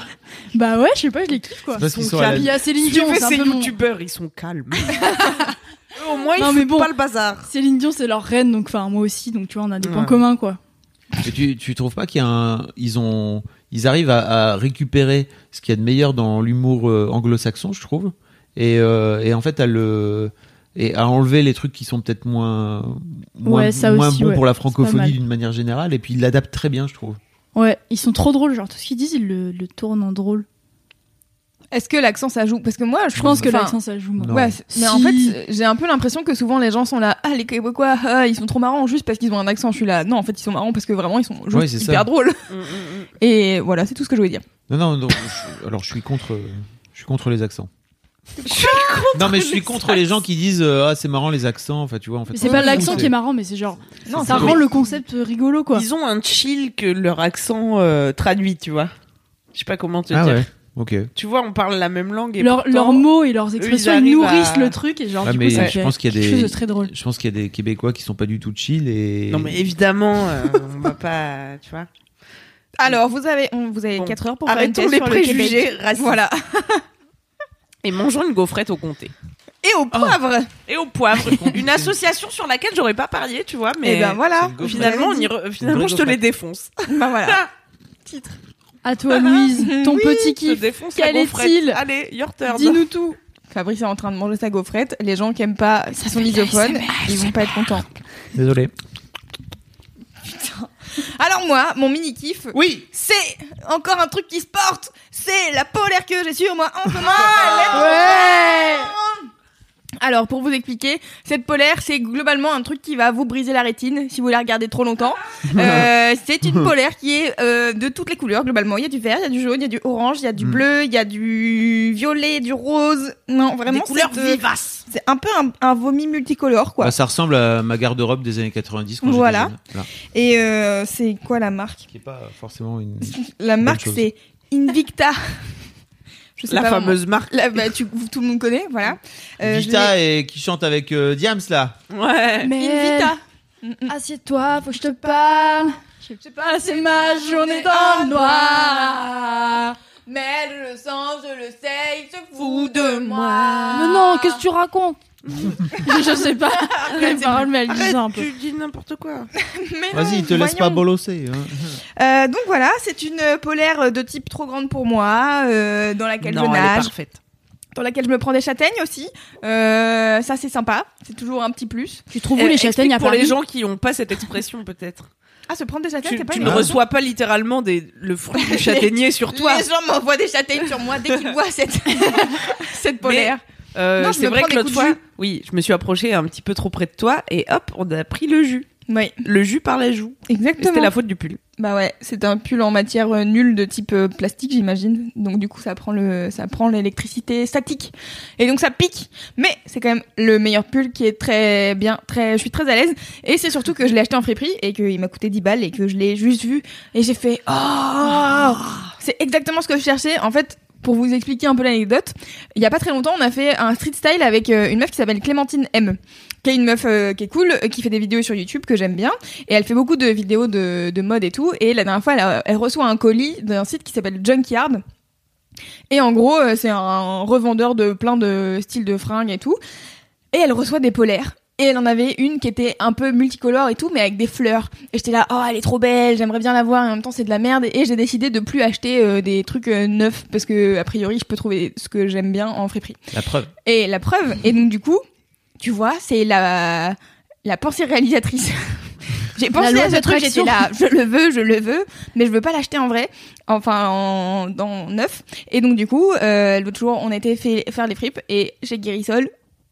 Speaker 5: Bah ouais, je sais pas, je les kiffe quoi.
Speaker 7: C'est parce qu'ils
Speaker 6: sont
Speaker 7: sont à la-
Speaker 5: Puis il y a Céline Dion,
Speaker 6: Suivez
Speaker 5: c'est
Speaker 6: ces
Speaker 5: un peu mon-
Speaker 6: youtubeurs, ils sont calmes. Eux, Au moins, ils
Speaker 5: Non,
Speaker 6: font
Speaker 5: mais bon.
Speaker 6: pas le bazar.
Speaker 5: Céline Dion, c'est leur reine, donc enfin moi aussi, donc tu vois, on a des points
Speaker 6: Ouais.
Speaker 5: communs quoi.
Speaker 7: Et tu, tu trouves pas qu'il y a un, ils ont, ils arrivent à, à récupérer ce qu'il y a de meilleur dans l'humour euh, anglo-saxon, je trouve, et, euh, et en fait à le, et à enlever les trucs qui sont peut-être moins, moins,
Speaker 5: Ouais, ça
Speaker 7: moins
Speaker 5: aussi,
Speaker 7: bons
Speaker 5: ouais.
Speaker 7: pour la
Speaker 5: C'est pas mal.
Speaker 7: francophonie d'une manière générale, et puis ils l'adaptent très bien, je trouve.
Speaker 5: Ouais, ils sont trop drôles, genre tout ce qu'ils disent, ils le, le tournent en drôle.
Speaker 1: Est-ce que l'accent ça joue Parce que moi, je,
Speaker 5: Je pense que
Speaker 1: enfin,
Speaker 5: l'accent ça joue. moi.
Speaker 7: Non.
Speaker 1: Ouais, c'est- mais en
Speaker 5: Si.
Speaker 1: fait, j'ai un peu l'impression que souvent les gens sont là, ah les Québécois, ah, ils sont trop marrants juste parce qu'ils ont un accent. Je suis là, non, en fait, ils sont marrants parce que vraiment ils sont juste
Speaker 7: Ouais, c'est
Speaker 1: hyper
Speaker 7: ça.
Speaker 1: drôles.
Speaker 5: Mm,
Speaker 1: Et voilà, c'est tout ce que je voulais dire.
Speaker 7: Non, non, non je- alors je suis contre, je suis contre les accents. non mais je suis contre les gens qui disent euh, ah c'est marrant les accents, enfin tu vois en fait.
Speaker 5: Mais c'est
Speaker 7: on
Speaker 5: pas
Speaker 7: s'en
Speaker 5: l'accent
Speaker 7: fout,
Speaker 5: qui est marrant, mais c'est genre.
Speaker 1: Non,
Speaker 5: ça
Speaker 7: c'est-
Speaker 5: rend le concept euh, rigolo quoi.
Speaker 6: Ils ont un chill que leur accent euh, traduit, tu vois. Je sais pas comment te
Speaker 7: Ah
Speaker 6: dire.
Speaker 7: ouais, ok.
Speaker 6: Tu vois, on parle la même langue et
Speaker 5: Leur-
Speaker 6: pourtant-
Speaker 5: leurs mots et leurs expressions ils
Speaker 6: arrivent
Speaker 5: nourrissent
Speaker 6: à-
Speaker 5: le truc et genre
Speaker 7: Ah,
Speaker 5: du
Speaker 7: mais
Speaker 5: coup ça
Speaker 7: je
Speaker 5: fait
Speaker 7: pense qu'il y a
Speaker 5: quelque
Speaker 7: des-
Speaker 5: chose de très drôle.
Speaker 7: Je pense qu'il y a des Québécois qui sont pas du tout chill et.
Speaker 6: Non mais évidemment, euh, on va pas, tu vois.
Speaker 1: Alors, vous avez, on, vous avez
Speaker 6: Bon.
Speaker 1: 4 heures pour
Speaker 6: Arrêtons
Speaker 1: faire une
Speaker 6: les
Speaker 1: thèse sur le Québec.
Speaker 6: préjugés racistes.
Speaker 1: Voilà.
Speaker 6: Et mangeons une gaufrette au comté.
Speaker 1: Et
Speaker 5: Oh.
Speaker 1: au poivre.
Speaker 6: Et au poivre, une association sur laquelle j'aurais pas parié, tu
Speaker 5: Eh
Speaker 6: vois, mais
Speaker 1: Et ben voilà.
Speaker 7: gaufrette.
Speaker 6: Ah, finalement, on y re- finalement, je te les
Speaker 7: gaufrette.
Speaker 6: défonce. Ah,
Speaker 1: Bah voilà.
Speaker 5: À toi Louise, ton
Speaker 6: Oui,
Speaker 5: petit
Speaker 6: Je te
Speaker 5: kiff.
Speaker 6: défonce la
Speaker 5: Quel
Speaker 6: gaufrette.
Speaker 5: est-il
Speaker 6: Allez, your turn.
Speaker 5: Dis-nous tout.
Speaker 1: Fabrice est en train de manger sa gaufrette. Les gens qui aiment pas, qui sont misophones, ils vont pas être contents.
Speaker 7: Désolé.
Speaker 1: Alors moi, mon mini kiff,
Speaker 6: Oui.
Speaker 1: c'est encore un truc qui se porte. C'est la polaire que j'ai sur moi en ce moment. Alors pour vous expliquer, cette polaire, c'est globalement un truc qui va vous briser la rétine si vous la regardez trop longtemps. Euh, c'est une polaire qui est euh, de toutes les couleurs globalement. Il y a du vert, il y a du jaune, il y a du orange, il y a du
Speaker 7: Mm.
Speaker 1: bleu, il y a du violet, du rose. Non,
Speaker 6: Des
Speaker 1: vraiment,
Speaker 6: couleurs
Speaker 1: c'est, euh,
Speaker 6: vivaces.
Speaker 1: c'est un peu un, un vomi multicolore quoi.
Speaker 7: Bah, ça ressemble à ma garde-robe des années 90 quand
Speaker 1: Voilà.
Speaker 7: j'étais jeune. Voilà.
Speaker 1: Et euh, c'est quoi la marque
Speaker 7: Qui est pas forcément une.
Speaker 1: La
Speaker 7: Bonne
Speaker 1: marque
Speaker 7: chose.
Speaker 1: c'est Invicta. Je sais
Speaker 6: La
Speaker 1: pas vraiment.
Speaker 6: fameuse marque.
Speaker 1: La- bah, tu- tout le monde connaît, voilà. Euh, je
Speaker 7: Vita et qui chante avec euh, Diams là.
Speaker 6: Ouais.
Speaker 1: l'ai- Invicta.
Speaker 5: assieds-toi, faut que je te parle. Je sais pas, c'est ma
Speaker 1: Ah, bah.
Speaker 5: journée dans le noir.
Speaker 1: Mais je le sens, je le sais, il se fout
Speaker 10: de moi.
Speaker 5: Mais non, qu'est-ce que tu racontes Je sais pas. Les paroles, mais elles disent un peu.
Speaker 6: Tu dis n'importe quoi.
Speaker 7: Vas-y, te laisse pas
Speaker 1: Ah, voyons.
Speaker 7: bolosser. hein.
Speaker 1: Euh, donc voilà, c'est une euh, polaire de type trop grande pour moi, euh, dans laquelle
Speaker 6: Non,
Speaker 1: je
Speaker 6: elle est
Speaker 1: nage.
Speaker 6: parfaite.
Speaker 1: Dans laquelle je me prends des châtaignes aussi. Euh, ça, c'est sympa. C'est toujours un petit plus.
Speaker 5: Tu
Speaker 6: Euh, explique pour les gens qui n'ont pas cette expression peut-être.
Speaker 1: Ah, se prendre des châtaignes,
Speaker 6: Tu,
Speaker 1: c'est pas
Speaker 6: tu
Speaker 1: une
Speaker 6: ne
Speaker 1: expression
Speaker 6: reçois pas littéralement des, le fruit du châtaignier sur toi.
Speaker 1: Les gens m'envoient des châtaignes sur moi dès qu'ils voient cette, cette polaire.
Speaker 6: Euh,
Speaker 1: Non, je
Speaker 6: c'est
Speaker 1: me
Speaker 6: vrai
Speaker 1: prends
Speaker 6: que
Speaker 1: des
Speaker 6: l'autre
Speaker 1: coups de
Speaker 6: fois,
Speaker 1: jus.
Speaker 6: oui, je me suis approchée un petit peu trop près de toi et hop, on a pris le jus.
Speaker 1: Oui.
Speaker 6: Le jus par la joue.
Speaker 1: Exactement.
Speaker 6: Et C'était la faute du pull.
Speaker 1: Bah ouais, c'est un pull en matière euh, nulle de type euh, plastique, j'imagine. Donc du coup, ça prend le, ça prend l'électricité statique. Et donc ça pique. Mais c'est quand même le meilleur pull qui est très bien, très, je suis très à l'aise. Et c'est surtout que je l'ai acheté en friperie et qu'il m'a coûté 10 balles et que je l'ai juste vu et j'ai fait, oh! C'est exactement ce que je cherchais. En fait, pour vous expliquer un peu l'anecdote, il y a pas très longtemps, on a fait un street style avec euh, une meuf qui s'appelle Clémentine M, qui est une meuf euh, qui est cool, euh, qui fait des vidéos sur YouTube que j'aime bien, et elle fait beaucoup de vidéos de, de mode et tout. Et la dernière fois, elle, a- elle reçoit un colis d'un site qui s'appelle Junkyard. Et en gros, euh, c'est un revendeur de plein de styles de fringues et tout. Et elle reçoit des polaires. Et elle en avait une qui était un peu multicolore et tout, mais avec des fleurs. Et j'étais là, oh, elle est trop belle, j'aimerais bien la voir, et en même temps, c'est de la merde. Et j'ai décidé de plus acheter euh, des trucs euh, neufs, parce que, a priori, je peux trouver ce que j'aime bien en friperie.
Speaker 7: La preuve.
Speaker 1: Et la preuve, et donc du coup, tu vois, c'est la, la pensée réalisatrice. J'ai
Speaker 5: La
Speaker 1: pensé
Speaker 5: loi
Speaker 1: à ce
Speaker 5: de
Speaker 1: truc, j'étais
Speaker 5: l'attraction.
Speaker 1: là, je le veux, je le veux, mais je veux pas l'acheter en vrai, enfin en, dans neuf. Et donc du coup, euh, l'autre jour, on était fait faire les fripes et chez Guérissol,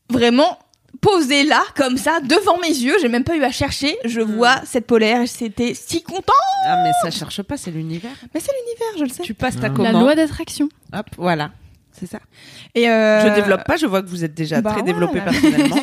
Speaker 1: vraiment posée là, comme ça, devant mes yeux, j'ai même pas eu à chercher, je
Speaker 6: Hmm.
Speaker 1: vois cette polaire, et c'était si content.
Speaker 6: Ah mais ça cherche pas, c'est l'univers. Ah.
Speaker 1: Mais c'est l'univers, je le sais.
Speaker 6: Tu passes ta
Speaker 5: La
Speaker 6: commande.
Speaker 5: loi d'attraction.
Speaker 6: Hop, voilà, c'est ça.
Speaker 1: Et euh,
Speaker 6: Je développe pas, je vois que vous êtes déjà
Speaker 1: bah
Speaker 6: très
Speaker 1: ouais,
Speaker 6: développé
Speaker 1: là.
Speaker 6: personnellement.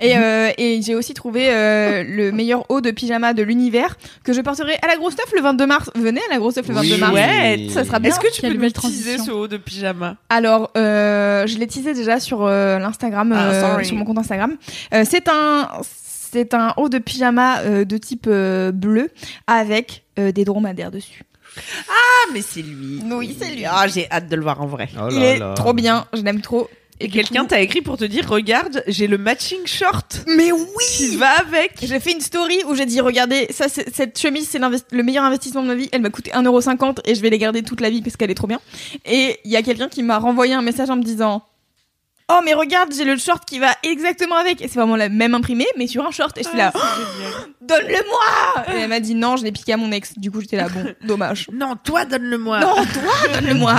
Speaker 1: Et, euh, et j'ai aussi trouvé euh, le meilleur haut de pyjama de l'univers que je porterai à la grosse teuf le 22 mars. Venez à la grosse teuf le 22 mars.
Speaker 6: Ouais,
Speaker 1: ça sera bien.
Speaker 6: Est-ce que tu
Speaker 5: Quelle
Speaker 6: peux
Speaker 5: belle
Speaker 6: utiliser
Speaker 5: transition.
Speaker 6: ce haut de pyjama
Speaker 1: Alors, euh, je l'ai teasé déjà sur euh, l'Instagram,
Speaker 6: Ah,
Speaker 1: euh,
Speaker 6: sorry.
Speaker 1: sur mon compte Instagram. Euh, c'est un c'est un haut de pyjama euh, de type euh, bleu avec euh, des dromadaires dessus.
Speaker 6: Ah mais c'est lui.
Speaker 1: Oui, c'est lui.
Speaker 6: Ah j'ai hâte de le voir en vrai.
Speaker 1: Il est trop bien, je l'aime trop.
Speaker 6: Et
Speaker 1: du
Speaker 6: quelqu'un
Speaker 1: coup-
Speaker 6: t'a écrit pour te dire regarde j'ai le matching short.
Speaker 1: Mais oui
Speaker 6: Qui va avec.
Speaker 1: J'ai fait une story où j'ai dit regardez ça c'est- cette chemise c'est l'invest- le meilleur investissement de ma vie elle m'a coûté 1,50€ et je vais les garder toute la vie parce qu'elle est trop bien et il y a quelqu'un qui m'a renvoyé un message en me disant oh mais regarde j'ai le short qui va exactement avec et c'est vraiment la même imprimée mais sur un short et je suis là donne-le moi et elle m'a dit non je l'ai piqué à mon ex du coup j'étais là bon dommage
Speaker 6: Non toi donne-le moi.
Speaker 1: non toi donne-le moi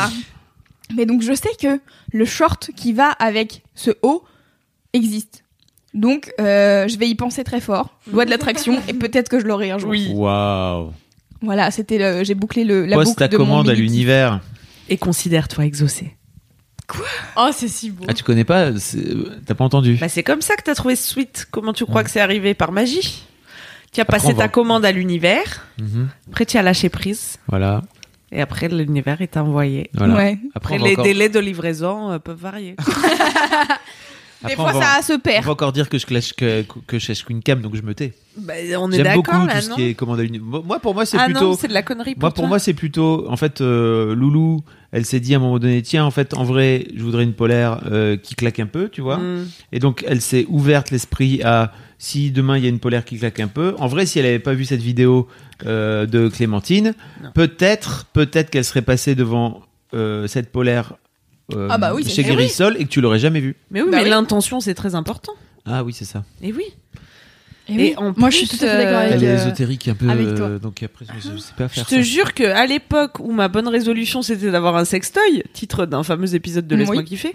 Speaker 1: mais donc je sais que le short qui va avec ce haut existe donc euh, je vais y penser très fort loi de l'attraction et peut-être que je l'aurai un jour
Speaker 6: Oui.
Speaker 7: Waouh.
Speaker 1: voilà, c'était le- j'ai bouclé le, la
Speaker 7: Poste
Speaker 1: boucle
Speaker 7: ta
Speaker 1: de mon
Speaker 7: commande à
Speaker 1: Billy.
Speaker 7: l'univers.
Speaker 6: Et considère-toi exaucé.
Speaker 5: Oh, c'est si beau.
Speaker 7: Ah, tu connais pas c'est- T'as pas entendu
Speaker 6: Bah c'est comme ça que t'as trouvé ce Sweet. Comment tu crois que c'est arrivé par magie Tu as
Speaker 7: Après,
Speaker 6: passé
Speaker 7: on va-
Speaker 6: ta commande à l'univers.
Speaker 7: Mhm.
Speaker 6: Après tu as lâché prise.
Speaker 7: Voilà.
Speaker 6: Et après l'univers est envoyé.
Speaker 7: Voilà.
Speaker 1: Ouais.
Speaker 7: Après,
Speaker 6: Après,
Speaker 7: on va
Speaker 6: les
Speaker 7: encore-
Speaker 6: délais de livraison euh, peuvent varier.
Speaker 1: Des
Speaker 7: Après,
Speaker 1: fois,
Speaker 7: on va-
Speaker 1: ça se
Speaker 7: On
Speaker 1: perd.
Speaker 7: va encore dire que je clash que, que je clash Queen Cam, donc je me tais.
Speaker 6: Bah, on est
Speaker 7: J'aime beaucoup
Speaker 6: d'accord là,
Speaker 7: tout ce
Speaker 6: non
Speaker 7: qui est commande à l'univers. Moi, pour moi, c'est
Speaker 6: Ah
Speaker 7: plutôt.
Speaker 6: non, c'est de la connerie.
Speaker 7: Moi, pour
Speaker 6: toi.
Speaker 7: moi, c'est plutôt. En fait, euh, Loulou, elle s'est dit à un moment donné, tiens, en fait, en vrai, je voudrais une polaire euh, qui claque un peu, tu vois.
Speaker 6: Mm.
Speaker 7: Et donc, elle s'est ouverte l'esprit à si demain il y a une polaire qui claque un peu. En vrai, si elle n'avait pas vu cette vidéo euh, de Clémentine, peut-être, peut-être qu'elle serait passée devant euh, cette polaire euh,
Speaker 1: Ah bah oui, c'est
Speaker 7: chez
Speaker 1: sûr. Eh oui.
Speaker 7: Guérissol et que tu l'aurais jamais vue.
Speaker 6: Mais oui,
Speaker 1: Bah
Speaker 6: mais
Speaker 1: oui.
Speaker 6: l'intention, c'est très important.
Speaker 7: Ah oui, c'est ça.
Speaker 6: Et oui.
Speaker 5: Et Eh oui.
Speaker 6: en
Speaker 5: Moi, je suis
Speaker 6: plus,
Speaker 5: tout à fait d'accord avec,
Speaker 7: Elle est
Speaker 5: euh,
Speaker 7: ésotérique un peu,
Speaker 5: avec toi.
Speaker 7: euh, donc après je, je sais pas
Speaker 6: Je
Speaker 7: faire
Speaker 6: te
Speaker 7: ça.
Speaker 6: jure que à l'époque où ma bonne résolution c'était d'avoir un sextoy, titre d'un fameux épisode de Laisse-moi
Speaker 1: Oui.
Speaker 6: kiffer,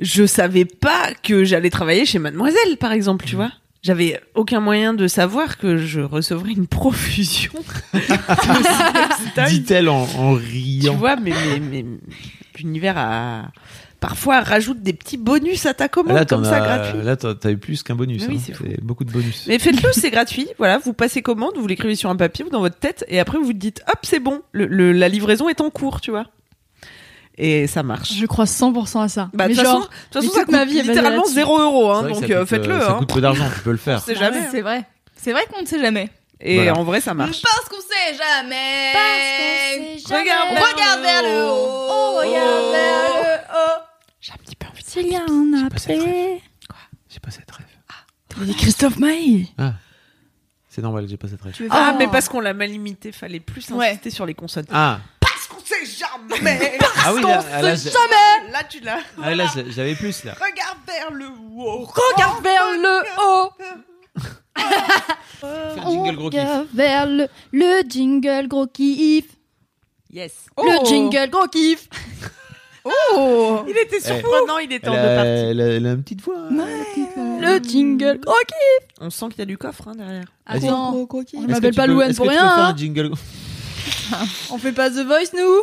Speaker 6: je savais pas que j'allais travailler chez Mademoiselle, par exemple,
Speaker 7: Mm.
Speaker 6: tu vois. J'avais aucun moyen de savoir que je recevrais une profusion de sextoys.
Speaker 7: Dit-elle en, en
Speaker 6: Tu
Speaker 7: riant.
Speaker 6: vois, mais, mais, mais l'univers a parfois rajoute des petits bonus à ta commande
Speaker 7: Ah, là, t'en
Speaker 6: comme ça
Speaker 7: as-
Speaker 6: gratuit.
Speaker 7: là, t'as t'as eu plus qu'un bonus.
Speaker 6: Mais oui,
Speaker 7: hein.
Speaker 6: c'est fou.
Speaker 7: C'est beaucoup de bonus.
Speaker 6: Mais faites-le, c'est gratuit. Voilà, vous passez commande, vous l'écrivez sur un papier ou dans votre tête, et après vous vous dites hop, c'est bon, le- le- la livraison est en cours, tu vois. Et ça marche.
Speaker 5: Je crois 100% à ça.
Speaker 6: Bah, de
Speaker 5: Mais
Speaker 6: toute
Speaker 5: genre,
Speaker 6: façon, de toute façon,
Speaker 5: mais
Speaker 6: ça
Speaker 5: toute
Speaker 6: coûte
Speaker 5: ma vie est basée
Speaker 6: littéralement
Speaker 5: là-dessus.
Speaker 6: 0 euros, hein,
Speaker 7: C'est vrai que
Speaker 6: donc
Speaker 7: ça
Speaker 6: euh,
Speaker 7: coûte, euh,
Speaker 6: faites-le.
Speaker 7: Ça
Speaker 6: hein.
Speaker 7: coûte peu d'argent, tu peux le faire.
Speaker 6: On sait
Speaker 1: Ah
Speaker 6: jamais.
Speaker 1: ouais, c'est vrai. C'est vrai qu'on ne sait jamais.
Speaker 6: Et
Speaker 7: Voilà.
Speaker 6: en vrai, ça marche.
Speaker 1: Parce qu'on sait jamais.
Speaker 10: Parce qu'on sait jamais.
Speaker 6: Regarde,
Speaker 1: Regarde vers le haut.
Speaker 10: Oh, regarde vers
Speaker 5: S'il y a un après.
Speaker 7: J'ai pas cette rêve.
Speaker 5: T'as dit Christophe Maé
Speaker 7: Ah. C'est normal, j'ai pas cette rêve.
Speaker 6: Ah, mais parce qu'on l'a mal limité, fallait plus insister sur les consonnes.
Speaker 7: Ah.
Speaker 6: Parce qu'on sait jamais
Speaker 7: Ah oui, là, là, j'ai-
Speaker 6: jamais Là, tu l'as.
Speaker 7: Ah, là, j'ai- j'avais plus, là.
Speaker 6: Regarde vers le haut.
Speaker 5: Regarde vers le haut.
Speaker 7: Faire jingle gros kiff.
Speaker 5: regarde vers le, le jingle gros kiff.
Speaker 6: Yes.
Speaker 5: Le jingle gros kiff.
Speaker 6: Oh Il était
Speaker 7: Eh.
Speaker 6: surprenant, il était en
Speaker 7: Elle
Speaker 6: deux
Speaker 7: a-
Speaker 6: parties.
Speaker 7: elle a- elle a une petite voix. hein.
Speaker 5: Le jingle gros kiff.
Speaker 6: On sent qu'il y a du coffre hein, derrière.
Speaker 7: Vas-y.
Speaker 5: Attends,
Speaker 7: Gros,
Speaker 5: on
Speaker 7: Est-ce
Speaker 5: m'appelle
Speaker 7: que
Speaker 5: pas
Speaker 7: tu peux-
Speaker 5: Louane
Speaker 7: est-ce
Speaker 5: pour
Speaker 7: que tu peux
Speaker 5: rien.
Speaker 7: faire
Speaker 5: hein.
Speaker 7: un jingle gros-
Speaker 5: On fait pas The Voice, nous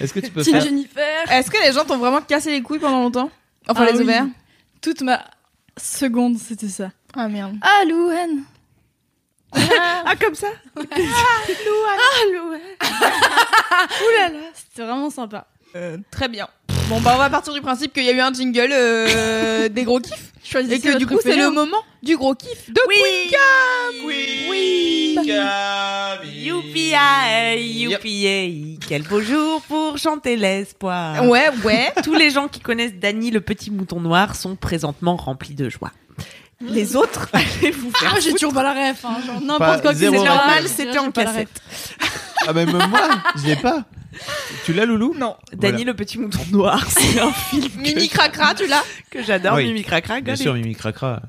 Speaker 7: Est-ce que tu peux
Speaker 5: Team
Speaker 7: faire
Speaker 5: Jennifer.
Speaker 1: Est-ce que les gens t'ont vraiment cassé les couilles pendant longtemps Enfin,
Speaker 5: Ah
Speaker 1: les
Speaker 5: oui.
Speaker 1: ovaires
Speaker 5: Toute ma seconde, c'était ça.
Speaker 1: Ah merde.
Speaker 5: Ah, Louane
Speaker 6: Ah, comme ça
Speaker 5: Ah, Louane Ouh là là, c'était vraiment sympa.
Speaker 1: Très bien. Bon, bah, on va partir du principe qu'il y a eu un jingle euh, des gros kiffs.
Speaker 5: Choisissez
Speaker 1: Et que du
Speaker 5: votre
Speaker 1: coup, c'est
Speaker 5: préféré,
Speaker 1: le
Speaker 5: hein.
Speaker 1: moment du gros kiff de Queen Cam Oui
Speaker 6: UPA, UPA, quel beau jour pour chanter l'espoir.
Speaker 1: Ah Ouais, ouais.
Speaker 6: Tous les gens qui connaissent Dany le petit mouton noir sont présentement remplis de joie. Les autres, allez vous faire.
Speaker 5: Ah, j'ai toujours pas la ref, hein, genre n'importe
Speaker 7: Pas
Speaker 5: quoi que
Speaker 7: zéro
Speaker 5: c'est
Speaker 7: ref.
Speaker 6: Normal,
Speaker 5: normal,
Speaker 6: c'était en cassette.
Speaker 7: Ah, mais même moi, je l'ai pas. Tu l'as, Loulou
Speaker 6: Non.
Speaker 7: Voilà.
Speaker 6: Dany le petit mouton noir, c'est un film
Speaker 1: Mimi Cracra, tu l'as
Speaker 6: que j'adore,
Speaker 7: Oui.
Speaker 6: Mimi Cracra.
Speaker 7: Bien
Speaker 6: allez.
Speaker 7: sûr, Mimi Cracra.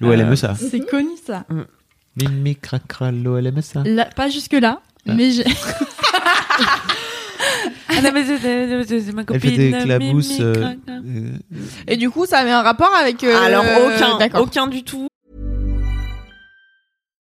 Speaker 7: Lou,
Speaker 5: Euh,
Speaker 7: elle aime E ça.
Speaker 5: C'est connu ça.
Speaker 7: Mimi Cracra, Lou, elle aime E ça.
Speaker 5: Là, pas jusque-là, mais j'ai.
Speaker 6: Ah non, mais c'est- c'est c'est- c'est ma
Speaker 7: Elle
Speaker 6: copine.
Speaker 7: fait des clabousses.
Speaker 6: Mimi
Speaker 7: euh,
Speaker 6: Cracra.
Speaker 7: euh,
Speaker 1: Et du coup, ça avait un rapport avec. euh,
Speaker 6: Alors aucun,
Speaker 1: d'accord.
Speaker 6: aucun du tout.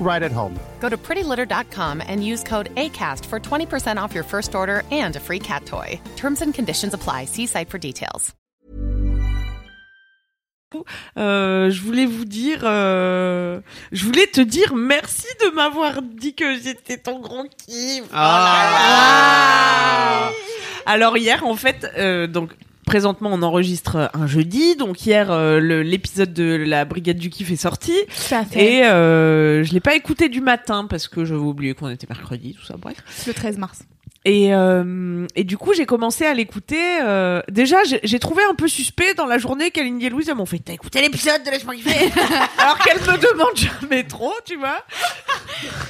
Speaker 2: right at home.
Speaker 12: Go to prettylitter.com and use code ACAST for 20% off your first order and a free cat toy. Terms and conditions apply. See site for details.
Speaker 6: Euh, je voulais vous dire, euh, je voulais te dire merci de m'avoir dit que j'étais ton grand kiff. Ah. Alors hier, en fait, euh, donc présentement on enregistre un jeudi, donc hier euh, le- l'épisode de la Brigade du kiff est sorti
Speaker 1: fait.
Speaker 6: et euh, je l'ai pas écouté du matin parce que j'avais oublié qu'on était mercredi, tout ça, bref.
Speaker 1: Le 13 mars.
Speaker 6: Et, euh, et du coup, j'ai commencé à l'écouter. euh, déjà, j'ai- j'ai trouvé un peu suspect dans la journée qu'Aline et Louise elles m'ont fait T'as écouté l'épisode de Laisse-moi kiffer Alors qu'elles me demandent jamais trop, tu vois.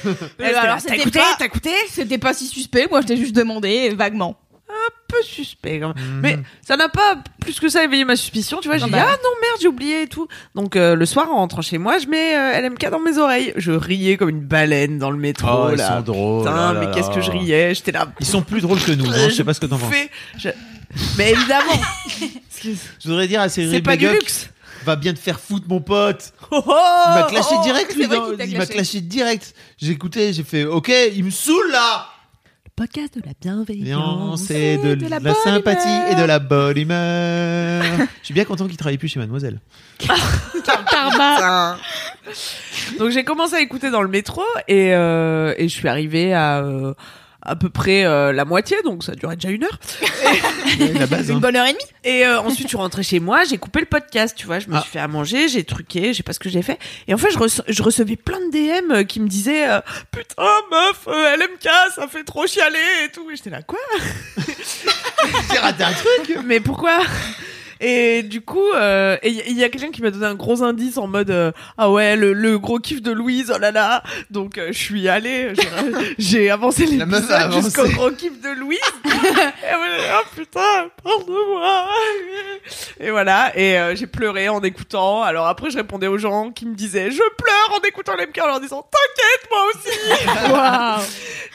Speaker 6: bah,
Speaker 1: Euh, alors, c'était pas- C'était pas si suspect, moi je t'ai juste demandé euh, vaguement.
Speaker 6: peu suspect. quand même.
Speaker 7: Mhm.
Speaker 6: Mais ça n'a pas plus que ça éveillé ma suspicion, tu vois. J'ai
Speaker 1: Non,
Speaker 6: dit,
Speaker 1: bah.
Speaker 6: ah non, merde, j'ai oublié et tout. Donc euh, le soir, en rentrant chez moi, je mets euh, LMK dans mes oreilles. Je riais comme une baleine dans le métro.
Speaker 7: Oh, ils
Speaker 6: là.
Speaker 7: sont drôles,
Speaker 6: Putain,
Speaker 7: oh là
Speaker 6: mais
Speaker 7: là.
Speaker 6: qu'est-ce que je riais J'étais là.
Speaker 7: Ils sont plus drôles que nous, hein, je sais pas ce que t'en penses.
Speaker 6: bouffais. Euh, Je- Mais évidemment
Speaker 7: Je voudrais dire à Cyril
Speaker 6: C'est pas du
Speaker 7: Bégoc,
Speaker 6: luxe.
Speaker 7: va bien te faire foutre, mon pote.
Speaker 6: Oh, oh,
Speaker 7: il m'a clashé
Speaker 6: oh,
Speaker 7: direct,
Speaker 6: c'est
Speaker 7: lui.
Speaker 6: vrai
Speaker 7: dans-
Speaker 6: qu'il t'a
Speaker 7: il m'a
Speaker 6: clashé.
Speaker 7: clashé direct. J'ai écouté, j'ai fait, ok, il me saoule là.
Speaker 6: Podcast de la
Speaker 7: Non,
Speaker 6: bienveillance.
Speaker 7: c'est de, la, sympathie et de la bonne humeur. je suis bien content qu'il travaille plus chez Mademoiselle.
Speaker 6: Putain. Donc j'ai commencé à écouter dans le métro et, euh, et je suis arrivée à euh, à peu près euh, la moitié, donc ça durait déjà une heure.
Speaker 1: Une bonne heure et demie.
Speaker 6: Et euh, ensuite je suis rentrée chez moi, j'ai coupé le podcast, tu vois, je me
Speaker 1: Ah.
Speaker 6: suis fait à manger, j'ai truqué, je sais pas ce que j'ai fait. Et en fait je, rece- je recevais plein de DM euh, qui me disaient euh, putain meuf euh, LMK ça fait trop chialer et tout et j'étais là quoi
Speaker 7: J'ai raté un truc.
Speaker 6: Mais pourquoi et du coup, euh, et il y, y a quelqu'un qui m'a donné un gros indice en mode euh, ah ouais le, le gros kiff de Louise oh là là donc euh, je suis allée j'ai- j'ai avancé
Speaker 7: La meuf a
Speaker 6: l'épisode
Speaker 7: avancé.
Speaker 6: jusqu'au gros kiff de Louise et voilà, oh putain pardonne-moi et voilà et euh, j'ai pleuré en écoutant alors après je répondais aux gens qui me disaient je pleure en écoutant l'MK en leur disant t'inquiète moi aussi
Speaker 5: Waouh.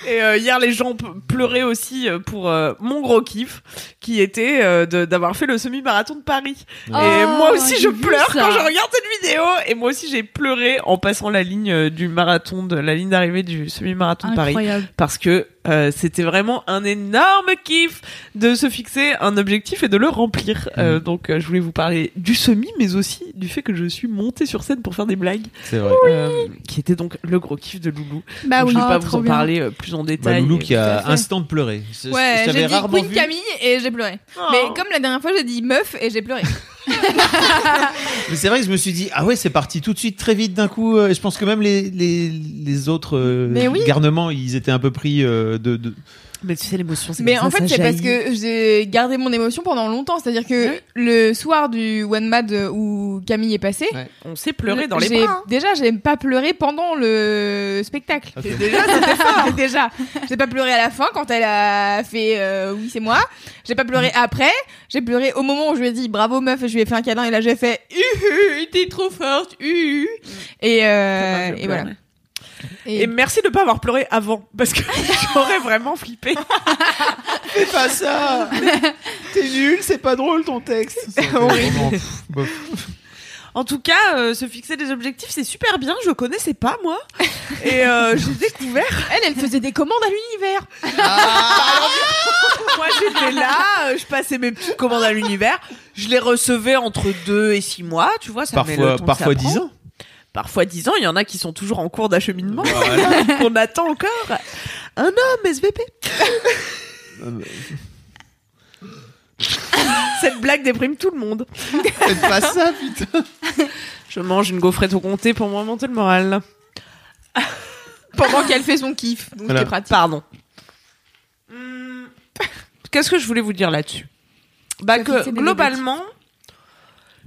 Speaker 6: et euh, hier, les gens p- pleuraient aussi euh, pour euh, mon gros kiff, qui était euh, de- d'avoir fait le semi-marathon de Paris.
Speaker 5: Ouais.
Speaker 6: Et
Speaker 5: Oh,
Speaker 6: moi aussi,
Speaker 5: j'ai
Speaker 6: je
Speaker 5: vu
Speaker 6: pleure
Speaker 5: ça.
Speaker 6: quand je regarde cette vidéo. Et moi aussi, j'ai pleuré en passant la ligne euh, du marathon, de la ligne d'arrivée du semi-marathon de Paris,
Speaker 5: Incroyable.
Speaker 6: parce que euh, c'était vraiment un énorme kiff de se fixer un objectif et de le remplir. Euh, donc euh, je voulais vous parler du semi, mais aussi du fait que je suis montée sur scène pour faire des blagues.
Speaker 7: C'est vrai.
Speaker 6: Euh, qui était donc le gros kiff de Loulou.
Speaker 1: Bah
Speaker 6: Donc,
Speaker 1: oui.
Speaker 6: je ne vais
Speaker 1: Ah,
Speaker 6: pas vous
Speaker 1: trop
Speaker 6: en
Speaker 1: bien.
Speaker 6: parler euh,
Speaker 1: Bah,
Speaker 6: plus en détail.
Speaker 7: Loulou qui a
Speaker 6: Tout à fait.
Speaker 7: instant pleuré. C'est-
Speaker 1: Ouais,
Speaker 7: je
Speaker 1: j'ai
Speaker 7: l'avais
Speaker 1: dit
Speaker 7: rarement
Speaker 1: Queen
Speaker 7: vu.
Speaker 1: Camille et j'ai pleuré.
Speaker 12: Oh.
Speaker 1: Mais comme la dernière fois, j'ai dit meuf et j'ai pleuré.
Speaker 7: Mais c'est vrai que je me suis dit, ah ouais, c'est parti tout de suite, très vite d'un coup. euh, Et je pense que même les, les, les autres euh,
Speaker 1: Mais oui.
Speaker 7: garnements, ils étaient un peu pris euh, de, de-
Speaker 6: Mais tu sais, l'émotion, c'est
Speaker 1: Mais en fait, c'est parce que j'ai gardé mon émotion pendant longtemps. C'est-à-dire que le soir du One Mad où Camille est passée,
Speaker 6: on s'est pleuré dans les
Speaker 1: j'ai-
Speaker 6: bras, hein.
Speaker 1: Déjà, j'ai pas pleuré pendant le spectacle.
Speaker 6: Ok.
Speaker 1: C'est Déjà, c'était fort. déjà, j'ai pas pleuré à la fin quand elle a fait euh, oui c'est moi. J'ai pas
Speaker 6: Mm.
Speaker 1: pleuré après. J'ai pleuré au moment où je lui ai dit bravo meuf et je lui ai fait un câlin et là j'ai fait uhu t'es trop forte uhu
Speaker 6: Mm.
Speaker 1: et euh, et voilà.
Speaker 6: Et... merci de ne pas avoir pleuré avant, parce que j'aurais vraiment flippé.
Speaker 13: Fais pas ça T'es nul, c'est pas drôle ton texte.
Speaker 6: Horrible. En tout cas, euh, se fixer des objectifs, c'est super bien. Je connaissais pas moi, et euh, j'ai découvert.
Speaker 1: Elle, elle faisait des commandes à l'univers.
Speaker 6: Moi, j'étais là, euh, je passais mes petites commandes à l'univers. Je les recevais entre 2 et 6 mois, tu vois. Ça met le
Speaker 7: Parfois-
Speaker 6: temps que
Speaker 7: parfois
Speaker 6: ça prend.
Speaker 7: 10 ans.
Speaker 6: Parfois 10 ans, il y en a qui sont toujours en cours d'acheminement, qu'on attend encore. Un homme SVP. Cette blague déprime tout le monde.
Speaker 13: Faites pas ça, putain.
Speaker 6: Je mange une gaufrette au comté pour me remonter le moral.
Speaker 1: Pendant qu'elle fait son kiff, donc
Speaker 6: Voilà.
Speaker 1: c'est pratique.
Speaker 6: Pardon. Qu'est-ce que je voulais vous dire là-dessus Bah
Speaker 1: Se
Speaker 6: que
Speaker 1: fixer des
Speaker 6: globalement,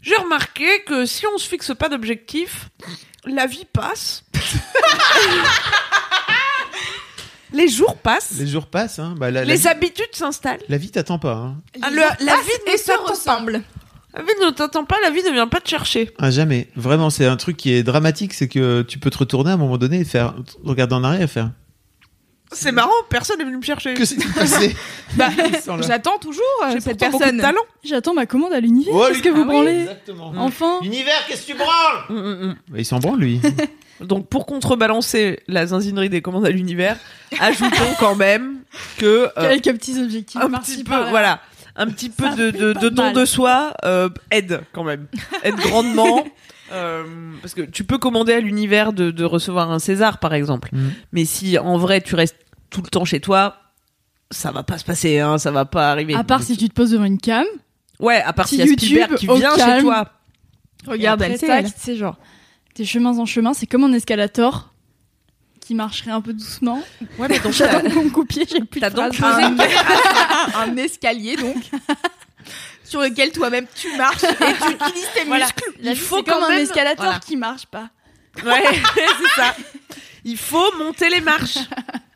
Speaker 6: j'ai remarqué que si on se fixe pas d'objectif, la vie passe. Les jours passent.
Speaker 7: Les jours passent. Hein. Bah, la, la
Speaker 6: Les
Speaker 7: vie,
Speaker 6: habitudes s'installent.
Speaker 7: la vie t'attend pas. hein.
Speaker 6: Ah, le- la vie ne t'attend pas. La vie Ah, ne t'attend pas, la vie ne vient pas te chercher.
Speaker 7: Ah, jamais. Vraiment, c'est un truc qui est dramatique, c'est que tu peux te retourner à un moment donné et faire, regarder en arrière et faire.
Speaker 6: C'est marrant, personne n'est venu me chercher.
Speaker 7: Que s'est-il passé
Speaker 1: Bah,
Speaker 7: sont là.
Speaker 1: j'attends toujours euh, cette
Speaker 6: pourtant beaucoup
Speaker 1: personne.
Speaker 6: de talent.
Speaker 5: J'attends ma commande à l'univers.
Speaker 7: Oh,
Speaker 5: Qu'est-ce que
Speaker 7: lui-
Speaker 5: vous
Speaker 7: Ah oui,
Speaker 5: branlez
Speaker 7: exactement.
Speaker 5: Enfin.
Speaker 7: Univers, qu'est-ce que tu branles Bah, il s'en branle, lui.
Speaker 6: Mm, Donc pour contrebalancer la zinzinerie des commandes à l'univers, ajoutons quand même que euh,
Speaker 5: Quelques petits objectifs.
Speaker 6: un
Speaker 5: par-ci,
Speaker 6: petit peu,
Speaker 5: par-là.
Speaker 6: voilà, un petit peu de, de, de don
Speaker 5: mal.
Speaker 6: de soi euh, aide quand même, aide grandement. Euh, parce que tu peux commander à l'univers de, de recevoir un César par exemple,
Speaker 7: Mm.
Speaker 6: mais si en vrai tu restes tout le temps chez toi, ça va pas se passer, hein, ça va pas arriver.
Speaker 5: À part si tu te poses devant une cam.
Speaker 6: ouais, à part
Speaker 5: Petit
Speaker 6: s'il y a Spielberg
Speaker 5: YouTube,
Speaker 6: qui
Speaker 5: au
Speaker 6: vient chez
Speaker 5: calme.
Speaker 6: toi.
Speaker 5: Regarde,
Speaker 1: Et après,
Speaker 5: elle
Speaker 1: c'est
Speaker 5: tac,
Speaker 1: elle.
Speaker 5: tu sais, genre, t'es chemins en chemin, c'est comme un escalator qui marcherait un peu doucement.
Speaker 6: Ouais, mais donc,
Speaker 5: j'attends
Speaker 6: t'as-
Speaker 5: qu'on me coupier, j'ai plus de
Speaker 6: t'as donc
Speaker 5: phrases.
Speaker 6: posé une
Speaker 1: un escalier donc sur lequel toi-même tu marches et tu utilises tes
Speaker 5: Voilà.
Speaker 1: muscles.
Speaker 5: La
Speaker 1: Il
Speaker 5: vie,
Speaker 1: faut
Speaker 5: c'est
Speaker 1: quand
Speaker 5: comme un
Speaker 1: même-
Speaker 5: escalator
Speaker 1: Voilà.
Speaker 5: qui marche pas.
Speaker 6: Ouais, c'est ça. Il faut monter les marches.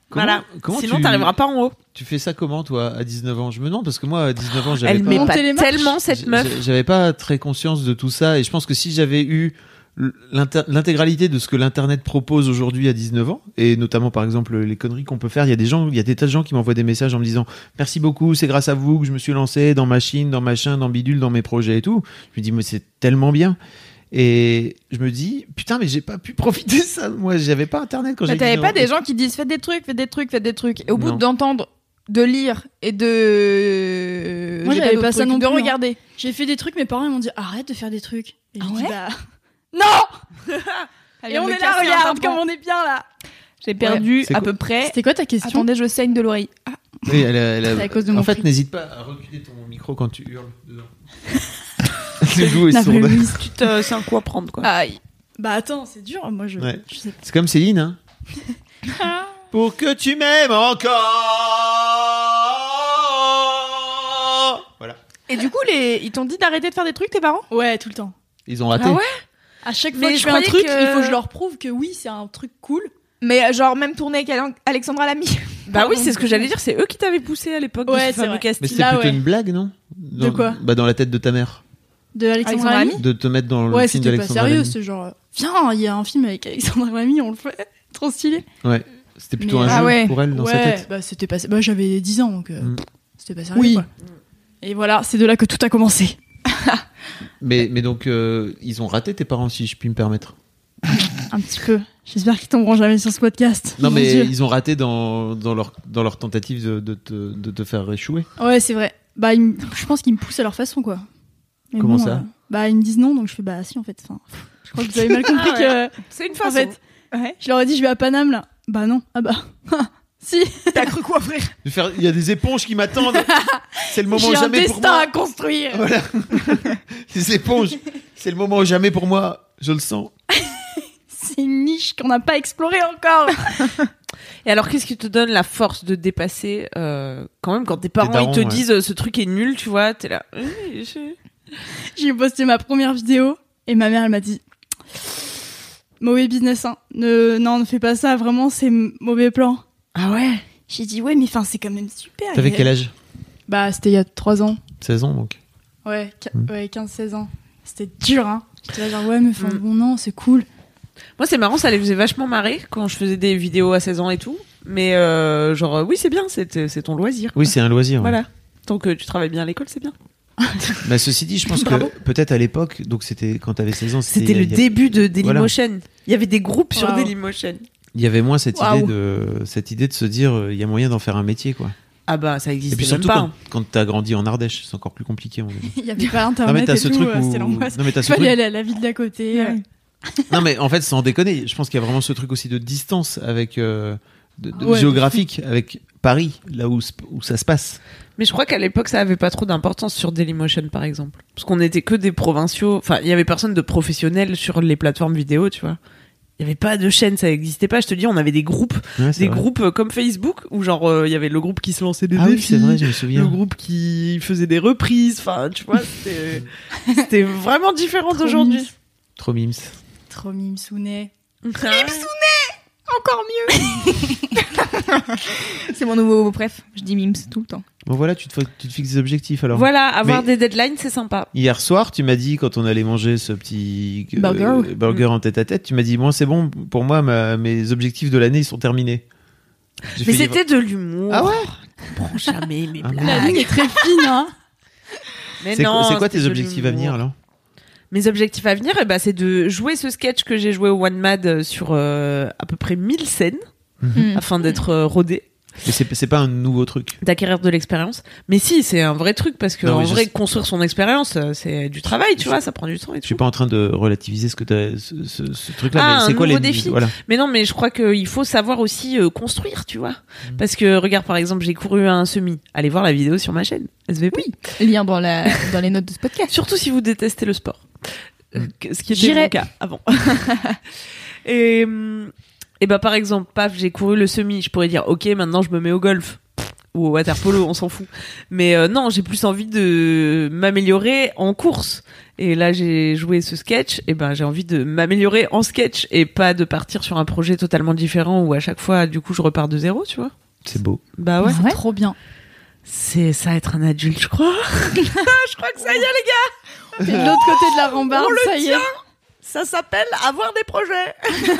Speaker 7: Comment-
Speaker 6: voilà.
Speaker 7: comment
Speaker 6: Sinon,
Speaker 7: tu-
Speaker 6: t'arriveras pas en haut.
Speaker 7: Tu fais ça comment, toi, à 19 ans Je me demande, parce que moi, à 19 ans, j'avais
Speaker 6: Elle
Speaker 7: pas...
Speaker 6: met pas
Speaker 5: Monter les marches.
Speaker 6: tellement cette
Speaker 7: J'-
Speaker 6: meuf.
Speaker 7: j'- J'avais pas très conscience de tout ça et je pense que si j'avais eu l'inter- l'intégralité de ce que l'internet propose aujourd'hui à 19 ans et notamment par exemple les conneries qu'on peut faire il y a des gens il y a des tas de gens qui m'envoient des messages en me disant merci beaucoup c'est grâce à vous que je me suis lancé dans machine dans machin dans bidule dans mes projets et tout je me dis mais c'est tellement bien et je me dis putain mais j'ai pas pu profiter de ça moi j'avais pas internet quand
Speaker 1: Bah,
Speaker 7: j'avais
Speaker 1: T'avais
Speaker 7: 19
Speaker 1: pas
Speaker 7: ans.
Speaker 1: des gens qui disent faites des trucs, faites des trucs, faites des trucs. Et au bout
Speaker 7: Non.
Speaker 1: d'entendre, de lire et de.
Speaker 5: Moi,
Speaker 1: j'ai
Speaker 5: j'avais
Speaker 1: d'autres
Speaker 5: pas ça
Speaker 1: trucs,
Speaker 5: non
Speaker 1: De
Speaker 5: plus, hein.
Speaker 1: regarder.
Speaker 5: J'ai fait des trucs, mes parents ils m'ont dit arrête de faire des trucs.
Speaker 1: Ah
Speaker 5: Et j'ai dit, bah,
Speaker 1: Elle
Speaker 5: Et
Speaker 1: vient
Speaker 5: on
Speaker 1: de
Speaker 5: est
Speaker 1: me casser
Speaker 5: là,
Speaker 1: hein, un
Speaker 5: regarde,
Speaker 1: tympan.
Speaker 5: comme on est bien là.
Speaker 1: J'ai perdu
Speaker 7: C'est
Speaker 1: à
Speaker 7: quoi-
Speaker 1: peu près.
Speaker 5: C'était quoi ta question
Speaker 1: Attendez, je saigne de l'oreille. Ah,
Speaker 7: Oui, elle a- elle a-
Speaker 1: C'est à cause de mon
Speaker 7: en fait
Speaker 1: prix.
Speaker 7: n'hésite pas à reculer ton micro quand tu hurles dedans le goût est
Speaker 5: La
Speaker 7: sourd
Speaker 5: Louise.
Speaker 6: Tu te sais un coup à prendre, quoi.
Speaker 1: Aïe.
Speaker 5: Bah attends, c'est dur, moi je,
Speaker 7: Ouais.
Speaker 5: je sais pas.
Speaker 7: C'est comme Céline, hein. Pour que tu m'aimes encore. Voilà.
Speaker 1: Et du coup, les... ils t'ont dit d'arrêter de faire des trucs, tes parents
Speaker 5: Ouais, tout le temps.
Speaker 7: Ils ont raté.
Speaker 5: Ah À chaque
Speaker 1: Mais
Speaker 5: fois que
Speaker 1: je
Speaker 5: je fais un
Speaker 1: croyais
Speaker 5: truc,
Speaker 1: que-
Speaker 5: il faut que je leur prouve que oui, c'est un truc cool.
Speaker 1: Mais euh, genre, même tourner avec Ale- Alexandra Lamy.
Speaker 6: Bah oui, c'est ce que j'allais dire. C'est eux qui t'avaient poussé à l'époque
Speaker 5: Ouais,
Speaker 6: de ce
Speaker 5: c'est
Speaker 6: fameux
Speaker 5: vrai.
Speaker 7: Mais
Speaker 6: casting.
Speaker 7: c'était plutôt une blague, non Dans-
Speaker 5: quoi
Speaker 7: Bah dans la tête de ta mère.
Speaker 5: De Alexandre
Speaker 1: Alexandre Lamy
Speaker 5: Lamy
Speaker 7: De te mettre dans le
Speaker 5: Ouais,
Speaker 7: film
Speaker 5: c'était pas
Speaker 7: d'Alexandre
Speaker 5: sérieux,
Speaker 7: Lamy.
Speaker 5: c'est genre, euh, viens, il y a un film avec Alexandre Lamy, on le fait. Trop stylé.
Speaker 7: Ouais. C'était plutôt
Speaker 5: Mais-
Speaker 7: un
Speaker 5: Ah
Speaker 7: jeu
Speaker 5: ouais.
Speaker 7: pour elle dans sa
Speaker 5: Ouais,
Speaker 7: tête.
Speaker 5: Bah, c'était pas... bah, j'avais 10 ans, donc euh,
Speaker 7: Mm.
Speaker 5: c'était pas sérieux.
Speaker 1: Oui.
Speaker 5: quoi. Et voilà, c'est de là que tout a commencé.
Speaker 7: Mais mais donc euh, ils ont raté tes parents si je puis me permettre.
Speaker 5: Un petit peu. J'espère qu'ils tomberont jamais sur ce podcast.
Speaker 7: Non,
Speaker 5: Mon
Speaker 7: mais
Speaker 5: Dieu.
Speaker 7: ils ont raté dans, dans, leur, dans leur tentative de, de te, de te faire échouer.
Speaker 5: Ouais, c'est vrai. Bah, ils me- je pense qu'ils me poussent à leur façon, quoi. Mais
Speaker 7: Comment
Speaker 5: bon,
Speaker 7: ça
Speaker 5: euh, Bah, ils me disent non, donc je fais bah si en fait. Enfin, pff, je crois que vous avez mal compris
Speaker 14: Ah ouais.
Speaker 5: que
Speaker 14: C'est une
Speaker 5: En
Speaker 14: façon.
Speaker 5: fait, je leur ai dit je vais à Paname là. Bah non. Ah bah. si. T'as cru quoi, frère
Speaker 7: De faire- Il y a des éponges qui m'attendent. C'est le moment
Speaker 5: J'ai un
Speaker 7: jamais
Speaker 5: destin
Speaker 7: pour moi.
Speaker 5: à construire.
Speaker 7: Voilà. Des éponges. C'est le moment jamais pour moi. Je le sens.
Speaker 5: C'est une niche qu'on n'a pas explorée encore.
Speaker 6: Et alors, qu'est-ce qui te donne la force de dépasser euh, quand même quand tes parents
Speaker 7: darons,
Speaker 6: ils te
Speaker 7: ouais.
Speaker 6: disent euh, ce truc est nul, tu vois, t'es là. euh, je-
Speaker 5: J'ai posté ma première vidéo et ma mère elle m'a dit mauvais business hein. Ne, non ne fais pas ça vraiment c'est m- mauvais plan. Ah ouais. J'ai dit ouais mais enfin c'est quand même super.
Speaker 7: T'avais
Speaker 5: Il y a-
Speaker 7: quel âge
Speaker 5: Bah c'était il y a 3 ans.
Speaker 7: 16 ans donc.
Speaker 5: Ouais, qui-
Speaker 7: Mm.
Speaker 5: ouais 15-16 ans. C'était dur, hein. J'étais là, genre, ouais, mais enfin, bon, non, c'est cool.
Speaker 6: Moi, c'est marrant, ça les faisait vachement marrer quand je faisais des vidéos à 16 ans et tout. Mais euh, genre, euh, oui, c'est bien, c'est c'est ton loisir.
Speaker 7: Oui, c'est un loisir, ouais.
Speaker 6: Voilà. Tant que tu travailles bien à l'école, c'est bien.
Speaker 7: Mais ceci dit, je pense
Speaker 6: Bravo.
Speaker 7: que peut-être à l'époque, donc c'était quand t'avais 16 ans,
Speaker 6: C'était
Speaker 7: il y
Speaker 6: le
Speaker 7: a-
Speaker 6: début de
Speaker 7: Voilà.
Speaker 6: Dailymotion. Il y avait des groupes sur
Speaker 14: Waouh.
Speaker 6: Dailymotion.
Speaker 7: Il y avait moins cette
Speaker 6: Waouh.
Speaker 7: idée de cette idée de se dire euh, il y a moyen d'en faire un métier quoi.
Speaker 6: Ah bah, ça
Speaker 7: Et
Speaker 6: existait
Speaker 7: puis
Speaker 6: même
Speaker 7: surtout
Speaker 6: pas.
Speaker 7: quand, quand t'as grandi en Ardèche, c'est encore plus compliqué. on va dire.
Speaker 5: Il y avait pas internet.
Speaker 7: Non, mais t'as
Speaker 5: et
Speaker 7: ce
Speaker 5: tout,
Speaker 7: truc
Speaker 5: euh,
Speaker 7: où-
Speaker 5: c'était l'angoisse.
Speaker 7: Non, mais t'as ce
Speaker 5: Fallait
Speaker 7: truc-
Speaker 5: aller à la ville d'à côté. euh,
Speaker 7: non mais en fait, sans déconner, je pense qu'il y a vraiment ce truc aussi de distance avec euh, de, de-
Speaker 6: Ouais.
Speaker 7: géographique avec Paris, là où sp- où ça se passe.
Speaker 6: Mais je crois qu'à l'époque, ça avait pas trop d'importance sur Dailymotion, par exemple. Parce qu'on était que des provinciaux. Enfin, il y avait personne de professionnel sur les plateformes vidéo, tu vois. Il y avait pas de chaîne, ça existait pas. Je te dis, on avait des groupes.
Speaker 7: Ouais, c'est
Speaker 6: des
Speaker 7: vrai.
Speaker 6: groupes euh, comme Facebook, où genre, euh, il y avait le groupe qui se lançait des
Speaker 7: Ah oui,
Speaker 6: défis,
Speaker 7: c'est vrai, je me souviens.
Speaker 6: Le groupe qui faisait des reprises. Enfin, tu vois, c'était c'était vraiment différent
Speaker 5: Trop
Speaker 6: d'aujourd'hui.
Speaker 5: mimes.
Speaker 7: Trop mimes.
Speaker 5: Trop Mimsounet.
Speaker 6: Ah
Speaker 1: Encore mieux C'est mon nouveau bref, je dis mimes tout le temps.
Speaker 7: Bon voilà, tu te, tu te fixes des objectifs alors.
Speaker 6: Voilà, avoir
Speaker 7: Mais
Speaker 6: des deadlines, c'est sympa.
Speaker 7: Hier soir, tu m'as dit quand on allait manger ce petit euh,
Speaker 6: Burger.
Speaker 7: burger en tête à tête, tu m'as dit moi c'est bon pour moi ma- mes objectifs de l'année ils sont terminés. J'ai
Speaker 6: Mais
Speaker 7: fait,
Speaker 6: c'était de l'humour.
Speaker 7: Ah ouais
Speaker 6: Prends jamais mes
Speaker 7: Ah bon
Speaker 6: blagues.
Speaker 5: La ligne est très fine, hein.
Speaker 6: Mais
Speaker 7: C'est quoi-
Speaker 6: non,
Speaker 7: c'est quoi
Speaker 6: c'était
Speaker 7: tes
Speaker 6: de
Speaker 7: objectifs à
Speaker 6: l'humour.
Speaker 7: venir là
Speaker 6: Mes objectifs à venir, eh ben, c'est de jouer ce sketch que j'ai joué au One Mad euh, sur euh, à peu près 1000 scènes,
Speaker 5: Mm.
Speaker 7: Mhm.
Speaker 6: afin d'être euh, rodé,
Speaker 7: Mais c'est c'est pas un nouveau truc.
Speaker 6: d'acquérir de l'expérience. Mais si, c'est un vrai truc, parce que
Speaker 7: Non,
Speaker 6: en
Speaker 7: mais je
Speaker 6: vrai,
Speaker 7: sais-
Speaker 6: construire son expérience, euh, c'est du travail, tu vois, ça prend du temps. et
Speaker 7: Je suis pas en train de relativiser ce que t'as- ce, ce- ce truc là,
Speaker 6: Ah,
Speaker 7: mais
Speaker 6: un
Speaker 7: c'est quoi les
Speaker 6: nouveau défi.
Speaker 7: voilà.
Speaker 6: Mais non, mais je crois qu'il faut savoir aussi euh, construire, tu vois.
Speaker 7: Mm.
Speaker 6: Parce que regarde, par exemple, j'ai couru un semi. Allez voir la vidéo sur ma chaîne SVP.
Speaker 1: Lien dans, la, dans les notes de ce podcast.
Speaker 6: Surtout si vous détestez le sport. Euh, que- Ce qui était
Speaker 1: J'irai.
Speaker 6: mon cas avant. et, hum, et bah par exemple, paf, j'ai couru le semi. Je pourrais dire, ok, maintenant je me mets au golf Pff, ou au water polo, on s'en fout. Mais euh, non, j'ai plus envie de m'améliorer en course. Et là, j'ai joué ce sketch. Et ben, j'ai envie de m'améliorer en sketch et pas de partir sur un projet totalement différent où à chaque fois, du coup, je repars de zéro, tu vois.
Speaker 7: C'est beau.
Speaker 6: Bah ouais.
Speaker 5: C'est trop bien.
Speaker 6: C'est ça être un adulte, je crois. je crois que ça y est, les gars.
Speaker 5: Et de l'autre côté de la rambarde,
Speaker 6: On le
Speaker 5: ça y est.
Speaker 6: tient. Ça s'appelle avoir des projets.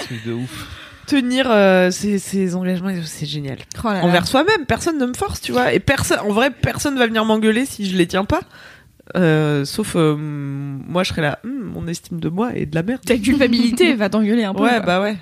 Speaker 7: Truc de ouf.
Speaker 6: Tenir euh, ses, ses engagements, et tout, c'est génial.
Speaker 1: Oh là là.
Speaker 6: Envers soi-même, personne ne me force, tu vois. Et personne, en vrai, personne va venir m'engueuler si je les tiens pas. Euh, sauf euh, moi, je serais là. Hum, mon estime de moi est de la merde.
Speaker 1: Ta culpabilité va t'engueuler un peu.
Speaker 6: Ouais,
Speaker 1: quoi.
Speaker 6: bah ouais.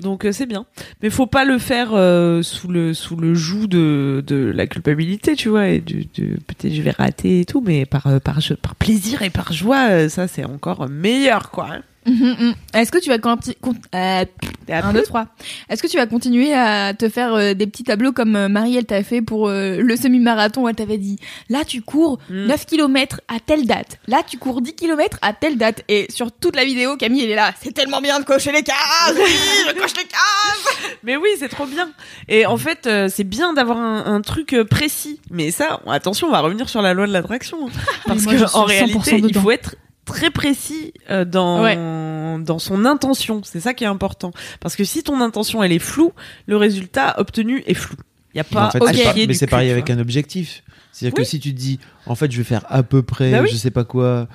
Speaker 6: Donc euh, c'est bien, mais faut pas le faire euh, sous le sous le joug de, de la culpabilité, tu vois, et du, du- peut-être je vais rater et tout, mais par euh, par je- par plaisir et par joie, euh, ça c'est encore meilleur quoi. hein.
Speaker 1: Mhm, mhm. Est-ce que tu vas conti- con- euh, un, deux, trois. Est-ce que tu vas continuer à te faire euh, des petits tableaux comme euh, Marie elle t'a fait pour euh, le semi-marathon où elle t'avait dit là tu cours 9 km à telle date là tu cours 10 km à telle date et sur toute la vidéo Camille elle est là c'est tellement bien de cocher les cases oui, je coche les cases
Speaker 6: Mais oui, c'est trop bien. Et en fait, euh, c'est bien d'avoir un, un truc euh, précis. Mais ça, attention, on va revenir sur la loi de l'attraction. hein. Parce
Speaker 5: moi, je
Speaker 6: que
Speaker 5: suis
Speaker 6: en
Speaker 5: 100%
Speaker 6: réalité, il
Speaker 5: dedans.
Speaker 6: faut être très précis euh, dans dans son intention. C'est ça qui est important. Parce que si ton intention elle est floue, le résultat obtenu est flou. Il y a pas.
Speaker 7: En fait,
Speaker 6: ok.
Speaker 7: c'est pas-
Speaker 6: du
Speaker 7: mais c'est
Speaker 6: cul,
Speaker 7: pareil
Speaker 6: tu
Speaker 7: avec
Speaker 6: vois.
Speaker 7: un objectif. C'est-à-dire
Speaker 6: Oui.
Speaker 7: que si tu te dis, en fait, je vais faire à peu près,
Speaker 1: Bah oui.
Speaker 7: je sais pas quoi,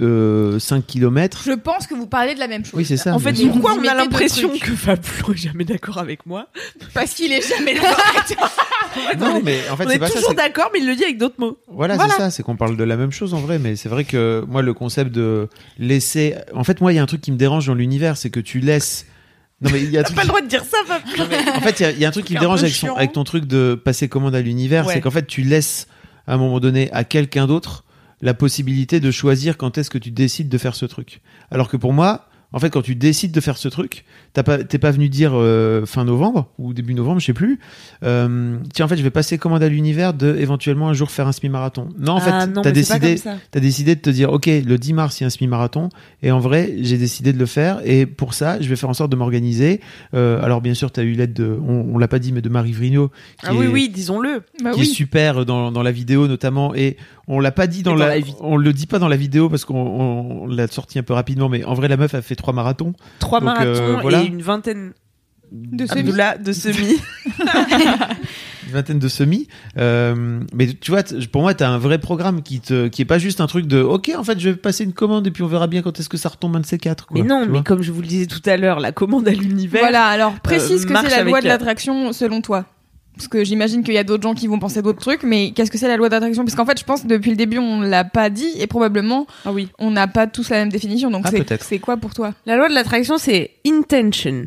Speaker 7: euh, 5 km.
Speaker 1: je pense que vous parlez de la même chose
Speaker 7: Oui, c'est ça,
Speaker 1: en
Speaker 7: mais
Speaker 1: fait
Speaker 7: je-
Speaker 1: pourquoi
Speaker 6: On a l'impression que Fablo est jamais d'accord avec moi.
Speaker 1: parce qu'il est jamais d'accord avec toi.
Speaker 6: fait,
Speaker 7: Non,
Speaker 6: on est-
Speaker 7: mais en fait,
Speaker 6: on
Speaker 7: c'est
Speaker 6: est
Speaker 7: pas ça,
Speaker 6: toujours
Speaker 7: c'est-
Speaker 6: d'accord, mais il le dit avec d'autres mots.
Speaker 7: Voilà, c'est ça, c'est qu'on parle de la même chose en vrai, mais c'est vrai que moi, le concept de laisser. En fait, moi, il y a un truc qui me dérange dans l'univers, c'est que tu laisses. Non, mais il y a un
Speaker 6: T'as
Speaker 7: truc.
Speaker 6: pas le droit de dire ça, papa.
Speaker 7: En fait, il y a- il y, a un truc qui
Speaker 6: C'est
Speaker 7: me
Speaker 6: un
Speaker 7: dérange
Speaker 6: peu
Speaker 7: avec, son-
Speaker 6: chiant.
Speaker 7: avec ton truc de passer commande à l'univers,
Speaker 6: Ouais.
Speaker 7: c'est qu'en fait, tu laisses à un moment donné à quelqu'un d'autre la possibilité de choisir quand est-ce que tu décides de faire ce truc. Alors que pour moi, en fait, quand tu décides de faire ce truc, t'as pas- t'es pas venu dire euh, fin novembre ou début novembre, je sais plus. euh, tiens, en fait, je vais passer commande à l'univers de éventuellement un jour faire un semi-marathon. Non, en fait,
Speaker 6: Ah, non,
Speaker 7: t'as
Speaker 6: mais c'est pas
Speaker 7: décidé,
Speaker 6: comme ça.
Speaker 7: t'as décidé de te dire, ok, le 10 mars, il y a un semi-marathon, et en vrai, j'ai décidé de le faire, et pour ça, je vais faire en sorte de m'organiser. Euh, alors, bien sûr, t'as eu l'aide de, on, on l'a pas dit, mais de Marie Vrigno, qui
Speaker 6: Ah oui,
Speaker 7: est-
Speaker 6: oui, disons-le.
Speaker 7: qui est super dans, dans la vidéo notamment et on l'a pas dit dans,
Speaker 6: Et dans
Speaker 7: la,
Speaker 6: la vie.
Speaker 7: on le dit pas dans la vidéo parce qu'on on- on l'a sorti un peu rapidement mais en vrai la meuf a fait trois marathons
Speaker 6: Trois
Speaker 7: Donc, euh,
Speaker 6: marathons
Speaker 7: voilà,
Speaker 6: et une vingtaine de
Speaker 7: semis.
Speaker 6: de semis.
Speaker 7: une vingtaine de semis Euh, mais tu vois t- pour moi t'as un vrai programme qui te qui est pas juste un truc de ok en fait je vais passer une commande et puis on verra bien quand est-ce que ça retombe un de ces quatre quoi,
Speaker 6: mais non,
Speaker 7: tu
Speaker 6: mais
Speaker 7: vois.
Speaker 6: comme je vous le disais tout à l'heure, la commande à l'univers.
Speaker 1: Voilà, alors précise
Speaker 6: euh,
Speaker 1: que
Speaker 6: marche
Speaker 1: c'est la loi
Speaker 6: avec,
Speaker 1: de
Speaker 6: euh,
Speaker 1: l'attraction selon toi. Parce que j'imagine qu'il y a d'autres gens qui vont penser d'autres trucs, mais qu'est-ce que c'est la loi d'attraction Parce qu'en fait, je pense que depuis le début, on l'a pas dit et probablement
Speaker 5: Ah
Speaker 1: on n'a pas tous la même définition. Donc
Speaker 6: Ah,
Speaker 1: c'est-
Speaker 6: peut-être.
Speaker 1: c'est quoi pour toi
Speaker 6: La loi de l'attraction, c'est intention.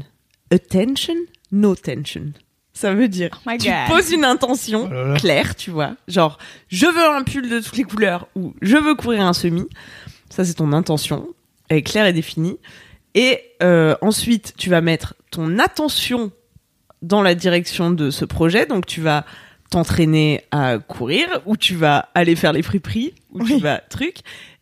Speaker 6: Attention, no tension. Ça veut dire,
Speaker 1: my
Speaker 6: tu
Speaker 1: God.
Speaker 6: poses une intention
Speaker 1: Oh là là.
Speaker 6: claire, tu vois. Genre, je veux un pull de toutes les couleurs ou je veux courir un semi. Ça, c'est ton intention. Elle est claire et définie. Et euh, ensuite, tu vas mettre ton attention dans la direction de ce projet. Donc, tu vas t'entraîner à courir ou tu vas aller faire les friperies ou tu vas truc.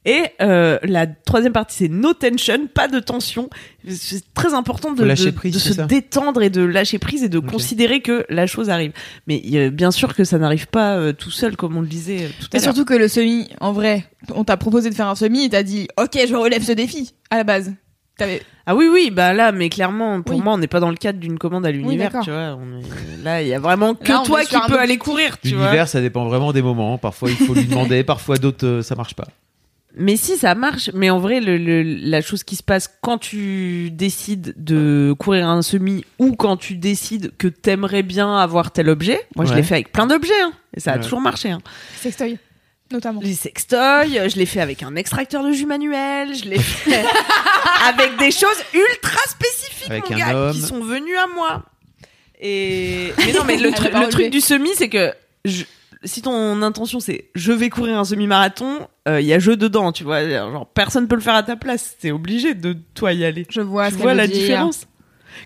Speaker 6: Et euh, la troisième partie, c'est no tension, pas de tension. C'est très important de,
Speaker 7: Faut lâcher
Speaker 6: de-
Speaker 7: prise,
Speaker 6: de
Speaker 7: c'est
Speaker 6: se
Speaker 7: ça
Speaker 6: détendre et de lâcher prise et de considérer que la chose arrive. Mais euh, bien sûr que ça n'arrive pas euh, tout seul, comme on le disait euh, tout à
Speaker 1: Et
Speaker 6: l'heure.
Speaker 1: surtout que le semi, en vrai, on t'a proposé de faire un semi et t'as dit Ok, je relève ce défi à la base. T'avais-
Speaker 6: Ah oui, oui, bah là, mais clairement, pour
Speaker 1: Oui.
Speaker 6: moi, on n'est pas dans le cadre d'une commande à l'univers,
Speaker 1: d'accord.
Speaker 6: tu vois. On est- Là, il y a vraiment que
Speaker 1: Là, on
Speaker 6: toi
Speaker 1: est
Speaker 6: qui
Speaker 1: sur un
Speaker 6: peux aller
Speaker 1: objectif.
Speaker 6: courir, tu vois.
Speaker 7: l'univers ça dépend vraiment des moments parfois il faut lui demander parfois d'autres euh, ça marche pas
Speaker 6: Mais si, ça marche. Mais en vrai, le- le- la chose qui se passe quand tu décides de courir un semi ou quand tu décides que t'aimerais bien avoir tel objet, moi je
Speaker 15: Ouais.
Speaker 6: l'ai fait avec plein d'objets, hein, et ça a
Speaker 15: Ouais.
Speaker 6: toujours marché. hein.
Speaker 1: Sextoy, notamment.
Speaker 6: Les sextoys, euh, je l'ai fait avec un extracteur de jus manuel, je l'ai fait avec des choses ultra spécifiques,
Speaker 7: Avec
Speaker 6: mon
Speaker 7: un
Speaker 6: gars,
Speaker 7: homme.
Speaker 6: qui sont venues à moi. Et mais non, mais le,
Speaker 15: Elle
Speaker 6: tru-
Speaker 15: a pas
Speaker 6: le truc
Speaker 15: relevé.
Speaker 6: du semi, c'est que je- si ton intention c'est je vais courir un semi-marathon, euh, il y a jeu dedans, tu vois. Genre personne peut le faire à ta place, t'es obligé de toi y aller.
Speaker 1: Je vois,
Speaker 6: tu
Speaker 1: ce
Speaker 6: vois
Speaker 1: qu'elle
Speaker 6: la
Speaker 1: veut dire.
Speaker 6: différence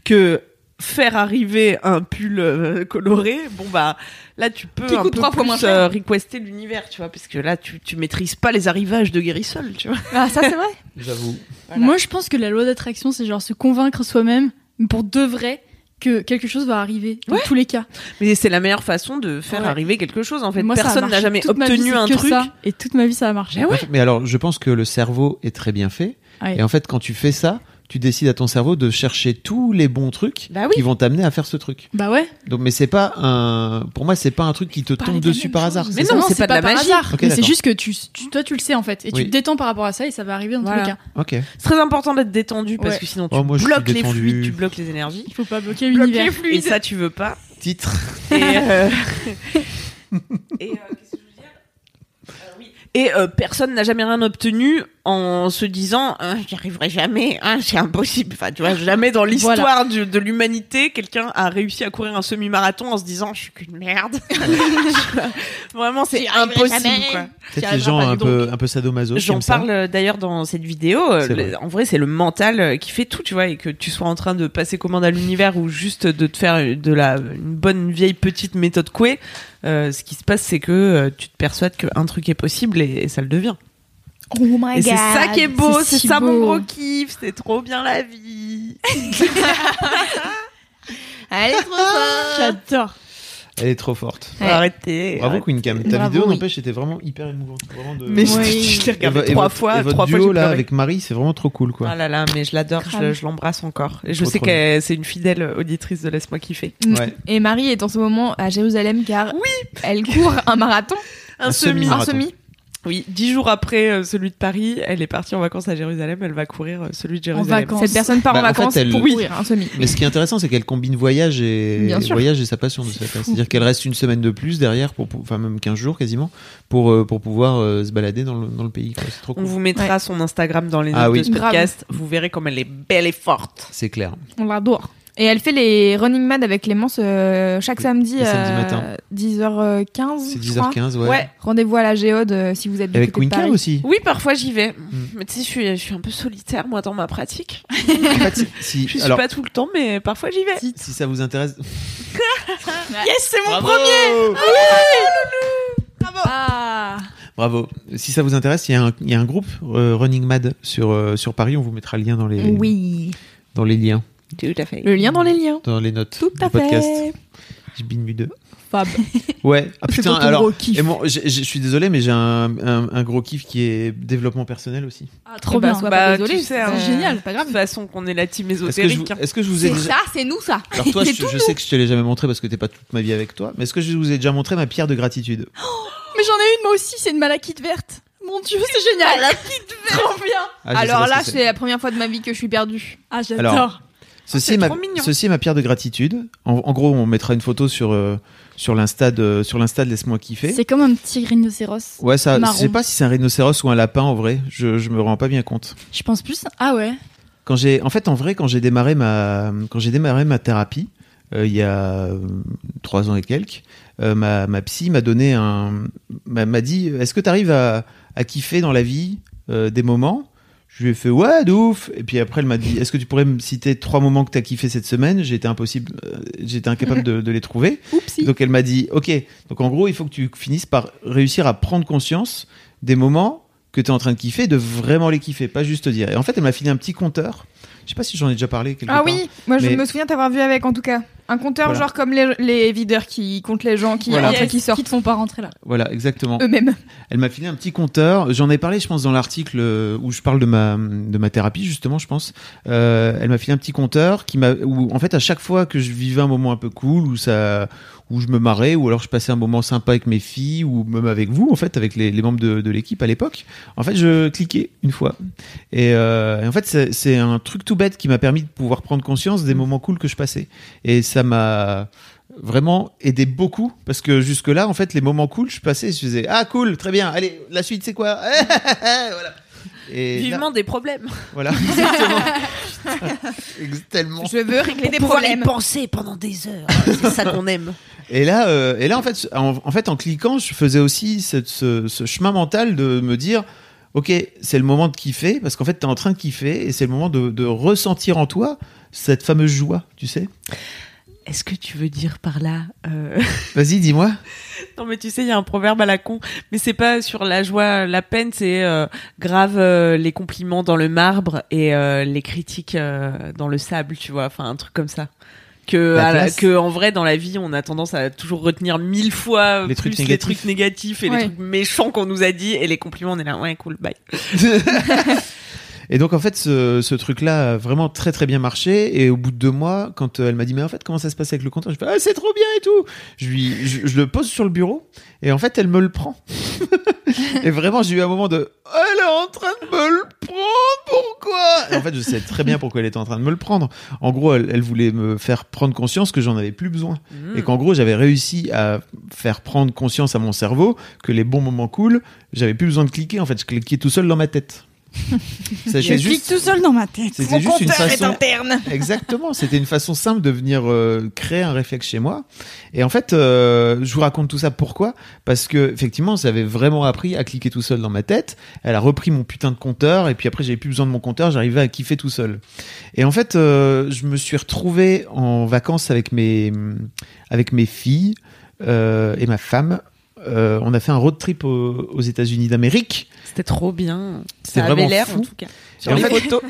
Speaker 6: que faire arriver un pull euh, coloré, bon bah là tu peux
Speaker 1: Qui
Speaker 6: un
Speaker 1: coûte
Speaker 6: peu
Speaker 1: trois fois
Speaker 6: plus,
Speaker 1: moins cher.
Speaker 6: euh, requester l'univers, tu vois, parce que là tu, tu maîtrises pas les arrivages de Guérissol, tu vois.
Speaker 1: Ah ça c'est vrai.
Speaker 7: j'avoue
Speaker 5: Moi, je pense que la loi d'attraction, c'est genre se convaincre soi-même, mais pour de vrai, que quelque chose va arriver dans tous les cas.
Speaker 6: Mais c'est la meilleure façon de faire
Speaker 5: Ouais.
Speaker 6: arriver quelque chose en fait.
Speaker 5: Moi, ça a
Speaker 6: Personne
Speaker 5: marché
Speaker 6: n'a jamais
Speaker 5: toute ma vie,
Speaker 6: obtenu
Speaker 5: c'est
Speaker 6: un
Speaker 5: que
Speaker 6: truc.
Speaker 5: ça, Eh et toute ma vie, ça a marché.
Speaker 6: Eh
Speaker 7: Mais alors, je pense que le cerveau est très bien fait.
Speaker 5: Ouais.
Speaker 7: Et en fait, quand tu fais ça, tu décides à ton cerveau de chercher tous les bons trucs
Speaker 5: Bah oui.
Speaker 7: qui vont t'amener à faire ce truc.
Speaker 5: Bah ouais.
Speaker 7: Donc, mais c'est pas un. Pour moi, c'est pas un truc qui te tombe dessus par hasard.
Speaker 5: Mais
Speaker 7: c'est
Speaker 5: non,
Speaker 7: ça
Speaker 5: c'est pas, de la magie.
Speaker 7: Ok,
Speaker 5: mais c'est
Speaker 7: d'accord.
Speaker 5: juste que tu, tu- toi, tu le sais en fait. Et tu
Speaker 7: Oui.
Speaker 5: te détends par rapport à ça et ça va arriver dans tous les cas.
Speaker 7: Ok.
Speaker 6: C'est très important d'être détendu parce
Speaker 5: Ouais.
Speaker 6: que sinon tu
Speaker 7: Oh, moi, je suis
Speaker 6: bloques les
Speaker 7: détendu.
Speaker 6: fluides, tu bloques les énergies.
Speaker 5: Il faut pas bloquer
Speaker 6: Bloquer
Speaker 5: l'univers.
Speaker 6: les fluides. Et ça tu veux pas.
Speaker 7: Titre.
Speaker 6: Et, euh, et, euh, qu'est-ce que je veux dire Euh, oui. Et, euh, personne n'a jamais rien obtenu en se disant Ah, j'y arriverai jamais, Ah, c'est impossible. Enfin, tu vois, jamais dans l'histoire
Speaker 15: Voilà.
Speaker 6: du- de l'humanité, quelqu'un a réussi à courir un semi-marathon en se disant je suis qu'une merde. Vraiment, c'est impossible. quoi.
Speaker 7: Peut-être les gens un peu, un peu sadomaso.
Speaker 6: J'en parle euh, d'ailleurs dans cette vidéo. euh,
Speaker 7: C'est
Speaker 6: le-
Speaker 7: vrai.
Speaker 6: en vrai, c'est le mental euh, qui fait tout, tu vois, et que tu sois en train de passer commande à l'univers ou juste de te faire euh, de la une bonne vieille petite méthode couée. euh, ce qui se passe, c'est que euh, tu te persuades qu'un truc est possible et, et ça le devient.
Speaker 1: Oh my
Speaker 6: et c'est ça qui est beau, c'est
Speaker 1: si
Speaker 6: ça mon
Speaker 1: beau.
Speaker 6: gros kiff, c'est trop bien la vie.
Speaker 1: Elle est trop forte.
Speaker 5: J'adore.
Speaker 7: Elle est trop forte.
Speaker 6: Ouais. Arrêtez,
Speaker 7: Bravo
Speaker 6: arrêtez.
Speaker 7: Queen Cam. Ta
Speaker 6: euh, Bravo,
Speaker 7: vidéo
Speaker 6: oui.
Speaker 7: n'empêche était vraiment hyper émouvante. Vraiment de...
Speaker 6: Mais je- Oui. je l'ai regardée
Speaker 7: Et vo- et
Speaker 6: trois
Speaker 7: votre-
Speaker 6: fois,
Speaker 7: Et votre
Speaker 6: trois fois,
Speaker 7: duo
Speaker 6: j'ai
Speaker 7: là
Speaker 6: pleuré.
Speaker 7: avec Marie, c'est vraiment trop cool quoi.
Speaker 6: Ah là là, mais je l'adore, je,
Speaker 1: Grave.
Speaker 6: je l'embrasse encore. Et je
Speaker 7: Trop,
Speaker 6: sais
Speaker 7: trop
Speaker 6: que c'est une fidèle auditrice de Laisse-moi kiffer.
Speaker 7: Ouais.
Speaker 1: Et Marie est en ce moment à Jérusalem car oui, elle court un marathon,
Speaker 6: Un semi.
Speaker 1: un semi.
Speaker 6: Oui, dix jours après euh, celui de Paris, elle est partie en vacances à Jérusalem, elle va courir euh, celui de Jérusalem.
Speaker 1: vacances. Cette personne part en
Speaker 7: Bah,
Speaker 1: vacances
Speaker 7: fait, elle-
Speaker 1: pour courir un semi.
Speaker 7: Mais ce qui est intéressant, c'est qu'elle combine voyage et,
Speaker 1: Bien sûr.
Speaker 7: voyage et sa passion de cette C'est-à-dire qu'elle reste une semaine de plus derrière, pour, pour- enfin même 15 jours quasiment, pour, euh, pour pouvoir euh, se balader dans le, dans le pays. quoi. C'est trop
Speaker 6: On
Speaker 7: cool.
Speaker 6: vous mettra son Instagram dans les notes
Speaker 7: Ah oui.
Speaker 6: de ce
Speaker 7: Grave.
Speaker 6: podcast. Vous verrez comme elle est belle et forte.
Speaker 7: C'est clair.
Speaker 1: On l'adore. Et elle fait les Running Mad avec Clémence euh, chaque samedi,
Speaker 7: le samedi
Speaker 1: euh,
Speaker 7: matin.
Speaker 1: 10h15.
Speaker 7: C'est
Speaker 1: je crois.
Speaker 7: 10h15, ouais. Ouais.
Speaker 1: Rendez-vous à la Géode euh, si vous êtes du
Speaker 7: Avec
Speaker 1: côté de
Speaker 7: Winka
Speaker 1: Paris.
Speaker 7: aussi.
Speaker 6: Oui, parfois j'y vais.
Speaker 7: Mm.
Speaker 6: Mais tu sais, je suis, je suis un peu solitaire, moi, dans ma pratique.
Speaker 7: Si,
Speaker 6: je suis
Speaker 7: alors,
Speaker 6: pas tout le temps, mais parfois j'y vais.
Speaker 7: si ça vous intéresse,
Speaker 6: Yes, c'est mon
Speaker 7: Bravo
Speaker 6: premier
Speaker 7: Oui
Speaker 6: Bravo
Speaker 1: Ah.
Speaker 7: bravo. Si ça vous intéresse, il y a un, il y a un groupe euh, Running Mad sur, euh, sur Paris. On vous mettra le lien dans les,
Speaker 1: Oui.
Speaker 7: dans les liens,
Speaker 6: Tout à fait.
Speaker 1: Le lien dans les liens.
Speaker 7: dans les notes
Speaker 1: Tout à
Speaker 7: du podcast.
Speaker 1: fait.
Speaker 7: J'ai binu deux.
Speaker 5: Fab.
Speaker 7: Ouais, ah,
Speaker 5: C'est
Speaker 7: putain,
Speaker 5: pour ton
Speaker 7: alors,
Speaker 5: gros kiff.
Speaker 7: et moi, j'ai- j'ai- je suis désolé, mais j'ai un, un- un gros kiff qui est développement personnel aussi.
Speaker 1: Ah,
Speaker 5: trop bien.
Speaker 1: sois pas désolée,
Speaker 6: tu sais, hein,
Speaker 5: c'est génial.
Speaker 6: Pas grave. De toute façon, qu'on est la team
Speaker 7: Est-ce que je,
Speaker 6: ésotérique. hein.
Speaker 7: vous- est-ce que je vous ai déjà...
Speaker 1: c'est nous ça.
Speaker 7: Alors toi, je, je sais que je te l'ai jamais montré parce que t'es pas toute ma vie avec toi, mais est-ce que je vous ai déjà montré ma pierre de gratitude
Speaker 5: Oh, Mais j'en ai une moi aussi, c'est une malachite verte. Mon dieu, c'est génial. Malachite verte. Trop bien.
Speaker 7: Ah, je sais
Speaker 1: Alors
Speaker 7: pas ce
Speaker 1: là,
Speaker 7: que
Speaker 1: c'est la première fois de ma vie que je suis perdue.
Speaker 5: Ah,
Speaker 7: Alors, ceci, est ma,
Speaker 1: trop mignon.
Speaker 7: ceci est ma pierre de gratitude. En, en gros, on mettra une photo sur, euh, sur l'Insta de, sur l'Insta de Laisse-moi kiffer.
Speaker 5: C'est comme un petit rhinocéros.
Speaker 7: Ouais, ça, je
Speaker 5: marron.
Speaker 7: sais pas si c'est un rhinocéros ou un lapin en vrai, je, je me rends pas bien compte.
Speaker 5: Je pense plus. Ah ouais.
Speaker 7: Quand j'ai, en fait, en vrai, quand j'ai démarré ma, quand j'ai démarré ma thérapie, euh, il y a euh, trois ans et quelques, euh, ma, ma psy m'a donné un, m'a m'a dit, est-ce que tu arrives à, à kiffer dans la vie euh, des moments Je lui ai fait ouais, de ouf. Et puis après, elle m'a dit, est-ce que tu pourrais me citer trois moments que tu as kiffé cette semaine J'ai été impossible, euh, j'étais incapable de, de les trouver. Donc elle m'a dit, ok. Donc en gros, il faut que tu finisses par réussir à prendre conscience des moments que tu es en train de kiffer, de vraiment les kiffer, pas juste te dire. Et en fait, elle m'a filé un petit compteur. Je sais pas si j'en ai déjà parlé quelque
Speaker 1: Ah
Speaker 7: part.
Speaker 1: oui, moi je
Speaker 7: mais-
Speaker 1: me souviens t'avoir vu avec en tout cas. Un compteur
Speaker 7: Voilà.
Speaker 1: genre comme les, les videurs qui comptent les gens qui
Speaker 7: Voilà.
Speaker 1: rentrent et
Speaker 7: Yes,
Speaker 1: qui sortent. Qui
Speaker 5: te font pas rentrer là.
Speaker 7: Voilà, exactement.
Speaker 1: Eux-mêmes.
Speaker 7: Elle m'a filé un petit compteur. J'en ai parlé, je pense, dans l'article euh, où je parle de ma, de ma thérapie, justement, je pense. Euh, elle m'a filé un petit compteur qui m'a, où, en fait, à chaque fois que je vivais un moment un peu cool, où ça, où je me marrais, ou alors je passais un moment sympa avec mes filles, ou même avec vous, en fait, avec les, les membres de, de l'équipe à l'époque, en fait, je cliquais une fois. Et, euh, et en fait, c'est- c'est un truc tout bête qui m'a permis de pouvoir prendre conscience des moments cool que je passais. Et ça m'a, vraiment aidé beaucoup parce que jusque là en fait les moments cool je passais je faisais ah cool très bien allez la suite c'est quoi voilà et
Speaker 6: Vivement
Speaker 7: là-
Speaker 6: des problèmes.
Speaker 7: voilà exactement Ex- tellement
Speaker 1: Je veux régler
Speaker 6: Pour
Speaker 1: des
Speaker 6: pouvoir
Speaker 1: problèmes.
Speaker 6: les penser pendant des heures. C'est ça qu'on aime.
Speaker 7: et là euh, et là en fait en, en fait en cliquant je faisais aussi cette- ce, ce chemin mental de me dire ok c'est le moment de kiffer parce qu'en fait t'es en train de kiffer et c'est le moment de, de ressentir en toi cette fameuse joie tu sais
Speaker 6: Est-ce que tu veux dire par là euh,
Speaker 7: vas-y dis-moi
Speaker 6: Non mais tu sais, il y a un proverbe à la con, mais c'est pas sur la joie, la peine, c'est euh, grave euh, les compliments dans le marbre et euh, les critiques euh, dans le sable, tu vois, enfin un truc comme ça. Que,
Speaker 7: La
Speaker 6: à la-
Speaker 7: classe.
Speaker 6: que en vrai dans la vie on a tendance à toujours retenir mille fois euh,
Speaker 7: Les
Speaker 6: plus
Speaker 7: trucs
Speaker 6: les
Speaker 7: négatifs.
Speaker 6: trucs négatifs et
Speaker 7: Ouais.
Speaker 6: les trucs méchants qu'on nous a dit et les compliments on est là ouais cool bye
Speaker 7: Et donc en fait, ce, ce truc-là a vraiment très très bien marché. Et au bout de deux mois, quand euh, elle m'a dit mais en fait comment ça se passe avec le compteur, je fais ah c'est trop bien et tout. Je lui, je, je le pose sur le bureau et en fait elle me le prend. et vraiment j'ai eu un moment de Oh, elle est en train de me le prendre pourquoi Et en fait je sais très bien pourquoi elle était en train de me le prendre. En gros elle, elle voulait me faire prendre conscience que j'en avais plus besoin
Speaker 16: Mhm.
Speaker 6: Hmm.
Speaker 7: et qu'en gros j'avais réussi à faire prendre conscience à mon cerveau que les bons moments cool, j'avais plus besoin de cliquer. En fait je cliquais tout seul dans ma tête. Sachez
Speaker 5: je clique tout seul dans ma tête.
Speaker 7: C'était juste une façon... Exactement, c'était une façon simple de venir euh, créer un réflexe chez moi. Et en fait, euh, je vous raconte tout ça pourquoi Parce que effectivement, ça avait vraiment appris à cliquer tout seul dans ma tête. Elle a repris mon putain de compteur et puis après, j'avais plus besoin de mon compteur, j'arrivais à kiffer tout seul. Et en fait, euh, je me suis retrouvé en vacances avec mes avec mes filles euh, et ma femme. Euh, on a fait un road trip aux, aux États-Unis d'Amérique.
Speaker 6: C'était trop bien.
Speaker 7: C'était
Speaker 6: Ça avait
Speaker 7: vraiment
Speaker 6: l'air
Speaker 7: fou.
Speaker 6: en tout cas.
Speaker 7: Et
Speaker 6: Sur
Speaker 7: en
Speaker 6: les
Speaker 7: fait-
Speaker 6: photos.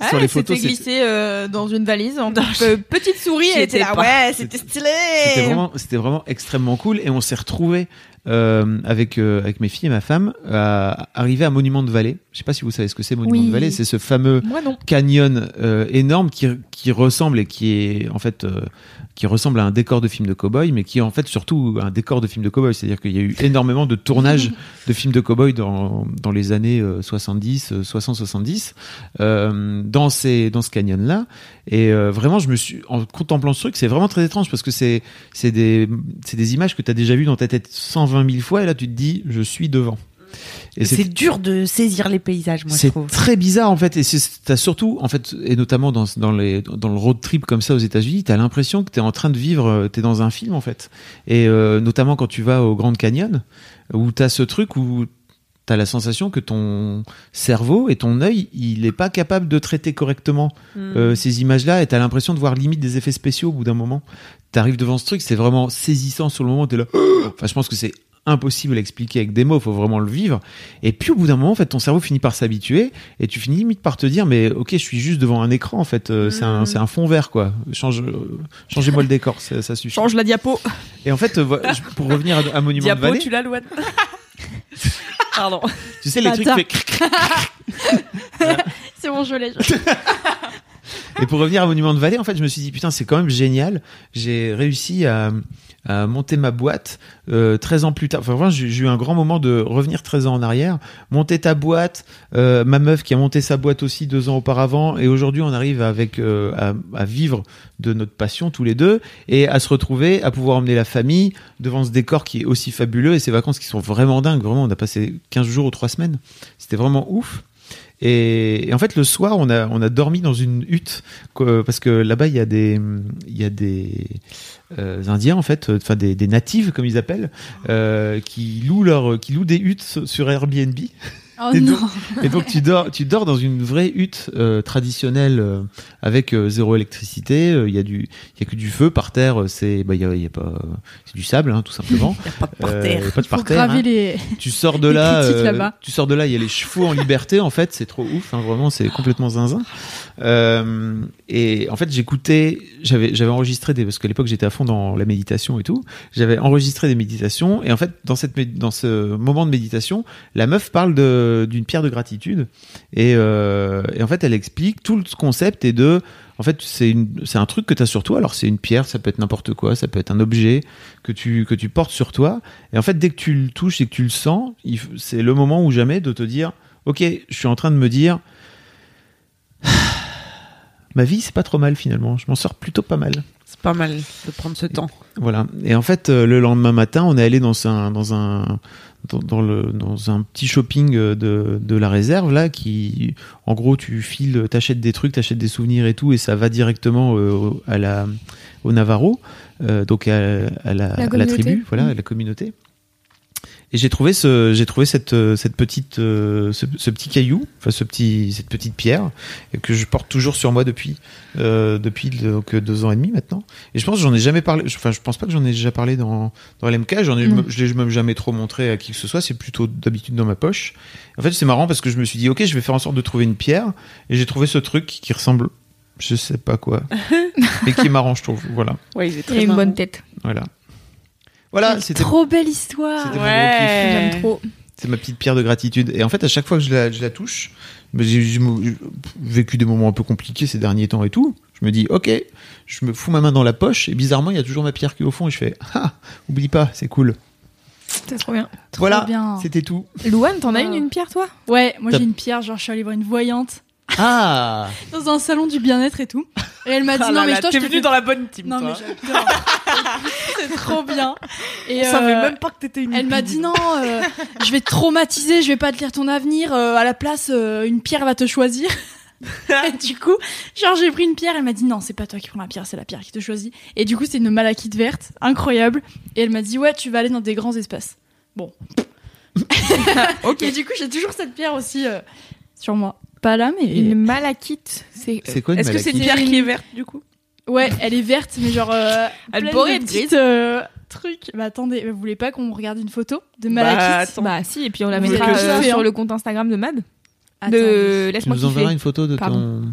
Speaker 1: Ah,
Speaker 7: Sur les
Speaker 1: elle
Speaker 7: photos,
Speaker 1: s'était
Speaker 7: c'était-
Speaker 1: glissée euh, dans une valise en tant que petite souris
Speaker 6: J'y
Speaker 1: et était
Speaker 6: étais
Speaker 1: là
Speaker 6: pas.
Speaker 1: ouais c'était stylé.
Speaker 7: C'était vraiment, c'était vraiment extrêmement cool et on s'est retrouvé euh, avec, euh, avec mes filles et ma femme, à arriver à Monument de Vallée. Je sais pas si vous savez ce que c'est Monument
Speaker 1: Oui.
Speaker 7: de Vallée. C'est ce fameux
Speaker 1: Moi, non.
Speaker 7: canyon euh, énorme qui, qui ressemble et qui est en fait euh, qui ressemble à un décor de film de cowboy, mais qui est en fait surtout un décor de film de cowboy. C'est-à-dire qu'il y a eu énormément de tournages de films de cowboy dans, dans les années euh, 70, euh, 60, 70, euh, dans ces dans ce canyon là. Et euh, vraiment, je me suis en contemplant ce truc, c'est vraiment très étrange parce que c'est c'est des c'est des images que tu as déjà vues dans ta tête 120 000 fois et là tu te dis je suis devant. Et
Speaker 6: C'est dur de saisir les paysages, moi, je
Speaker 7: c'est
Speaker 6: trouve.
Speaker 7: très bizarre en fait, et c'est- t'as surtout en fait, et notamment dans dans les dans le road trip comme ça aux États-Unis, t'as l'impression que t'es en train de vivre, euh, t'es dans un film en fait, et euh, notamment quand tu vas au Grand Canyon, où t'as ce truc où t'as la sensation que ton cerveau et ton œil, il est pas capable de traiter correctement
Speaker 17: Mm.
Speaker 6: Hmm.
Speaker 7: euh, ces images-là, et t'as l'impression de voir limite des effets spéciaux au bout d'un moment. T'arrives devant ce truc, c'est vraiment saisissant sur le moment, t'es là. Enfin, je pense que c'est impossible à expliquer avec des mots, faut vraiment le vivre. Et puis au bout d'un moment, en fait, ton cerveau finit par s'habituer et tu finis limite par te dire, mais ok, je suis juste devant un écran, en fait, euh, c'est un, c'est un fond vert, quoi. Change, euh, changez-moi le décor, ça, ça suffit.
Speaker 1: Change la diapo.
Speaker 7: Et en fait, euh, voilà, je- pour revenir à, à Monument de
Speaker 6: Diapo,
Speaker 7: Vallée,
Speaker 6: tu l'as, Louane Pardon.
Speaker 7: Tu sais, les trucs Bâtard. qui
Speaker 5: C'est bon, je l'ai.
Speaker 7: Et pour revenir à Monument de Vallée, en fait, je me suis dit, putain, c'est quand même génial. J'ai réussi à, à monter ma boîte euh, 13 ans plus tard. Enfin, vraiment, j'ai j'ai eu un grand moment de revenir 13 ans en arrière. Monter ta boîte, euh, ma meuf qui a monté sa boîte aussi deux ans auparavant. Et aujourd'hui, on arrive avec, euh, à, à vivre de notre passion tous les deux et à se retrouver, à pouvoir emmener la famille devant ce décor qui est aussi fabuleux et ces vacances qui sont vraiment dingues. Vraiment, on a passé 15 jours ou 3 semaines. C'était vraiment ouf. Et, et en fait, le soir, on a, on a dormi dans une hutte quoi, euh, parce que là-bas, il y a des, il y a des euh, Indiens en fait, euh, enfin des, des natives comme ils appellent, euh, qui louent leur, qui louent des huttes sur Airbnb.
Speaker 5: Oh
Speaker 7: et, donc,
Speaker 5: non.
Speaker 7: et donc tu dors, tu dors dans une vraie hutte euh, traditionnelle euh, avec euh, zéro électricité. euh, Il y a du, il y a que du feu par terre. euh, C'est, bah, il y a, il y a pas, c'est du sable hein, tout simplement. Il n'y a pas de
Speaker 5: parterre.
Speaker 7: Euh, pas de
Speaker 5: Faut
Speaker 7: parterre,
Speaker 5: graver
Speaker 7: hein.
Speaker 5: les-
Speaker 7: Tu sors de
Speaker 5: les
Speaker 7: là,
Speaker 5: critiques
Speaker 7: euh,
Speaker 5: là-bas.
Speaker 7: tu sors de là, il y a les chevaux en liberté en fait, c'est trop ouf, hein, vraiment c'est complètement zinzin. Euh, et en fait j'écoutais, j'avais j'avais enregistré des, parce qu'à l'époque j'étais à fond dans la méditation et tout, j'avais enregistré des méditations et en fait dans cette mé- dans ce moment de méditation, la meuf parle de- d'une pierre de gratitude et, euh, et en fait elle explique tout le concept et de en fait, c'est une- c'est un truc que tu as sur toi. Alors, c'est une pierre, ça peut être n'importe quoi, ça peut être un objet que tu, que tu portes sur toi. Et en fait, dès que tu le touches et que tu le sens, il f- c'est le moment ou jamais de te dire Ok, je suis en train de me dire, ma vie, c'est pas trop mal finalement, je m'en sors plutôt pas mal.
Speaker 6: C'est pas mal de prendre ce temps.
Speaker 7: Voilà. Et en fait, euh, le lendemain matin, on est allé dans un dans un dans, dans le dans un petit shopping euh, de, de la réserve là qui en gros tu files t'achètes des trucs t'achètes des souvenirs et tout et ça va directement euh, au- à la au Navarro euh, donc à, à la,
Speaker 17: La
Speaker 7: à la
Speaker 17: communauté.
Speaker 7: tribu voilà
Speaker 17: Mm.
Speaker 7: à la communauté et j'ai trouvé ce j'ai trouvé cette euh, cette petite euh, ce, ce petit caillou enfin ce petit cette petite pierre et que je porte toujours sur moi depuis euh, depuis donc euh, deux ans et demi maintenant et je pense que j'en ai jamais parlé je- enfin je pense pas que j'en ai déjà parlé dans dans l'MK j'en ai
Speaker 17: Mm.
Speaker 7: je l'ai même jamais trop montré à qui que ce soit c'est plutôt d'habitude dans ma poche en fait c'est marrant parce que je me suis dit ok je vais faire en sorte de trouver une pierre et j'ai trouvé ce truc qui ressemble je sais pas quoi et qui est marrant je trouve voilà
Speaker 6: Ouais, il est très
Speaker 1: Et une
Speaker 6: marrant.
Speaker 1: bonne tête.
Speaker 7: voilà voilà c'était
Speaker 5: Trop belle histoire.
Speaker 7: C'était mon Ouais. gros kiff.
Speaker 5: J'aime trop.
Speaker 7: C'est ma petite pierre de gratitude. Et en fait, à chaque fois que je la, je la touche, mais j'ai j'ai mou- j'ai vécu des moments un peu compliqués ces derniers temps et tout. Je me dis, ok, je me fous ma main dans la poche et bizarrement, il y a toujours ma pierre qui est au fond et je fais, ah, oublie pas, c'est cool.
Speaker 1: C'était trop bien.
Speaker 7: Voilà, c'était tout.
Speaker 1: Louane, t'en as une, une pierre, toi
Speaker 5: Ouais, moi
Speaker 7: T'as-
Speaker 5: j'ai une pierre, genre je suis allée voir une voyante
Speaker 7: Ah
Speaker 5: dans un salon du bien-être et tout. Et elle
Speaker 7: Oh
Speaker 5: m'a dit
Speaker 6: Ah
Speaker 5: non
Speaker 6: là
Speaker 5: mais
Speaker 6: là,
Speaker 5: je toi, je
Speaker 6: t'es
Speaker 5: te
Speaker 6: venue
Speaker 5: fais-
Speaker 6: dans la bonne team,
Speaker 5: Non
Speaker 6: toi.
Speaker 5: mais j'adore. C'est trop bien. Et euh,
Speaker 6: On savait même pas que t'étais une
Speaker 5: Elle m'a
Speaker 6: hippie.
Speaker 5: dit non, euh, je vais te traumatiser, je vais pas te lire ton avenir. euh, à la place, euh, une pierre va te choisir. et du coup, genre j'ai pris une pierre, elle m'a dit non, c'est pas toi qui prends la pierre, c'est la pierre qui te choisit. Et du coup, c'est une malachite verte, incroyable. Et elle m'a dit ouais, tu vas aller dans des grands espaces. Bon. Et du coup, j'ai toujours cette pierre aussi euh, sur moi. Pas là, mais
Speaker 1: Une malachite. C'est
Speaker 5: C'est quoi une Est-ce que c'est une malachite pierre qui est verte, du coup Ouais, elle est verte, mais genre. euh,
Speaker 1: Elle
Speaker 5: pleine
Speaker 1: pourrait
Speaker 5: de
Speaker 1: être
Speaker 5: petites,
Speaker 1: grise.
Speaker 5: euh, trucs. Bah attendez, vous voulez pas qu'on regarde une photo de
Speaker 1: Bah,
Speaker 5: Malakite
Speaker 1: attends. Bah, si, et puis on la
Speaker 5: Vous
Speaker 1: mettra,
Speaker 5: voulez que
Speaker 1: euh,
Speaker 5: je fasse,
Speaker 1: sur
Speaker 5: hein
Speaker 1: le compte Instagram de Mad.
Speaker 5: Attendez.
Speaker 1: De...
Speaker 7: Tu
Speaker 1: Laisse-moi
Speaker 7: nous enverras
Speaker 1: kiffer.
Speaker 7: une photo de
Speaker 1: Pardon.
Speaker 7: ton.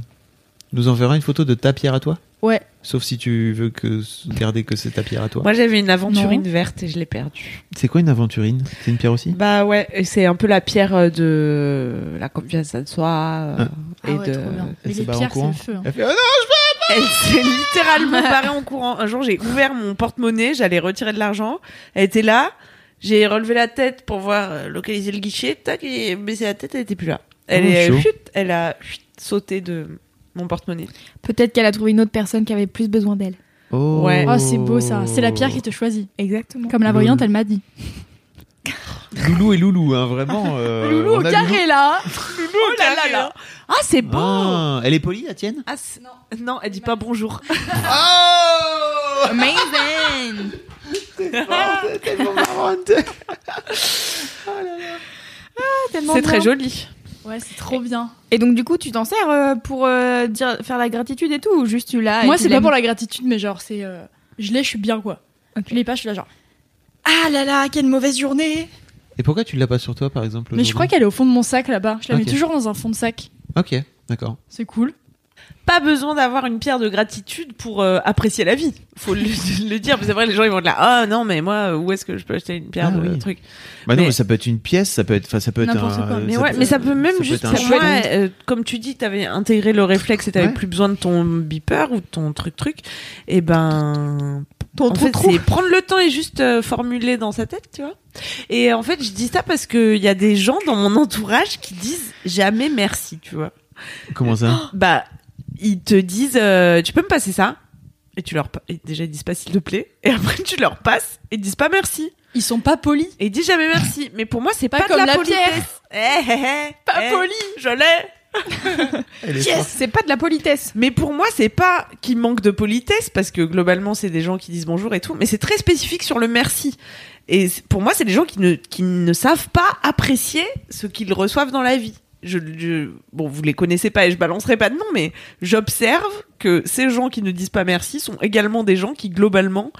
Speaker 7: nous enverra une photo de ta pierre à toi
Speaker 5: Ouais.
Speaker 7: Sauf si tu veux que garder que c'est ta pierre à toi.
Speaker 6: Moi, j'avais une aventurine verte et je l'ai perdue.
Speaker 7: C'est quoi une aventurine C'est une pierre aussi
Speaker 6: Bah ouais, et c'est un peu la pierre euh, de la confiance en soi euh,
Speaker 7: Ah.
Speaker 5: Ah
Speaker 6: et
Speaker 5: ouais,
Speaker 6: de.
Speaker 5: trop bien.
Speaker 7: Elle Mais se les barre en pierres, c'est courant. le feu, hein. Elle fait, Oh non,
Speaker 6: je peux pas Elle s'est littéralement barrée en courant. Un jour, j'ai ouvert mon porte-monnaie, j'allais retirer de l'argent. Elle était là. J'ai relevé la tête pour voir euh, localiser le guichet. Tac, et j'ai baissé la tête, elle était plus là. Elle
Speaker 5: Oh,
Speaker 6: est.
Speaker 5: chaud.
Speaker 6: chut, elle a chut, sauté de mon porte-monnaie.
Speaker 1: Peut-être qu'elle a trouvé une autre personne qui avait plus besoin d'elle.
Speaker 7: Oh.
Speaker 6: Ouais.
Speaker 5: Oh, c'est beau ça. C'est la pierre qui te choisit.
Speaker 1: Exactement.
Speaker 5: Comme la
Speaker 7: Lol.
Speaker 5: voyante, elle m'a dit.
Speaker 7: Loulou et Loulou, hein, vraiment. euh,
Speaker 5: Loulou
Speaker 7: on
Speaker 5: au
Speaker 7: a
Speaker 5: carré là.
Speaker 6: Loulou au carré Oh là. Ah, c'est beau.
Speaker 7: Ah, elle est polie, la tienne
Speaker 6: Ah, c'est- non, elle dit pas bonjour.
Speaker 18: Oh Amazing
Speaker 6: ah.
Speaker 5: tellement
Speaker 6: C'est
Speaker 5: bien.
Speaker 6: très joli.
Speaker 5: Ouais, c'est trop bien.
Speaker 1: Et donc du coup, tu t'en sers euh, pour euh, dire, faire la gratitude et tout, ou juste tu l'as. Ah, et
Speaker 5: Moi,
Speaker 1: tu
Speaker 5: c'est pas
Speaker 1: l'aimes
Speaker 5: pour la gratitude, mais genre, c'est. euh, je l'ai, je suis bien, quoi. Je l'ai pas, je suis là, genre. Ah là là, quelle mauvaise journée
Speaker 7: Et pourquoi tu l'as pas sur toi, par exemple
Speaker 5: Mais je crois
Speaker 7: aujourd'hui
Speaker 5: qu'elle est au fond de mon sac là-bas. Je la
Speaker 7: Ok.
Speaker 5: mets toujours dans un fond de sac.
Speaker 7: Ok, d'accord.
Speaker 5: C'est cool.
Speaker 6: Pas besoin d'avoir une pierre de gratitude pour euh, apprécier la vie. Faut le, le dire, parce que c'est vrai, les gens ils vont être là. Ah non, mais moi, euh, où est-ce que je peux acheter une pierre
Speaker 7: Ah
Speaker 6: de
Speaker 7: oui.
Speaker 6: truc
Speaker 7: Bah non, mais ça peut être une pièce, ça peut être, enfin, ça peut être
Speaker 6: N'importe
Speaker 7: un.
Speaker 6: quoi.
Speaker 7: euh,
Speaker 6: Mais, ouais,
Speaker 7: peut-
Speaker 6: mais ça peut même
Speaker 7: ça
Speaker 6: juste.
Speaker 7: être un
Speaker 6: pour moi,
Speaker 7: chouette-
Speaker 6: euh, comme tu dis, t'avais intégré le réflexe et t'avais
Speaker 7: Ouais.
Speaker 6: plus besoin de ton beeper ou de ton truc truc. Et ben. Ton en fait, c'est prendre le temps et juste euh, formuler dans sa tête, tu vois. Et en fait, je dis ça parce qu'il y a des gens dans mon entourage qui disent jamais merci, tu vois.
Speaker 7: Comment ça
Speaker 6: Bah, ils te disent, euh, tu peux me passer ça Et tu leur, pa- et déjà ils disent pas s'il te plaît. Et après tu leur passes et ils disent pas merci.
Speaker 5: Ils sont pas polis.
Speaker 6: Et ils disent jamais merci. Mais pour moi c'est pas, de
Speaker 5: comme la
Speaker 6: politesse. Eh, pas
Speaker 5: poli.
Speaker 6: Je l'ai. Oh,
Speaker 1: Yes, c'est pas de la politesse.
Speaker 6: Mais pour moi, c'est pas qu'il manque de politesse, parce que globalement, c'est des gens qui disent bonjour et tout, mais c'est très spécifique sur le merci. Et c'est- pour moi, c'est des gens qui ne, qui ne savent pas apprécier ce qu'ils reçoivent dans la vie. Je, je- bon, vous les connaissez pas et je balancerai pas de nom, mais j'observe que ces gens qui ne disent pas merci sont également des gens qui, globalement,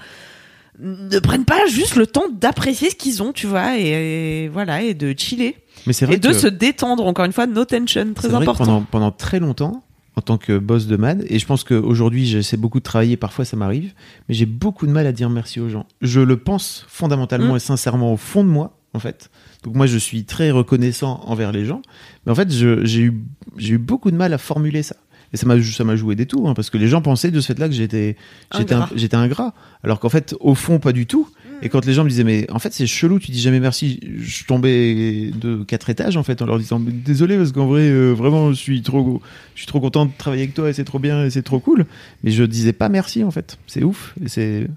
Speaker 6: ne prennent pas juste le temps d'apprécier ce qu'ils ont, tu vois, et, et voilà, et de chiller.
Speaker 7: Mais c'est vrai
Speaker 6: et de
Speaker 7: que-
Speaker 6: se détendre, encore une fois, no tension,
Speaker 7: C'est
Speaker 6: très
Speaker 7: vrai que
Speaker 6: important.
Speaker 7: pendant, pendant très longtemps, en tant que boss de MAD, et je pense qu'aujourd'hui j'essaie beaucoup de travailler, parfois ça m'arrive, mais j'ai beaucoup de mal à dire merci aux gens. Je le pense fondamentalement
Speaker 19: Mm.
Speaker 7: et sincèrement au fond de moi, en fait. Donc moi je suis très reconnaissant envers les gens, mais en fait je- j'ai eu, j'ai eu beaucoup de mal à formuler ça. Et ça m'a ça m'a joué des tours, hein, parce que les gens pensaient de ce fait-là que j'étais j'étais un-
Speaker 19: Ingrat.
Speaker 7: j'étais ingrat, alors qu'en fait au fond pas du tout. Et quand les gens me disaient mais en fait c'est chelou, tu dis jamais merci, je tombais de quatre étages en fait en leur disant Mais désolé parce qu'en vrai euh, vraiment je suis trop go- je suis trop content de travailler avec toi et c'est trop bien et c'est trop cool, mais je disais pas merci en fait, c'est ouf, Et c'est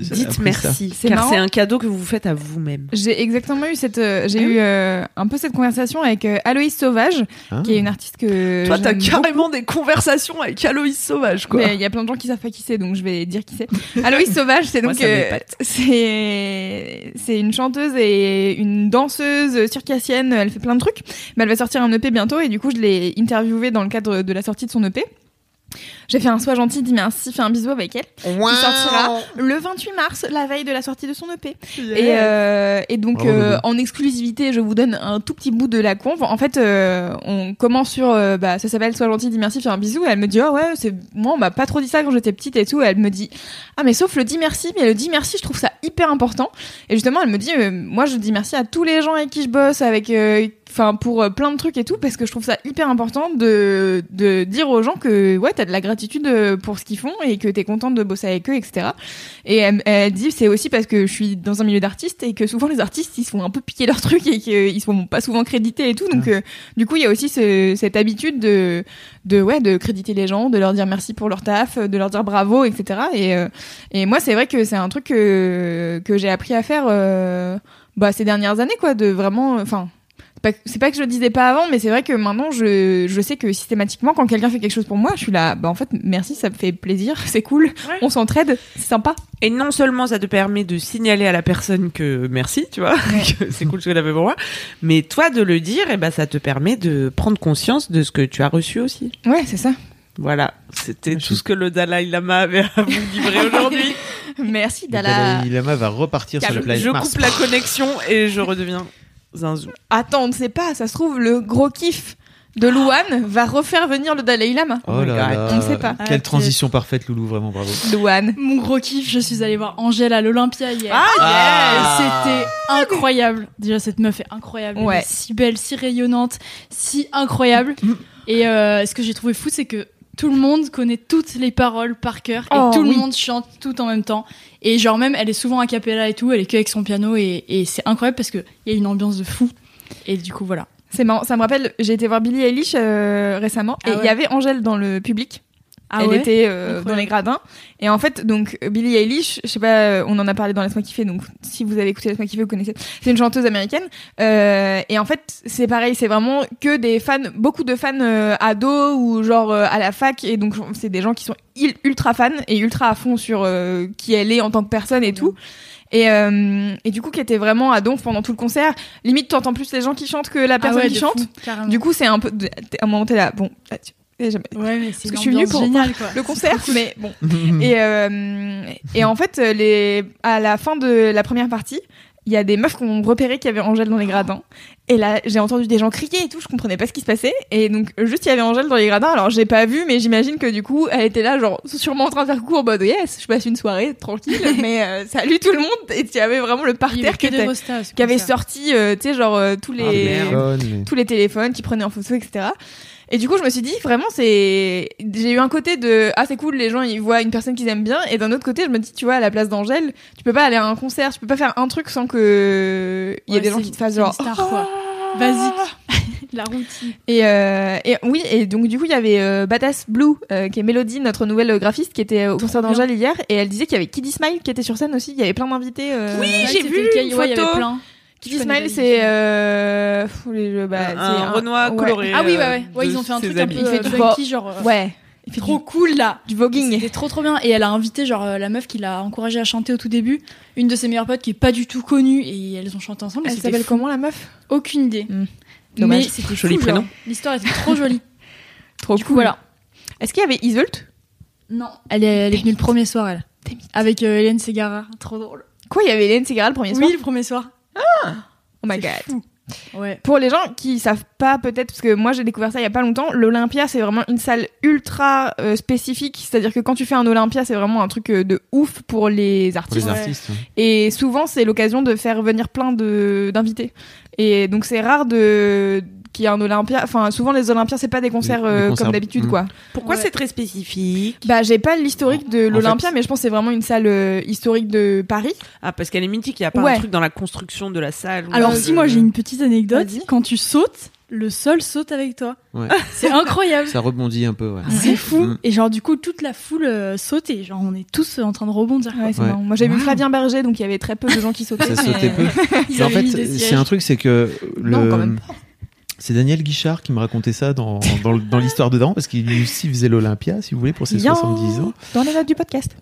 Speaker 7: c'est-
Speaker 6: Dites
Speaker 7: après,
Speaker 6: merci,
Speaker 7: ça.
Speaker 6: car
Speaker 1: marrant.
Speaker 6: c'est un cadeau que vous vous faites à vous-même.
Speaker 1: J'ai exactement eu cette, euh,
Speaker 5: Ah
Speaker 1: j'ai eu euh, un peu cette conversation avec euh, Aloïs Sauvage,
Speaker 6: Ah.
Speaker 1: qui est une artiste que.
Speaker 6: Toi, t'as
Speaker 1: j'aime
Speaker 6: carrément des conversations avec Aloïs Sauvage, quoi.
Speaker 1: Mais il y a plein de gens qui savent pas qui c'est, donc je vais dire qui c'est. Aloïs Sauvage, c'est
Speaker 6: Moi,
Speaker 1: donc
Speaker 6: ça
Speaker 1: euh,
Speaker 6: m'épate.
Speaker 1: c'est c'est une chanteuse et une danseuse circassienne. Elle fait plein de trucs, mais elle va sortir un EP bientôt et du coup je l'ai interviewée dans le cadre de la sortie de son EP. J'ai fait un soin gentil, dis merci, fais un bisou avec elle.
Speaker 18: Wow.
Speaker 1: Qui sortira le 28 mars, la veille de la sortie de son EP.
Speaker 18: Yes.
Speaker 1: Et, euh, et donc,
Speaker 18: Bravo,
Speaker 1: euh,
Speaker 18: Dodo.
Speaker 1: en exclusivité, je vous donne un tout petit bout de la conve. En fait, euh, on commence sur, euh, bah, ça s'appelle Sois gentil, dis merci, fais un bisou. Et elle me dit, oh ouais, c'est, moi, on m'a pas trop dit ça quand j'étais petite et tout. Et elle me dit, ah, mais sauf le dis merci, mais le dis merci, je trouve ça hyper important. Et justement, elle me dit, euh, moi, je dis merci à tous les gens avec qui je bosse, avec, euh, enfin, pour euh, plein de trucs et tout, parce que je trouve ça hyper important de, de dire aux gens que, ouais, t'as de la gratitude euh, pour ce qu'ils font et que t'es contente de bosser avec eux, etc. Et elle, elle dit, c'est aussi parce que je suis dans un milieu d'artistes et que souvent les artistes, ils se font un peu piquer leurs trucs et qu'ils se font pas souvent créditer et tout. Donc, euh, du coup, il y a aussi ce- cette habitude de, de, ouais, de créditer les gens, de leur dire merci pour leur taf, de leur dire bravo, etc. Et, euh, et moi, c'est vrai que c'est un truc que, que j'ai appris à faire, euh, bah, ces dernières années, quoi, de vraiment, enfin, c'est pas- c'est pas que je le disais pas avant, mais c'est vrai que maintenant je, je sais que systématiquement quand quelqu'un fait quelque chose pour moi, je suis là, bah en fait merci, ça me fait plaisir, c'est cool, on s'entraide, c'est sympa.
Speaker 6: Et non seulement ça te permet de signaler à la personne que merci, tu vois, que c'est cool ce que t'as fait pour moi, mais toi de le dire, et ben ça te permet de prendre conscience de ce que tu as reçu aussi.
Speaker 1: Ouais, c'est ça.
Speaker 6: Voilà, c'était tout ce que le Dalai Lama avait à vous livrer aujourd'hui.
Speaker 1: Merci
Speaker 7: Dalai
Speaker 1: Dala.
Speaker 7: Lama va repartir sur la planète
Speaker 6: je
Speaker 7: Mars.
Speaker 6: coupe la connexion et je redeviens zinzou.
Speaker 1: Attends, on ne sait pas, ça se trouve le gros kiff de Louane va refaire venir le Dalai Lama.
Speaker 7: Oh là là.
Speaker 1: On ne sait pas.
Speaker 7: Quelle transition parfaite, Loulou, vraiment bravo.
Speaker 1: Louane.
Speaker 5: Mon gros kiff, je suis allée voir Angèle à l'Olympia hier.
Speaker 7: Ah, yes.
Speaker 5: Et C'était incroyable. Déjà, cette meuf est incroyable.
Speaker 1: Ouais.
Speaker 5: Elle est si belle, si rayonnante, si incroyable. Et euh, ce que j'ai trouvé fou, c'est que tout le monde connaît toutes les paroles par cœur et
Speaker 1: Oh,
Speaker 5: tout le
Speaker 1: oui.
Speaker 5: monde chante tout en même temps. Et genre même, elle est souvent a cappella et tout, elle est que avec son piano et, et c'est incroyable parce qu'il y a une ambiance de fou. Et du coup, voilà.
Speaker 1: C'est marrant, ça me rappelle, j'ai été voir Billie Eilish euh, récemment
Speaker 5: Ah
Speaker 1: et il y
Speaker 5: ouais.
Speaker 1: avait Angèle dans le public.
Speaker 5: Ah
Speaker 1: elle
Speaker 5: ouais
Speaker 1: était euh, dans
Speaker 5: Incroyable.
Speaker 1: les gradins. Et en fait, donc, Billie Eilish, je sais pas, euh, on en a parlé dans Laisse-moi kiffer, donc si vous avez écouté Laisse-moi kiffer, vous connaissez. C'est une chanteuse américaine. Euh, et en fait, c'est pareil, c'est vraiment que des fans, beaucoup de fans euh, ados ou genre euh, à la fac. Et donc, c'est des gens qui sont il- ultra fans et ultra à fond sur euh, qui elle est en tant que personne et tout. Et, euh, et du coup, qui était vraiment à donf pendant tout le concert. Limite, t'entends plus les gens qui chantent que la
Speaker 5: Ah
Speaker 1: personne
Speaker 5: ouais,
Speaker 1: qui
Speaker 5: de
Speaker 1: chante.
Speaker 5: fou, carrément.
Speaker 1: du coup, c'est un peu. t'es- À un moment, t'es là. Bon, là, tu- et jamais-
Speaker 5: Parce
Speaker 1: que
Speaker 5: une
Speaker 1: je suis venue
Speaker 5: ambiance
Speaker 1: pour
Speaker 5: géniale,
Speaker 1: voir
Speaker 5: quoi.
Speaker 1: le concert, mais bon.
Speaker 5: Mm.
Speaker 1: et, euh, et en fait, les, à la fin de la première partie, il y a des meufs qu'on repéré qui avaient Angèle dans les gradins. Et là, j'ai entendu des gens crier et tout, je comprenais pas ce qui se passait. Et donc, juste, il y avait Angèle dans les gradins. Alors, j'ai pas vu, mais j'imagine que du coup, elle était là, genre, sûrement en train de faire cours en mode, yes, je passe une soirée tranquille, mais euh, salut tout le monde. Et tu avais vraiment le
Speaker 5: Il y avait
Speaker 1: parterre
Speaker 5: que
Speaker 1: qui
Speaker 5: des
Speaker 1: était-
Speaker 5: rostas, ce
Speaker 1: qui avait
Speaker 5: concert.
Speaker 1: sorti, euh, tu sais, genre, euh, tous
Speaker 5: Ah,
Speaker 1: les
Speaker 5: merde.
Speaker 1: tous les téléphones qui prenaient en photo, etc. Et du coup, je me suis dit, vraiment, c'est. J'ai eu un côté de ah, c'est cool, les gens ils voient une personne qu'ils aiment bien, et d'un autre côté, je me dis, tu vois, à la place d'Angèle, tu peux pas aller à un concert, tu peux pas faire un truc sans que il y a
Speaker 5: Ouais,
Speaker 1: des gens
Speaker 5: c'est-
Speaker 1: qui te fassent
Speaker 5: c'est une
Speaker 1: genre.
Speaker 5: star,
Speaker 1: Oh
Speaker 5: quoi. Basique. La routine.
Speaker 1: et, euh, et oui, et donc du coup, il y avait euh, Badass Blue, euh, qui est Mélodie, notre nouvelle graphiste, qui était au concert
Speaker 5: bien.
Speaker 1: d'Angèle hier, et elle disait qu'il y avait Kiddy Smile qui était sur scène aussi, il y avait plein d'invités. euh,
Speaker 5: Oui,
Speaker 1: ouais,
Speaker 5: j'ai
Speaker 1: c'était
Speaker 5: vu
Speaker 1: le cas,
Speaker 5: une
Speaker 1: ouais, il y avait
Speaker 5: photo.
Speaker 1: plein.
Speaker 5: Je
Speaker 1: Kiddy
Speaker 5: connais
Speaker 1: Smile,
Speaker 5: pas
Speaker 1: c'est euh, pff, les jeux, bah,
Speaker 6: Un
Speaker 1: c'est
Speaker 6: Renoir
Speaker 1: ouais.
Speaker 6: coloré,
Speaker 1: Ah oui, ouais,
Speaker 6: euh,
Speaker 1: ouais.
Speaker 5: Ouais,
Speaker 1: de
Speaker 5: ils ont fait un
Speaker 1: ses
Speaker 5: truc un peu
Speaker 1: amis.
Speaker 5: il fait
Speaker 1: du
Speaker 5: funky,
Speaker 1: vo-
Speaker 5: genre. euh,
Speaker 1: Ouais. Il fait
Speaker 5: trop
Speaker 1: du-
Speaker 5: cool là.
Speaker 1: Du voguing.
Speaker 5: C'était trop trop bien. Et elle a invité genre euh, la meuf qui l'a encouragée à chanter au tout début, une de ses meilleures potes qui est pas du tout connue et elles ont chanté ensemble. et
Speaker 1: Elle
Speaker 5: c'était
Speaker 1: s'appelle
Speaker 5: fou.
Speaker 1: comment, la meuf
Speaker 5: Aucune idée.
Speaker 1: Dommage.
Speaker 5: Mais c'était
Speaker 1: Joli
Speaker 5: fou,
Speaker 1: prénom.
Speaker 5: genre. L'histoire était trop jolie.
Speaker 1: Trop
Speaker 5: du coup, voilà.
Speaker 1: Est-ce qu'il y avait Isult
Speaker 5: Non, elle est, elle est venue le premier soir elle. Avec euh, Hélène Segara, trop drôle.
Speaker 1: Quoi, il y avait Hélène Segara le premier soir
Speaker 5: Oui, le premier soir.
Speaker 1: Oh my god.
Speaker 5: Ouais.
Speaker 1: Pour les gens qui savent pas peut-être, parce que moi j'ai découvert ça il y a pas longtemps, l'Olympia c'est vraiment une salle ultra euh, spécifique, c'est-à-dire que quand tu fais un Olympia c'est vraiment un truc euh, de ouf pour les artistes. hein.
Speaker 7: artistes,
Speaker 1: Et souvent c'est l'occasion de faire venir plein de d'invités. Et donc c'est rare de qu'il y ait un Olympia. Enfin souvent les Olympias c'est pas des concerts,
Speaker 6: Des- des
Speaker 1: euh,
Speaker 6: concerts,
Speaker 1: comme d'habitude
Speaker 6: mm.
Speaker 1: quoi.
Speaker 6: Pourquoi c'est très spécifique
Speaker 1: Bah j'ai pas l'historique de l'Olympia, mais je pense que c'est vraiment une salle euh, historique de Paris.
Speaker 6: Ah, parce qu'elle est mythique, il n'y a pas
Speaker 1: Ouais.
Speaker 6: un truc dans la construction de la salle. ou
Speaker 1: Bah,
Speaker 5: Alors
Speaker 6: de-
Speaker 5: si moi j'ai une petite anecdote, quand tu sautes, le sol saute avec toi.
Speaker 7: Ouais.
Speaker 5: C'est incroyable.
Speaker 7: Ça rebondit un peu, ouais.
Speaker 5: C'est fou.
Speaker 7: Mm.
Speaker 5: Et genre, du coup, toute la foule euh, saute et genre, on est tous euh, en train de rebondir.
Speaker 1: Ouais,
Speaker 7: c'est Ouais. marrant.
Speaker 1: Moi, j'ai vu Flavien Berger, donc il y avait très peu de gens qui sautaient.
Speaker 7: Ça sautait peu. Mais en fait, euh, c'est un truc, c'est que le.
Speaker 1: Non, quand même
Speaker 7: C'est Daniel Guichard qui me racontait ça dans, dans, le- dans l'histoire dedans, parce qu'il lui aussi faisait l'Olympia, si vous voulez, pour ses 70 ans.
Speaker 1: Dans les notes du podcast.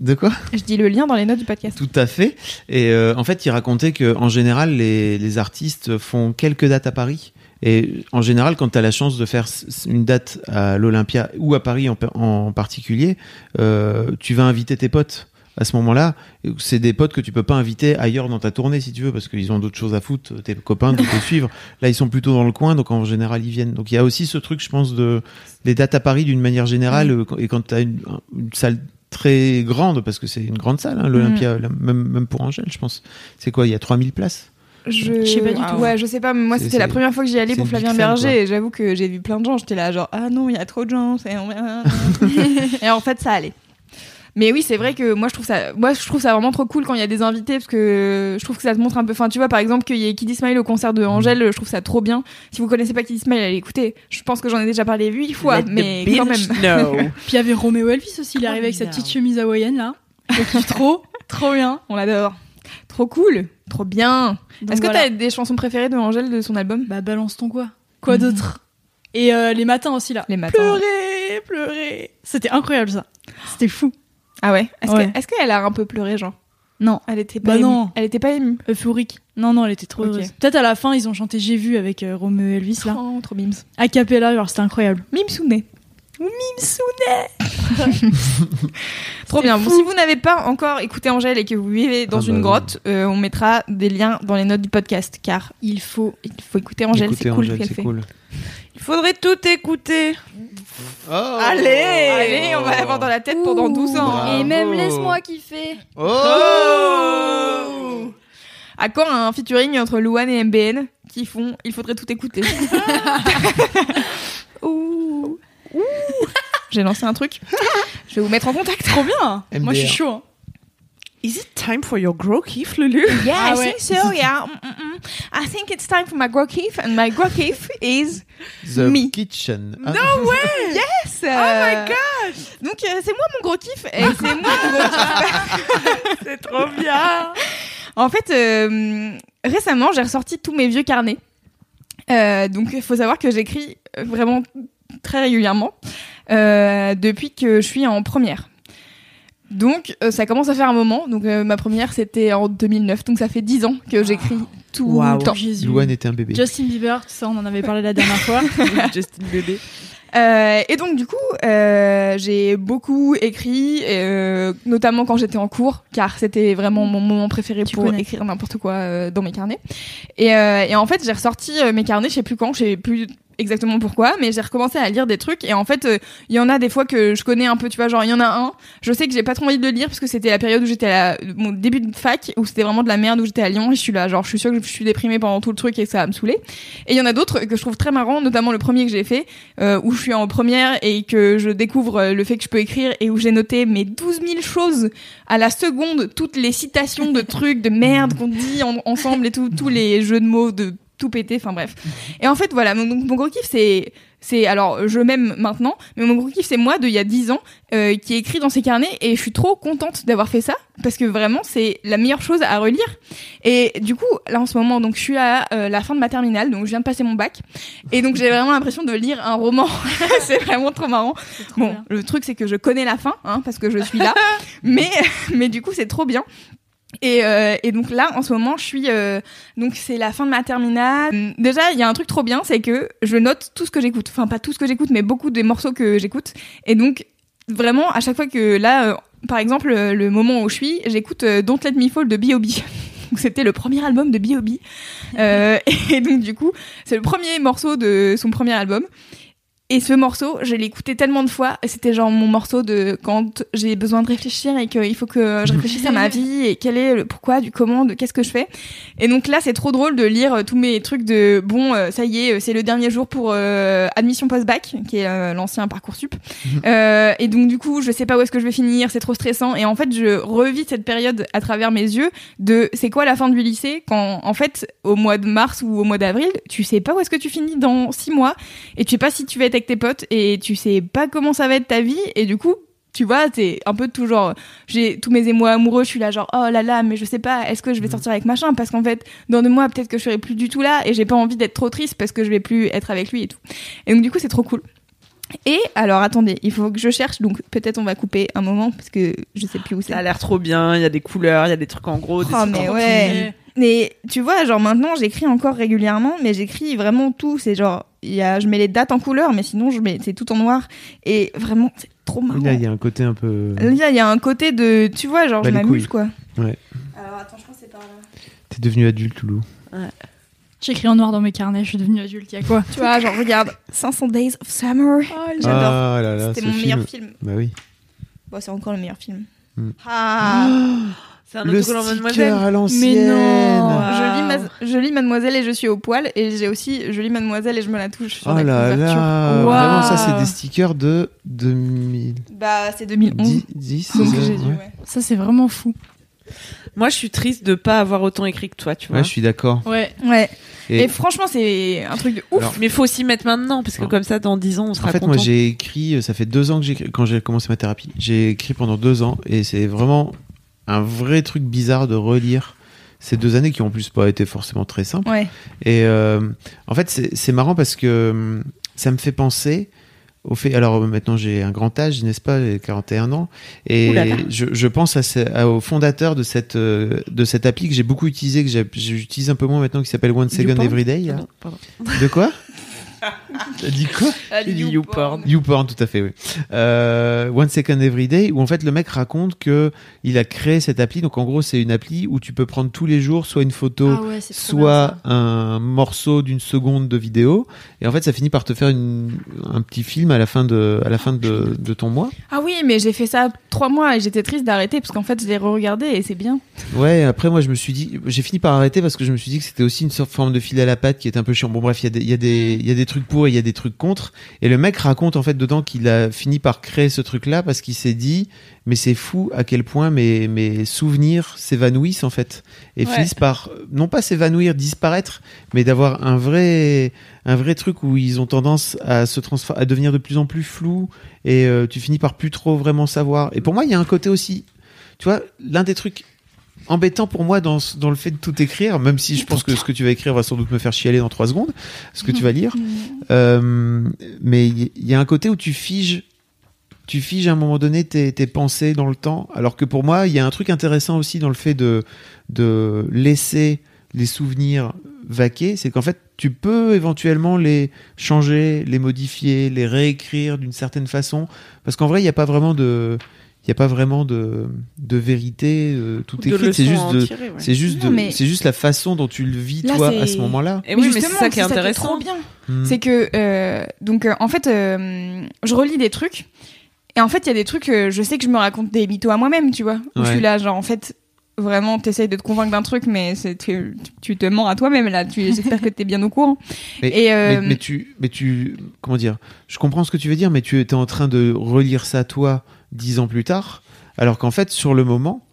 Speaker 7: De quoi
Speaker 1: Je dis le lien dans les notes du podcast.
Speaker 7: Tout à fait. Et euh, en fait, il racontait que en général, les, les artistes font quelques dates à Paris. Et en général, quand tu as la chance de faire s- une date à l'Olympia ou à Paris en, pa- en particulier, euh, tu vas inviter tes potes. À ce moment-là, c'est des potes que tu peux pas inviter ailleurs dans ta tournée si tu veux, parce qu'ils ont d'autres choses à foutre. Tes copains doivent te suivre. Là, ils sont plutôt dans le coin, donc en général, ils viennent. Donc il y a aussi ce truc, je pense, de les dates à Paris d'une manière générale. euh, quand- Et quand tu as une, une salle très grande, parce que c'est une grande salle, hein, l'Olympia,
Speaker 1: Mhm.
Speaker 7: la- même, même pour Angèle, je pense. C'est quoi Il y a 3000 places
Speaker 1: Je
Speaker 5: sais pas du tout.
Speaker 1: Ouais, je sais pas, mais moi,
Speaker 7: C'est-
Speaker 1: c'était la
Speaker 7: c'est-
Speaker 1: première fois que j'y allais
Speaker 7: c'est
Speaker 1: pour
Speaker 7: une big
Speaker 1: Flavien
Speaker 7: scène,
Speaker 1: Berger,
Speaker 7: quoi.
Speaker 1: et j'avoue que j'ai vu plein de gens. J'étais là, genre, ah non, il y a trop de gens. c'est- et en fait, ça allait. Mais oui, c'est vrai que moi je trouve ça, moi je trouve ça vraiment trop cool quand il y a des invités parce que je trouve que ça te montre un peu. Enfin, tu vois, par exemple qu'il y ait Kid Smile au concert
Speaker 7: Mm.
Speaker 1: de Angèle, je trouve ça trop bien. Si vous connaissez pas Kid Smile, allez écouter. Je pense que j'en ai déjà parlé huit fois,
Speaker 5: Let the
Speaker 1: mais
Speaker 5: bitch
Speaker 1: quand même.
Speaker 5: know. Puis il y avait Roméo Elvis aussi, il
Speaker 1: Oh,
Speaker 5: est arrivé avec sa petite chemise hawaïenne là. Je kiffe trop, trop bien.
Speaker 1: On l'adore. Trop cool, trop bien.
Speaker 5: Donc
Speaker 1: Est-ce que
Speaker 5: voilà.
Speaker 1: t'as des chansons préférées de Angèle de son album
Speaker 5: Bah balance ton quoi. Quoi d'autre Et euh, les matins aussi là.
Speaker 1: Mm. Les matins.
Speaker 5: Pleurer, pleurer. C'était incroyable ça. C'était fou.
Speaker 1: Ah ouais Est-ce
Speaker 5: Ouais.
Speaker 1: que- est-ce qu'elle a un peu pleuré, genre
Speaker 5: Non.
Speaker 1: Elle était pas
Speaker 5: Bah
Speaker 1: émue.
Speaker 5: non.
Speaker 1: Elle était pas émue.
Speaker 5: Euphorique. Non, non, elle était trop
Speaker 1: Ok.
Speaker 5: heureuse. Peut-être à la fin, ils ont chanté J'ai vu avec euh, Roméo Elvis là.
Speaker 1: Trop, trop mimes.
Speaker 5: A cappella, genre c'était incroyable.
Speaker 1: Mimsouné. Mimsounet Trop bien. Bon, si vous n'avez pas encore écouté Angèle et que vous vivez dans
Speaker 20: Ah
Speaker 1: une
Speaker 20: bah oui.
Speaker 1: grotte, euh, on mettra des liens dans les notes du podcast, car il faut, il faut écouter Angèle,
Speaker 20: Écoutez,
Speaker 1: c'est cool ce
Speaker 20: Angèle,
Speaker 1: qu'elle
Speaker 20: c'est
Speaker 1: fait.
Speaker 20: cool.
Speaker 1: Il faudrait tout écouter. Oh,
Speaker 7: Allez
Speaker 1: Allez, on va l'avoir dans la tête pendant 12 ans.
Speaker 7: Bravo. Et même laisse-moi
Speaker 1: kiffer.
Speaker 7: Oh
Speaker 1: À quand un featuring entre Louane et MBN qui font Il faudrait tout écouter Ouh. Ouh. J'ai lancé un truc. Je vais vous mettre en contact. Trop bien.
Speaker 5: Moi, je suis chaud. hein.
Speaker 1: Is it time for your grow kiff, Lulu? Yeah,
Speaker 5: Ah
Speaker 1: I
Speaker 5: ouais.
Speaker 1: think so, yeah. Mm, mm, mm. I think it's time for my grow kiff, and my grow kiff is.
Speaker 20: The
Speaker 1: Me.
Speaker 20: Kitchen. Ah.
Speaker 1: way! Yes! Oh my gosh! Donc, euh, c'est moi mon gros kiff, et c'est moi mon gros kiff. c'est trop bien! En fait, euh, récemment, j'ai ressorti tous mes vieux carnets. Euh, donc, il faut savoir que j'écris euh, vraiment très régulièrement euh, depuis que je suis en première. Donc, euh, ça commence à faire un moment. Donc, euh, ma première, c'était en 2009. Donc, ça fait 10 ans que j'écris tout le temps.
Speaker 20: Louane était un bébé.
Speaker 5: Justin Bieber, tout ça, on en avait parlé la dernière fois.
Speaker 1: Justin Bébé. Euh, et donc du coup, euh, j'ai beaucoup écrit, euh, notamment quand j'étais en cours, car c'était vraiment mon moment préféré pour
Speaker 5: connais.
Speaker 1: écrire n'importe quoi euh, dans mes carnets. Et, euh, et en fait, j'ai ressorti euh, mes carnets, je sais plus quand, je sais plus exactement pourquoi, mais j'ai recommencé à lire des trucs. Et en fait, euh, il y en a des fois que je connais un peu, tu vois, genre il y en a un, je sais que j'ai pas trop envie de le lire parce que c'était la période où j'étais à la- mon début de fac, où c'était vraiment de la merde, où j'étais à Lyon, et je suis là, genre je suis sûre que je suis déprimée pendant tout le truc et que ça va me saouler. Et il y en a d'autres que je trouve très marrant, notamment le premier que j'ai fait, euh, où je suis en première et que je découvre euh, le fait que je peux écrire et où j'ai noté mes 12 000 choses à la seconde, toutes les citations de trucs de merde qu'on dit en- ensemble et tout, tous les jeux de mots de tout péter, enfin bref. Et en fait, voilà, mon, donc, mon gros kiff, c'est. C'est alors je m'aime maintenant, mais mon gros kiff c'est moi de il y a 10 ans euh, qui est écrit dans ses carnets et je suis trop contente d'avoir fait ça parce que vraiment c'est la meilleure chose à relire. Et du coup là en ce moment donc je suis à euh, la fin de ma terminale donc je viens de passer mon bac et donc j'ai vraiment l'impression de lire un roman. c'est vraiment trop marrant. bon le truc c'est que je connais la fin hein, parce que je suis là, mais mais du coup c'est trop bien. Et, euh, et donc là, en ce moment, je suis euh, donc c'est la fin de ma terminale. Hum, Déjà, il y a un truc trop bien, c'est que je note tout ce que j'écoute. Enfin, pas tout ce que j'écoute, mais beaucoup des morceaux que j'écoute. Et donc vraiment, à chaque fois que là, euh, par exemple, euh, le moment où je suis, j'écoute euh, Don't Let Me Fall de B.O.B. Donc, C'était le premier album de B.O.B. Euh, et donc du coup, c'est le premier morceau de son premier album. Et ce morceau, je l'ai écouté tellement de fois, et c'était genre mon morceau de quand j'ai besoin de réfléchir et qu'il faut que je réfléchisse à ma vie et quel est le pourquoi, du comment, de qu'est-ce que je fais. Et donc là, c'est trop drôle de lire euh, tous mes trucs de bon, euh, ça y est, euh, c'est le dernier jour pour euh, admission post-bac, qui est euh, l'ancien Parcoursup. Euh, et donc du coup, je sais pas où est-ce que je vais finir, c'est trop stressant. Et en fait, je revis cette période à travers mes yeux de c'est quoi la fin du lycée quand en fait, au mois de mars ou au mois d'avril, tu sais pas où est-ce que tu finis dans six mois et tu sais pas si tu vas être avec tes potes et tu sais pas comment ça va être ta vie et du coup tu vois, t'es un peu tout genre, j'ai tous mes émois amoureux, je suis là genre, oh là là, mais je sais pas, est-ce que je vais sortir avec machin Parce qu'en fait, dans deux mois, peut-être que je serai plus du tout là et j'ai pas envie d'être trop triste parce que je vais plus être avec lui et tout. Et donc, du coup, c'est trop cool. Et alors, attendez, il faut que je cherche, donc peut-être on va couper un moment parce que je sais plus où c'est.
Speaker 6: Ça a l'air trop bien, il y a des couleurs, il y a des trucs en gros, des
Speaker 1: Oh,
Speaker 6: trucs
Speaker 1: mais
Speaker 6: en
Speaker 1: ouais. Mais tu vois, genre maintenant, j'écris encore régulièrement, mais j'écris vraiment tout. C'est genre, il y a, je mets les dates en couleur, mais sinon, je mets, c'est tout en noir. Et vraiment, c'est trop marrant.
Speaker 20: Là, il y a un côté un peu.
Speaker 1: Là, il y a un côté de, tu vois, genre,
Speaker 20: Bah,
Speaker 1: je
Speaker 20: les
Speaker 1: m'amuse,
Speaker 20: couilles.
Speaker 1: quoi.
Speaker 20: Ouais.
Speaker 1: Alors, attends, je pense que c'est par là.
Speaker 20: T'es devenu adulte, Loulou.
Speaker 5: J'écris en noir dans mes carnets, je suis devenue adulte, il y a quoi
Speaker 1: Tu vois, genre, regarde, 500 Days of Summer. Oh, J'adore.
Speaker 20: Ah là là,
Speaker 1: C'était
Speaker 20: ce
Speaker 1: mon
Speaker 20: film.
Speaker 1: meilleur film.
Speaker 20: Bah oui.
Speaker 1: Bon, c'est encore le meilleur film.
Speaker 20: Mm.
Speaker 1: Ah
Speaker 20: Oh,
Speaker 6: C'est un Le autocollant sticker Mademoiselle. à l'ancienne.
Speaker 1: Mais non
Speaker 6: Wow.
Speaker 1: je, lis Mas- je lis Mademoiselle et je suis au poil. Et j'ai aussi Je lis Mademoiselle et je me la touche. Sur
Speaker 20: Oh
Speaker 1: la
Speaker 20: là
Speaker 1: couverture.
Speaker 20: là.
Speaker 1: Wow.
Speaker 20: Vraiment, ça, c'est des stickers de 2000.
Speaker 1: Bah, c'est 2011.
Speaker 20: 10,
Speaker 1: Donc,
Speaker 20: euh,
Speaker 1: j'ai dû,
Speaker 20: ouais.
Speaker 1: ouais.
Speaker 5: Ça, c'est vraiment fou.
Speaker 6: Moi, je suis triste de pas avoir autant écrit que toi, tu vois.
Speaker 20: Ouais, je suis d'accord.
Speaker 5: Ouais.
Speaker 1: Ouais.
Speaker 20: Et-
Speaker 1: Et, franchement, c'est un truc de ouf.
Speaker 20: Alors-
Speaker 6: Mais faut s'y mettre maintenant, parce que comme ça, dans 10 ans, on sera
Speaker 20: En fait,
Speaker 6: content.
Speaker 20: moi, j'ai écrit, euh, ça fait deux ans que j'ai écrit- quand j'ai commencé ma thérapie, j'ai écrit pendant deux ans et c'est vraiment un vrai truc bizarre de relire ces deux années qui en plus pas été forcément très simples.
Speaker 1: Ouais.
Speaker 20: Et euh, en fait, c'est c'est marrant parce que hum, ça me fait penser au fait. Alors euh, maintenant, j'ai un grand âge, n'est-ce pas J'ai 41 ans et
Speaker 7: Ouh là là.
Speaker 20: je, je pense à ce- à- au fondateur de cette euh, de cette appli que j'ai beaucoup utilisé, que j'ai- j'utilise un peu moins maintenant, qui s'appelle One Second
Speaker 6: YouPorn
Speaker 20: Everyday. là.
Speaker 6: Ah non, pardon.
Speaker 20: De quoi
Speaker 7: T'as dit quoi
Speaker 21: Ah,
Speaker 6: Elle a dit
Speaker 7: J'ai dit
Speaker 6: YouPorn.
Speaker 7: YouPorn, tout à fait, oui. Euh, One Second Every Day, où en fait le mec raconte que il a créé cette appli. Donc en gros, c'est une appli où tu peux prendre tous les jours soit une photo,
Speaker 21: Ah ouais, c'est trop
Speaker 7: soit un morceau d'une seconde de vidéo. Et en fait, ça finit par te faire une- un petit film à la fin de, à la fin de, de ton mois.
Speaker 1: Ah oui, mais j'ai fait ça trois mois et j'étais triste d'arrêter parce qu'en fait je l'ai re-regardé et c'est bien.
Speaker 7: Ouais, après moi je me suis dit, j'ai fini par arrêter parce que je me suis dit que c'était aussi une sorte de forme de fil à la patte qui est un peu chiant. Bon bref, il y, a des- il y, a des- il y a des trucs pour et il y a des trucs contre. Et le mec raconte en fait dedans qu'il a fini par créer ce truc-là parce qu'il s'est dit, mais c'est fou à quel point mes, mes souvenirs s'évanouissent en fait et
Speaker 22: Ouais.
Speaker 7: finissent par non pas s'évanouir, disparaître, mais d'avoir un vrai un vrai truc où ils ont tendance à se transfor- à devenir de plus en plus flous et euh, tu finis par plus trop vraiment savoir. Et pour moi, il y a un côté aussi, tu vois, l'un des trucs embêtants pour moi dans, ce- dans le fait de tout écrire, même si je pense que ce que tu vas écrire va sans doute me faire chialer dans trois secondes, ce
Speaker 1: Mhm.
Speaker 7: que tu vas lire. Euh, mais il y- il y a un côté où tu figes tu figes à un moment donné tes, tes pensées dans le temps. Alors que pour moi, il y a un truc intéressant aussi dans le fait de, de laisser les souvenirs vaquer, c'est qu'en fait, tu peux éventuellement les changer, les modifier, les réécrire d'une certaine façon. Parce qu'en vrai, il n'y a pas vraiment de. Il n'y a pas vraiment de, de vérité, euh, tout
Speaker 6: Ou de
Speaker 7: écrit. C'est
Speaker 6: leçon à
Speaker 7: juste,
Speaker 6: en
Speaker 7: de-
Speaker 6: tirer, ouais.
Speaker 7: c'est juste,
Speaker 1: Non,
Speaker 7: de-
Speaker 1: mais-
Speaker 7: c'est juste la façon dont tu le vis, toi, à ce moment-là.
Speaker 1: Et oui, mais c'est ça qui est intéressant. bien.
Speaker 7: Hmm.
Speaker 1: C'est que euh, donc euh, en fait, euh, je relis des trucs et en fait il y a des trucs, euh, je sais que je me raconte des mythos à moi-même, tu vois. Où Je
Speaker 23: Ouais.
Speaker 1: suis là, genre en fait. Vraiment, t'essayes de te convaincre d'un truc, mais c'est tu, tu te mens à toi-même là. Tu- J'espère que t'es bien au courant.
Speaker 7: Mais,
Speaker 1: Et, euh,
Speaker 7: mais, mais tu, mais tu, comment dire Je comprends ce que tu veux dire, mais tu étais en train de relire ça toi dix ans plus tard, alors qu'en fait, sur le moment,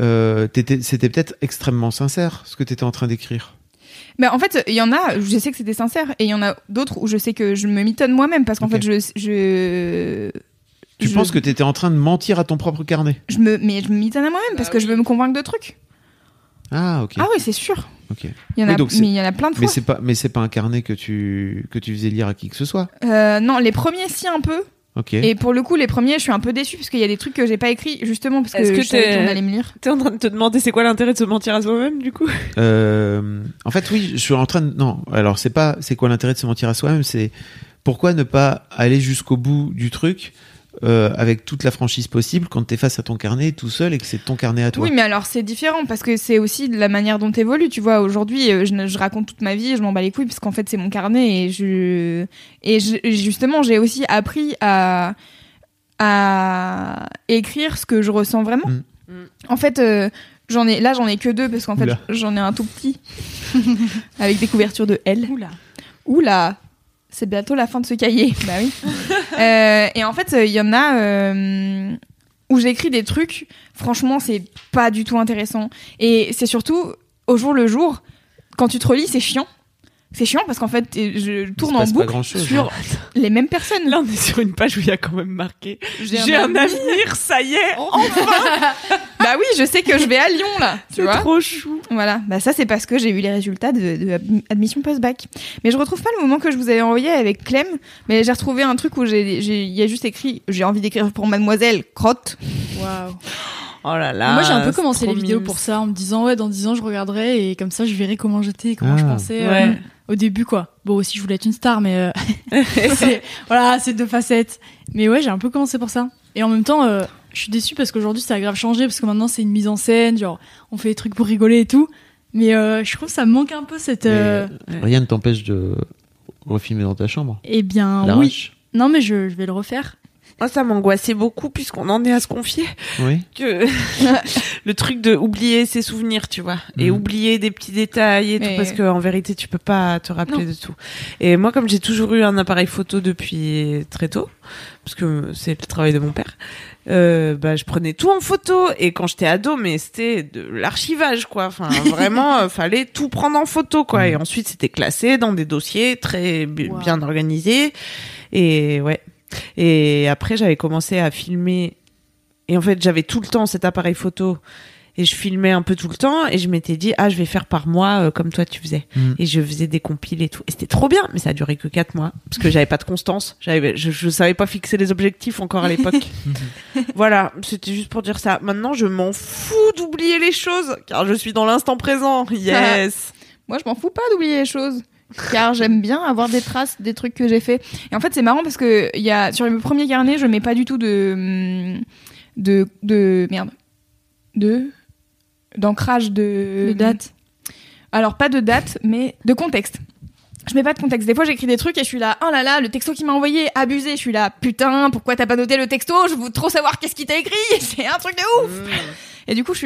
Speaker 7: euh, t'étais- c'était peut-être extrêmement sincère ce que tu étais en train d'écrire.
Speaker 1: Mais en fait, il y en a, je sais que c'était sincère, et il y en a d'autres où je sais que je me mitonne moi-même parce qu'en fait, je, je,
Speaker 7: Tu penses que tu étais en train de mentir à ton propre carnet
Speaker 1: je me, mais je me mitonne à moi-même
Speaker 6: Ah
Speaker 1: parce que je veux me convaincre de trucs.
Speaker 7: Ah, ok.
Speaker 1: Ah oui, c'est sûr.
Speaker 7: Ok.
Speaker 1: Il y en a-
Speaker 7: Oui, donc c'est-
Speaker 1: mais il y en a plein de
Speaker 7: Mais
Speaker 1: fois.
Speaker 7: c'est pas, mais c'est pas un carnet que tu que tu faisais lire à qui que ce soit.
Speaker 1: Euh, non, les premiers, si un peu.
Speaker 7: Ok.
Speaker 1: Et pour le coup, les premiers, je suis un peu déçue parce qu'il y a des trucs que j'ai pas écrits justement parce que,
Speaker 6: Est-ce que
Speaker 1: je savais
Speaker 6: t'es-
Speaker 1: qu'on allait me lire.
Speaker 6: T'es en train de te demander c'est quoi l'intérêt de se mentir à soi-même du coup
Speaker 7: Euh, en fait, oui, je suis en train de. Non, alors c'est pas. C'est quoi l'intérêt de se mentir à soi-même C'est pourquoi ne pas aller jusqu'au bout du truc euh, avec toute la franchise possible quand t'es face à ton carnet tout seul et que c'est ton carnet à toi.
Speaker 1: Oui, mais alors c'est différent parce que c'est aussi de la manière dont t'évolues. Tu vois, aujourd'hui, euh, je, ne- je raconte toute ma vie, et je m'en bats les couilles parce qu'en fait, c'est mon carnet et je et je- et justement, j'ai aussi appris à à écrire ce que je ressens vraiment.
Speaker 7: Mm.
Speaker 1: En fait, euh, j'en ai là, j'en ai que deux parce qu'en fait,
Speaker 23: Oula.
Speaker 1: j'en ai un tout petit avec des couvertures de L. Oula. Oula. C'est bientôt la fin de ce cahier. Bah oui. Euh, et en fait, il y en a euh, où j'écris des trucs. Franchement, c'est pas du tout intéressant. Et c'est surtout au jour le jour. Quand tu te relis, c'est chiant. C'est chiant parce qu'en fait, t'es- je tourne en
Speaker 6: passe pas
Speaker 1: boucle
Speaker 6: grand-chose,
Speaker 1: sur
Speaker 6: hein.
Speaker 1: les mêmes personnes.
Speaker 6: Là, on est sur une page où il y a quand même marqué J'ai un Oh, avenir, ça y est,
Speaker 1: bah oui, je sais que je vais à Lyon là. Tu
Speaker 6: C'est
Speaker 1: vois
Speaker 6: trop chou.
Speaker 1: Voilà. Bah ça c'est parce que j'ai eu les résultats de, de admi- admission post-bac. Mais je retrouve pas le moment que je vous avais envoyé avec Clem. Mais j'ai retrouvé un truc où j'ai, j'ai- il y a juste écrit j'ai envie d'écrire pour Mademoiselle Crotte.
Speaker 5: Waouh.
Speaker 6: Oh là là.
Speaker 5: Moi, j'ai un peu
Speaker 6: c'est
Speaker 5: commencé
Speaker 6: trop
Speaker 5: les vidéos
Speaker 6: mignon.
Speaker 5: pour ça, en me disant, ouais, dans 10 ans, je regarderai et comme ça, je verrai comment j'étais et comment
Speaker 6: Ah.
Speaker 5: je pensais euh,
Speaker 6: Ouais.
Speaker 5: au début, quoi. Bon, aussi, je voulais être une star, mais euh, c'est- voilà, c'est deux facettes. Mais ouais, j'ai un peu commencé pour ça. Et en même temps, euh, je suis déçue parce qu'aujourd'hui, ça a grave changé parce que maintenant, c'est une mise en scène, genre, on fait des trucs pour rigoler et tout. Mais euh, je trouve que ça manque un peu cette. euh,
Speaker 7: Rien ne t'empêche de refilmer dans ta chambre.
Speaker 5: Eh
Speaker 1: Ah
Speaker 5: bien,
Speaker 7: La
Speaker 5: oui.
Speaker 7: rush.
Speaker 5: Non, mais je, je vais le refaire.
Speaker 6: Moi, ça m'angoissait beaucoup puisqu'on en est à se confier.
Speaker 7: Oui.
Speaker 6: Que le truc de oublier ses souvenirs, tu vois, et
Speaker 7: Mhm.
Speaker 6: oublier des petits détails et
Speaker 23: Mais-
Speaker 6: tout, parce que en vérité, tu peux pas te rappeler
Speaker 23: Non.
Speaker 6: de tout. Et moi, comme j'ai toujours eu un appareil photo depuis très tôt, parce que c'est le travail de mon père, euh, bah, je prenais tout en photo. Et quand j'étais ado, mais c'était de l'archivage, quoi. Enfin, vraiment, euh, fallait tout prendre en photo, quoi. Et ensuite, c'était classé dans des dossiers très bi- bien organisés. Et ouais. Et après, j'avais commencé à filmer. Et en fait, j'avais tout le temps cet appareil photo. Et je filmais un peu tout le temps. Et je m'étais dit, ah, je vais faire par mois euh, comme toi, tu faisais.
Speaker 23: Mm.
Speaker 6: Et je faisais des compiles et tout. Et c'était trop bien. Mais ça a duré que quatre mois. Parce que j'avais pas de constance. J'avais, je, je savais pas fixer les objectifs encore à l'époque. voilà. C'était juste pour dire ça. Maintenant, je m'en fous d'oublier les choses. Car je suis dans l'instant présent. Yes.
Speaker 1: Moi je m'en fous pas d'oublier les choses. car j'aime bien avoir des traces des trucs que j'ai fait. Et en fait, c'est marrant parce que il y a, sur le premier carnet, je mets pas du tout de. hum, de. de merde. De. d'ancrage de. mm,
Speaker 5: De date.
Speaker 1: Alors, pas de date, mais de contexte. Je mets pas de contexte. Des fois, j'écris des trucs et je suis là, oh là là, le texto qu'il m'a envoyé, abusé. Je suis là, putain, pourquoi t'as pas noté le texto Je veux trop savoir qu'est-ce qu'il t'a écrit. C'est un truc de ouf. Et du coup, je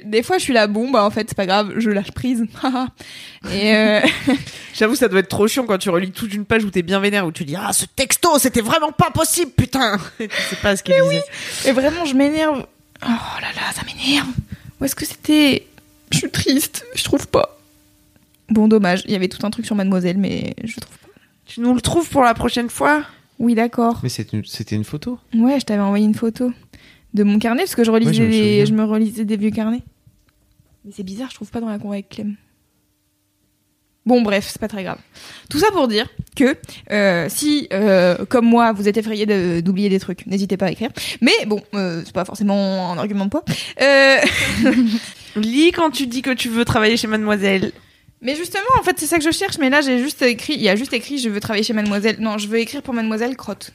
Speaker 1: suis, des fois, je suis là, bon, bah en fait, c'est pas grave, je lâche prise. et euh,
Speaker 6: J'avoue, ça doit être trop chiant quand tu relis tout d'une page où t'es bien vénère, où tu dis Ah, ce texto, c'était vraiment pas possible, putain Et tu sais pas ce qu'il disait.
Speaker 1: Et vraiment, je m'énerve. Oh là là, ça m'énerve. Où est-ce que c'était Je suis triste, je trouve pas. Bon, dommage, il y avait tout un truc sur Mademoiselle, mais je trouve pas.
Speaker 6: Tu nous le trouves pour la prochaine fois
Speaker 1: Oui, d'accord.
Speaker 20: Mais c'est une- c'était une photo.
Speaker 1: Ouais, je t'avais envoyé une photo de mon carnet parce que je relisais,
Speaker 20: Ouais, je me
Speaker 1: des-
Speaker 20: souviens.
Speaker 1: je me relisais des vieux carnets. Mais c'est bizarre, je trouve pas dans la con avec Clem. Bon, bref, c'est pas très grave. Tout ça pour dire que euh, si, euh, comme moi, vous êtes effrayé de- d'oublier des trucs, n'hésitez pas à écrire. Mais bon, euh, c'est pas forcément un argument de poids. Euh...
Speaker 6: Lis quand tu dis que tu veux travailler chez Mademoiselle.
Speaker 1: Mais justement, en fait, c'est ça que je cherche. Mais là, j'ai juste écrit. Il y a juste écrit. Je veux travailler chez Mademoiselle. Non, je veux écrire pour Mademoiselle Crotte.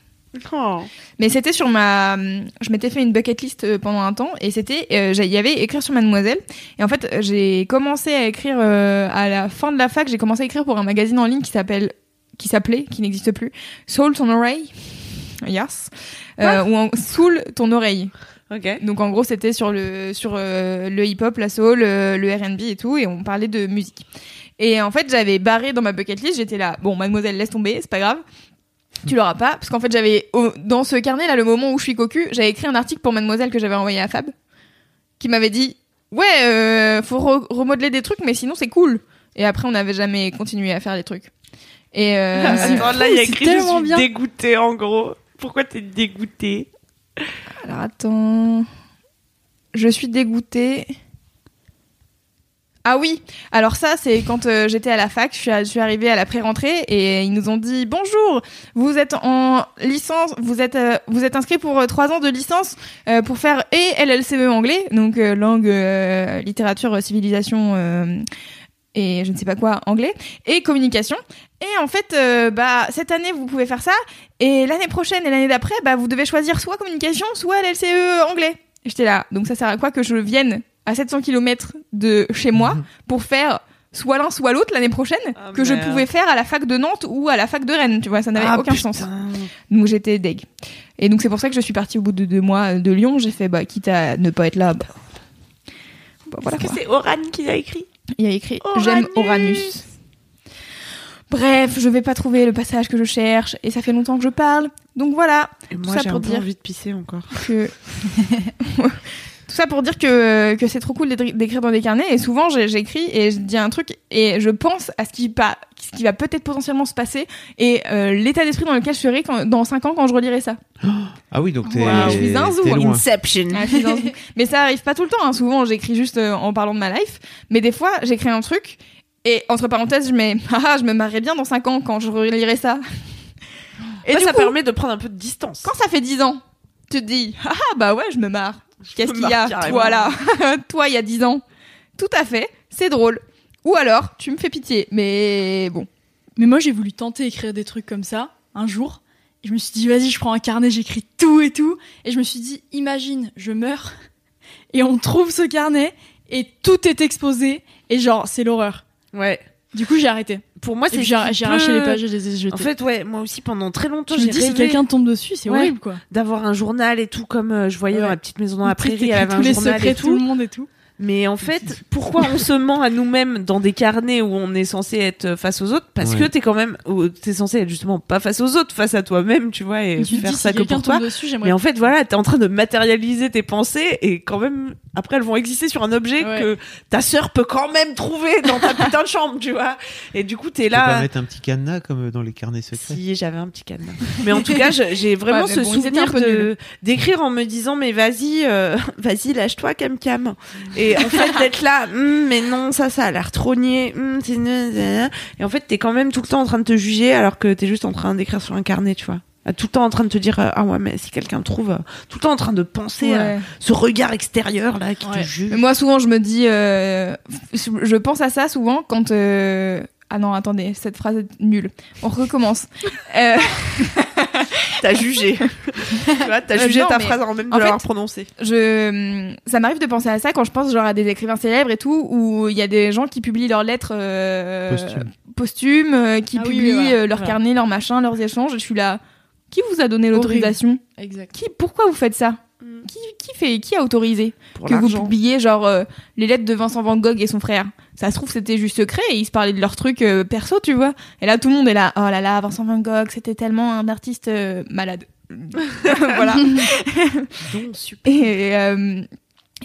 Speaker 1: Mais c'était sur ma. euh, Je m'étais fait une bucket list euh, pendant un temps et c'était. euh, j'ai- Il y avait écrire sur Mademoiselle. Et en fait, euh, j'ai commencé à écrire euh, à la fin de la fac. J'ai commencé à écrire pour un magazine en ligne qui s'appelle, qui s'appelait, qui n'existe plus, Soul Ton Oreille. Yes. Euh, ou en Soul Ton Oreille.
Speaker 6: Euh,
Speaker 1: Donc en gros, c'était sur le sur euh, le hip-hop, la soul, euh, le R&B et tout, et on parlait de musique. Et en fait, j'avais barré dans ma bucket list. J'étais là, bon, mademoiselle, laisse tomber, c'est pas grave tu l'auras pas parce qu'en fait j'avais au- dans ce carnet là le moment où je suis cocu j'avais écrit un article pour mademoiselle que j'avais envoyé à Fab qui m'avait dit ouais euh, faut re- remodeler des trucs mais sinon c'est cool et après on n'avait jamais continué à faire les trucs et euh,
Speaker 6: Attends, oh, là, il y a écrit Je suis dégoûtée, en gros. Pourquoi t'es dégoûtée
Speaker 1: alors attends je suis dégoûtée Ah oui, alors ça c'est quand euh, j'étais à la fac, je suis, à- je suis arrivée à la pré-rentrée et ils nous ont dit bonjour, vous êtes en licence, vous êtes euh, vous êtes inscrit pour euh, trois ans de licence euh, pour faire et LLCE anglais, donc euh, langue, euh, littérature, euh, civilisation euh, et je ne sais pas quoi anglais et communication. Et en fait, euh, bah cette année vous pouvez faire ça et l'année prochaine et l'année d'après, bah vous devez choisir soit communication, soit LLCE E anglais. Et J'étais là, donc ça sert à quoi que je vienne à 700 km de chez moi pour faire soit l'un soit l'autre l'année prochaine que je
Speaker 6: merde.
Speaker 1: pouvais faire à la fac de Nantes ou à la fac de Rennes, tu vois, ça n'avait
Speaker 6: Ah,
Speaker 1: aucun
Speaker 6: putain.
Speaker 1: sens. Donc j'étais deg. Et donc c'est pour ça que je suis partie au bout de deux mois de Lyon. J'ai fait, bah, quitte à ne pas être là, bah, bah, voilà.
Speaker 6: Est-ce
Speaker 1: quoi.
Speaker 6: que c'est Oran qui l'a écrit
Speaker 1: Il y a écrit, j'aime Uranus. Bref, je vais pas trouver le passage que je cherche et ça fait longtemps que je parle. Donc voilà, tout
Speaker 6: Moi,
Speaker 1: ça
Speaker 6: j'ai
Speaker 1: pour
Speaker 6: un peu
Speaker 1: dire
Speaker 6: envie de pisser encore.
Speaker 1: que tout ça pour dire que, que c'est trop cool d'édri- d'écrire dans des carnets et souvent j'ai- j'écris et je dis un truc et je pense à ce qui, pa- ce qui va peut-être potentiellement se passer et euh, l'état d'esprit dans lequel je serai quand- dans 5 ans quand je relirai ça.
Speaker 20: Ah oui, donc t'es.
Speaker 1: Wow. Je suis zinzou,
Speaker 20: t'es loin.
Speaker 1: Ah, je suis zinzou. mais ça arrive pas tout le temps. hein. Souvent, j'écris juste euh, en parlant de ma life. Mais des fois, j'écris un truc et entre parenthèses, je mets ah, je me marrerai bien dans 5 ans quand je relirai ça. Et
Speaker 6: Moi,
Speaker 1: du
Speaker 6: Bah, ça
Speaker 1: coup,
Speaker 6: permet de prendre un peu de distance.
Speaker 1: Quand ça fait 10 ans, tu te dis ah ah, bah ouais, je me marre. Qu'est-ce
Speaker 6: me
Speaker 1: qu'il y a
Speaker 6: marre carrément.
Speaker 1: toi là Toi il y a 10 ans. Tout à fait, c'est drôle. Ou alors, tu me fais pitié, mais bon.
Speaker 5: Mais moi, j'ai voulu tenter écrire des trucs comme ça un jour. Et je me suis dit, vas-y, je prends un carnet, j'écris tout et tout. Et je me suis dit, imagine, je meurs et on trouve ce carnet et tout est exposé. Et genre, c'est l'horreur.
Speaker 6: Ouais.
Speaker 5: Du coup, j'ai arrêté.
Speaker 6: Pour moi,
Speaker 5: Et
Speaker 6: c'est.
Speaker 5: puis, j'ai
Speaker 6: ce qui
Speaker 5: j'ai arraché les
Speaker 6: peut-
Speaker 5: pages et je les ai jetées.
Speaker 6: En fait, ouais, moi aussi, pendant très longtemps,
Speaker 5: Je me
Speaker 6: j'ai
Speaker 5: dis, si
Speaker 6: rêvé
Speaker 5: quelqu'un tombe dessus, c'est
Speaker 6: ouais,
Speaker 5: horrible, quoi.
Speaker 6: D'avoir un journal et tout, comme euh, je voyais dans la petite maison dans la
Speaker 5: Tu sais,
Speaker 6: prairie,
Speaker 5: t'écris
Speaker 6: elle avait
Speaker 5: tous
Speaker 6: un
Speaker 5: les
Speaker 6: journal
Speaker 5: secrets
Speaker 6: et
Speaker 5: de
Speaker 6: tout.
Speaker 5: tout le monde et tout.
Speaker 6: Mais en fait, pourquoi on se ment à nous-mêmes dans des carnets où on est censé être face aux autres Parce que
Speaker 5: Ouais.
Speaker 6: t'es quand même, ou t'es censé être justement pas face aux autres, face à toi-même, tu vois, et
Speaker 5: Mais tu te
Speaker 6: faire
Speaker 5: dis,
Speaker 6: ça
Speaker 5: si
Speaker 6: que
Speaker 5: quelqu'un
Speaker 6: pour
Speaker 5: tombe
Speaker 6: toi.
Speaker 5: dessus, j'aimerais-
Speaker 6: Mais en fait, voilà, t'es en train de matérialiser tes pensées et quand même, après, elles vont exister sur un objet que ta sœur peut quand même trouver dans ta putain de chambre, tu vois. Et du coup, t'es
Speaker 20: Tu peux pas
Speaker 6: là.
Speaker 20: mettre un petit cadenas comme dans les carnets secrets.
Speaker 6: Si j'avais un petit cadenas. Mais en tout cas, je- j'ai vraiment
Speaker 20: Ouais, mais
Speaker 6: ce
Speaker 20: bon, ils étaient un
Speaker 6: souvenir
Speaker 20: peu
Speaker 6: de
Speaker 20: nuls.
Speaker 6: d'écrire en me disant mais vas-y, euh, vas-y, lâche-toi, Cam Cam. Et en fait d'être là, Hum, mais non, ça, ça a l'air trop niais. Hum, c'est nul, nanana. Et en fait, t'es quand même tout le temps en train de te juger alors que t'es juste en train d'écrire sur un carnet, tu vois. Ah, Tout le temps en train de te dire euh, ah ouais mais si quelqu'un trouve, euh, tout le temps en train de penser à
Speaker 1: Ouais.
Speaker 6: ce regard extérieur là qui te juge.
Speaker 1: Mais moi, souvent, je me dis, euh, je pense à ça souvent quand euh, Ah non, attendez, cette phrase est nulle. On recommence. Euh,
Speaker 6: T'as jugé. tu vois, t'as
Speaker 1: Euh,
Speaker 6: jugé
Speaker 1: non,
Speaker 6: ta
Speaker 1: mais
Speaker 6: phrase avant même de
Speaker 1: en fait,
Speaker 6: l'avoir prononcée.
Speaker 1: Je, ça m'arrive de penser à ça quand je pense genre à des écrivains célèbres et tout, où il y a des gens qui publient leurs lettres euh,
Speaker 7: Posthumes.
Speaker 1: posthumes, euh, qui
Speaker 5: Ah oui, oui,
Speaker 1: publient
Speaker 5: voilà,
Speaker 1: euh, leurs
Speaker 5: voilà.
Speaker 1: carnets, leurs machins, leurs échanges. Je suis là. Qui vous a donné l'autorisation
Speaker 5: Exact.
Speaker 1: Qui Pourquoi vous faites ça
Speaker 5: Mm.
Speaker 1: qui, qui fait Qui a autorisé
Speaker 5: Pour
Speaker 1: que vous
Speaker 5: l'argent.
Speaker 1: publiez genre euh, les lettres de Vincent Van Gogh et son frère Ça se trouve c'était juste secret et ils se parlaient de leur truc euh, perso, tu vois. Et là tout le monde est là. Oh là là, Vincent Van Gogh, c'était tellement un artiste euh, malade. voilà. Et, euh,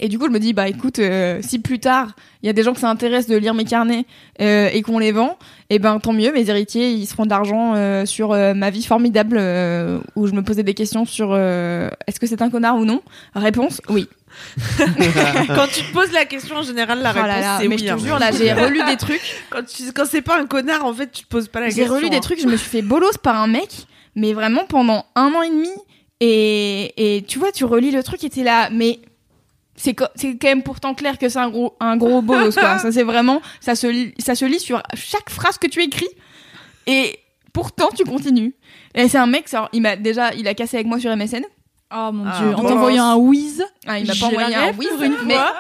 Speaker 1: et du coup, je me dis, bah écoute, euh, si plus tard, il y a des gens que ça intéresse de lire mes carnets euh, et qu'on les vend, et ben tant mieux, mes héritiers, ils se feront de l'argent euh, sur euh, ma vie formidable euh, où je me posais des questions sur euh, est-ce que c'est un connard ou non Réponse, oui.
Speaker 6: Quand tu te poses la question en général, la
Speaker 1: Oh là
Speaker 6: réponse
Speaker 1: là,
Speaker 6: c'est
Speaker 1: mais
Speaker 6: oui. hein.
Speaker 1: je te jure, là, j'ai relu des trucs.
Speaker 6: Quand, tu- quand c'est pas un connard, en fait, tu te poses pas la
Speaker 1: J'ai
Speaker 6: question.
Speaker 1: relu
Speaker 6: hein.
Speaker 1: des trucs, je me suis fait bolos par un mec, mais vraiment pendant un an et demi. Et, et tu vois, tu relis le truc et t'es là, mais c'est co- c'est quand même pourtant clair que c'est un gros, un gros bolos, quoi. Ça, c'est vraiment, ça se, lit- ça se lit sur chaque phrase que tu écris. Et pourtant, tu continues. Et c'est un mec, ça- il m'a déjà, il a cassé avec moi sur MSN.
Speaker 5: Oh mon
Speaker 1: Ah,
Speaker 5: dieu, en
Speaker 1: bon.
Speaker 5: t'envoyant un whiz.
Speaker 1: Ah, il m'a
Speaker 5: j'ai
Speaker 1: pas envoyé
Speaker 5: la
Speaker 1: un
Speaker 5: ref
Speaker 1: whiz,
Speaker 5: pour une
Speaker 1: mais-
Speaker 5: fois.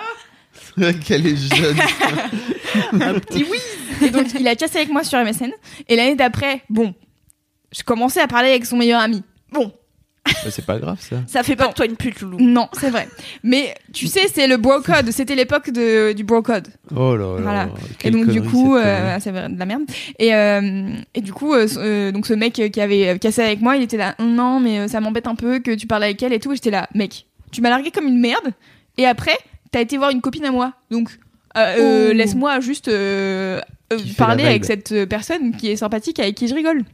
Speaker 7: Quelle est jeune.
Speaker 1: un petit oui. Et donc il a cassé avec moi sur MSN. Et l'année d'après, bon, je commençais à parler avec son meilleur ami. Bon,
Speaker 7: Bah, c'est pas grave ça.
Speaker 1: ça fait pas de toi une pute, loulou. Non, c'est vrai. Mais tu sais, c'est le bro code. C'était l'époque de- du bro code.
Speaker 7: Oh là là.
Speaker 1: Voilà. Et
Speaker 7: quelle
Speaker 1: donc du
Speaker 7: connerie,
Speaker 1: coup,
Speaker 7: cette
Speaker 1: euh,
Speaker 7: connerie.
Speaker 1: ah, c'est vrai, de la merde. Et, euh, et du coup, euh, ce- euh, donc ce mec euh, qui avait euh, cassé avec moi, il était là, non, mais euh, ça m'embête un peu que tu parles avec elle et tout. Et J'étais là, mec, tu m'as largué comme une merde. Et après, t'as été voir une copine à moi. Donc euh, euh,
Speaker 5: Oh.
Speaker 1: laisse-moi juste euh, euh,
Speaker 5: Kiffer la
Speaker 1: parler
Speaker 5: vibe.
Speaker 1: avec cette euh, personne qui est sympathique, avec qui je rigole.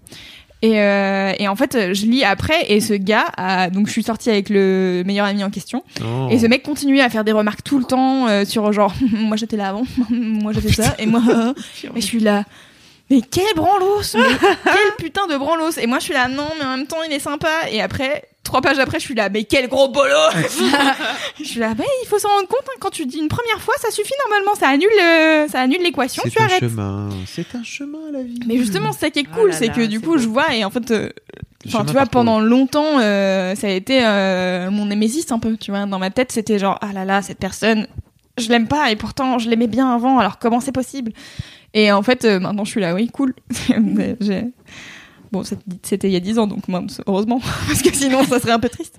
Speaker 1: Et, euh, et en fait, euh, je lis après, et ce gars, a- donc je suis sortie avec le meilleur ami en question,
Speaker 5: Oh.
Speaker 1: et ce mec continuait à faire des remarques tout le temps euh, sur genre, moi j'étais là avant, moi j'ai fait ça, et moi, euh, et je suis là. Mais quel branlos mais Quel putain de branlos Et moi je suis là, non, mais en même temps il est sympa. Et après, trois pages après, je suis là, mais quel gros bolos Je suis là, mais il faut s'en rendre compte, hein, quand tu dis une première fois, ça suffit normalement, ça annule, euh, ça annule l'équation,
Speaker 7: C'est
Speaker 1: tu
Speaker 7: un
Speaker 1: arrêtes.
Speaker 7: chemin. C'est un chemin la vie.
Speaker 1: Mais justement, c'est ça qui est cool,
Speaker 7: là
Speaker 1: c'est
Speaker 7: là,
Speaker 1: que du
Speaker 7: c'est
Speaker 1: coup, je vois et en fait, euh, enfin,
Speaker 7: chemin
Speaker 1: tu vois, pendant longtemps, euh, ça a été euh, mon némésis un peu, tu vois. Dans ma tête, c'était genre, ah là là, cette personne, je l'aime pas et pourtant, je l'aimais bien avant, alors comment c'est possible Et en fait, euh, maintenant, je suis là, oui, cool. Mais j'ai- Bon, c'était- c'était il y a 10 ans, donc mince, heureusement, parce que sinon, ça serait un peu triste.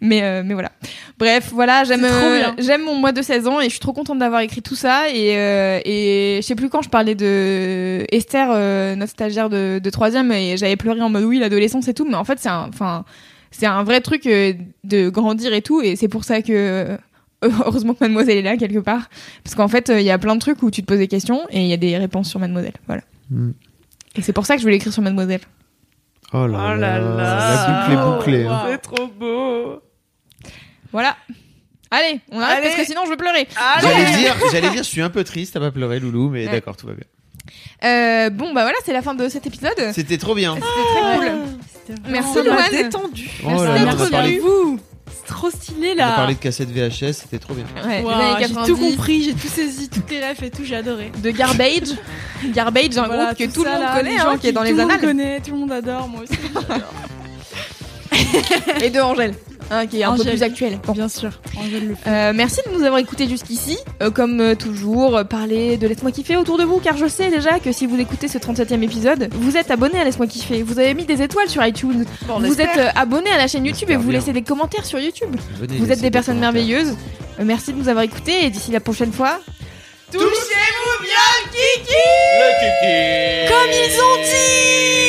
Speaker 1: Mais, euh, mais voilà. Bref, voilà, j'aime
Speaker 5: C'est trop
Speaker 1: euh,
Speaker 5: bien.
Speaker 1: j'aime mon mois de 16 ans et je suis trop contente d'avoir écrit tout ça. Et, euh, et je sais plus quand je parlais de Esther, euh, notre stagiaire de, de 3 et j'avais pleuré en mode oui, l'adolescence et tout. Mais en fait, c'est un, enfin, c'est un vrai truc euh, de grandir et tout. Et c'est pour ça que. euh, Heureusement que Mademoiselle est là quelque part. Parce qu'en fait, euh, il y a plein de trucs où tu te poses des questions et il y a des réponses sur Mademoiselle. Voilà.
Speaker 7: Mm.
Speaker 1: Et c'est pour ça que je voulais écrire sur Mademoiselle.
Speaker 7: Oh là là. La boucle est bouclée. hein.
Speaker 6: C'est trop beau.
Speaker 1: Voilà. Allez, on arrête parce que sinon je veux pleurer.
Speaker 7: J'allais dire, j'allais dire, je suis un peu triste, t'as pas pleuré, Loulou, mais
Speaker 1: Ouais.
Speaker 7: d'accord, tout va bien.
Speaker 1: Euh, bon, bah voilà, c'est la fin de cet épisode.
Speaker 7: C'était trop bien.
Speaker 1: très cool.
Speaker 6: Ah,
Speaker 1: Merci,
Speaker 5: Ça m'a
Speaker 1: Louane.
Speaker 5: détendu.
Speaker 7: Oh là là, on va parler-
Speaker 5: vous. C'est trop stylé
Speaker 7: On a
Speaker 5: là.
Speaker 7: parlé de cassette VHS, c'était trop bien.
Speaker 1: Ouais,
Speaker 5: Wow,
Speaker 1: les années
Speaker 5: j'ai
Speaker 1: 90.
Speaker 5: tout compris, j'ai tout saisi, toutes les refs et tout, j'ai adoré.
Speaker 1: De Garbage. Garbage, un groupe que tout le monde connaît, hein, qui est dans les
Speaker 5: Tout le monde
Speaker 1: annales.
Speaker 5: connaît, tout le monde adore, moi aussi. j'adore.
Speaker 1: Et de Angèle, hein, qui est un peu
Speaker 5: Angèle.
Speaker 1: plus actuelle.
Speaker 5: Bien sûr. Angèle le fait.
Speaker 1: Euh, merci de nous avoir écoutés jusqu'ici. Euh, comme euh, toujours, euh, parlez de Laisse-moi kiffer autour de vous, car je sais déjà que si vous écoutez ce 37e épisode, vous êtes abonné à Laisse-moi kiffer. Vous avez mis des étoiles sur iTunes.
Speaker 5: on
Speaker 1: vous
Speaker 5: l'espère.
Speaker 1: êtes euh, abonné à la chaîne YouTube et vous
Speaker 5: bien.
Speaker 1: laissez des commentaires sur YouTube.
Speaker 5: Venez
Speaker 1: vous
Speaker 5: laisser
Speaker 1: êtes des
Speaker 5: des
Speaker 1: personnes
Speaker 5: commentaires.
Speaker 1: merveilleuses. Euh, merci de nous avoir écoutés et d'ici la prochaine fois,
Speaker 6: Touchez-vous bien, Kiki
Speaker 24: Kiki
Speaker 6: Comme ils ont dit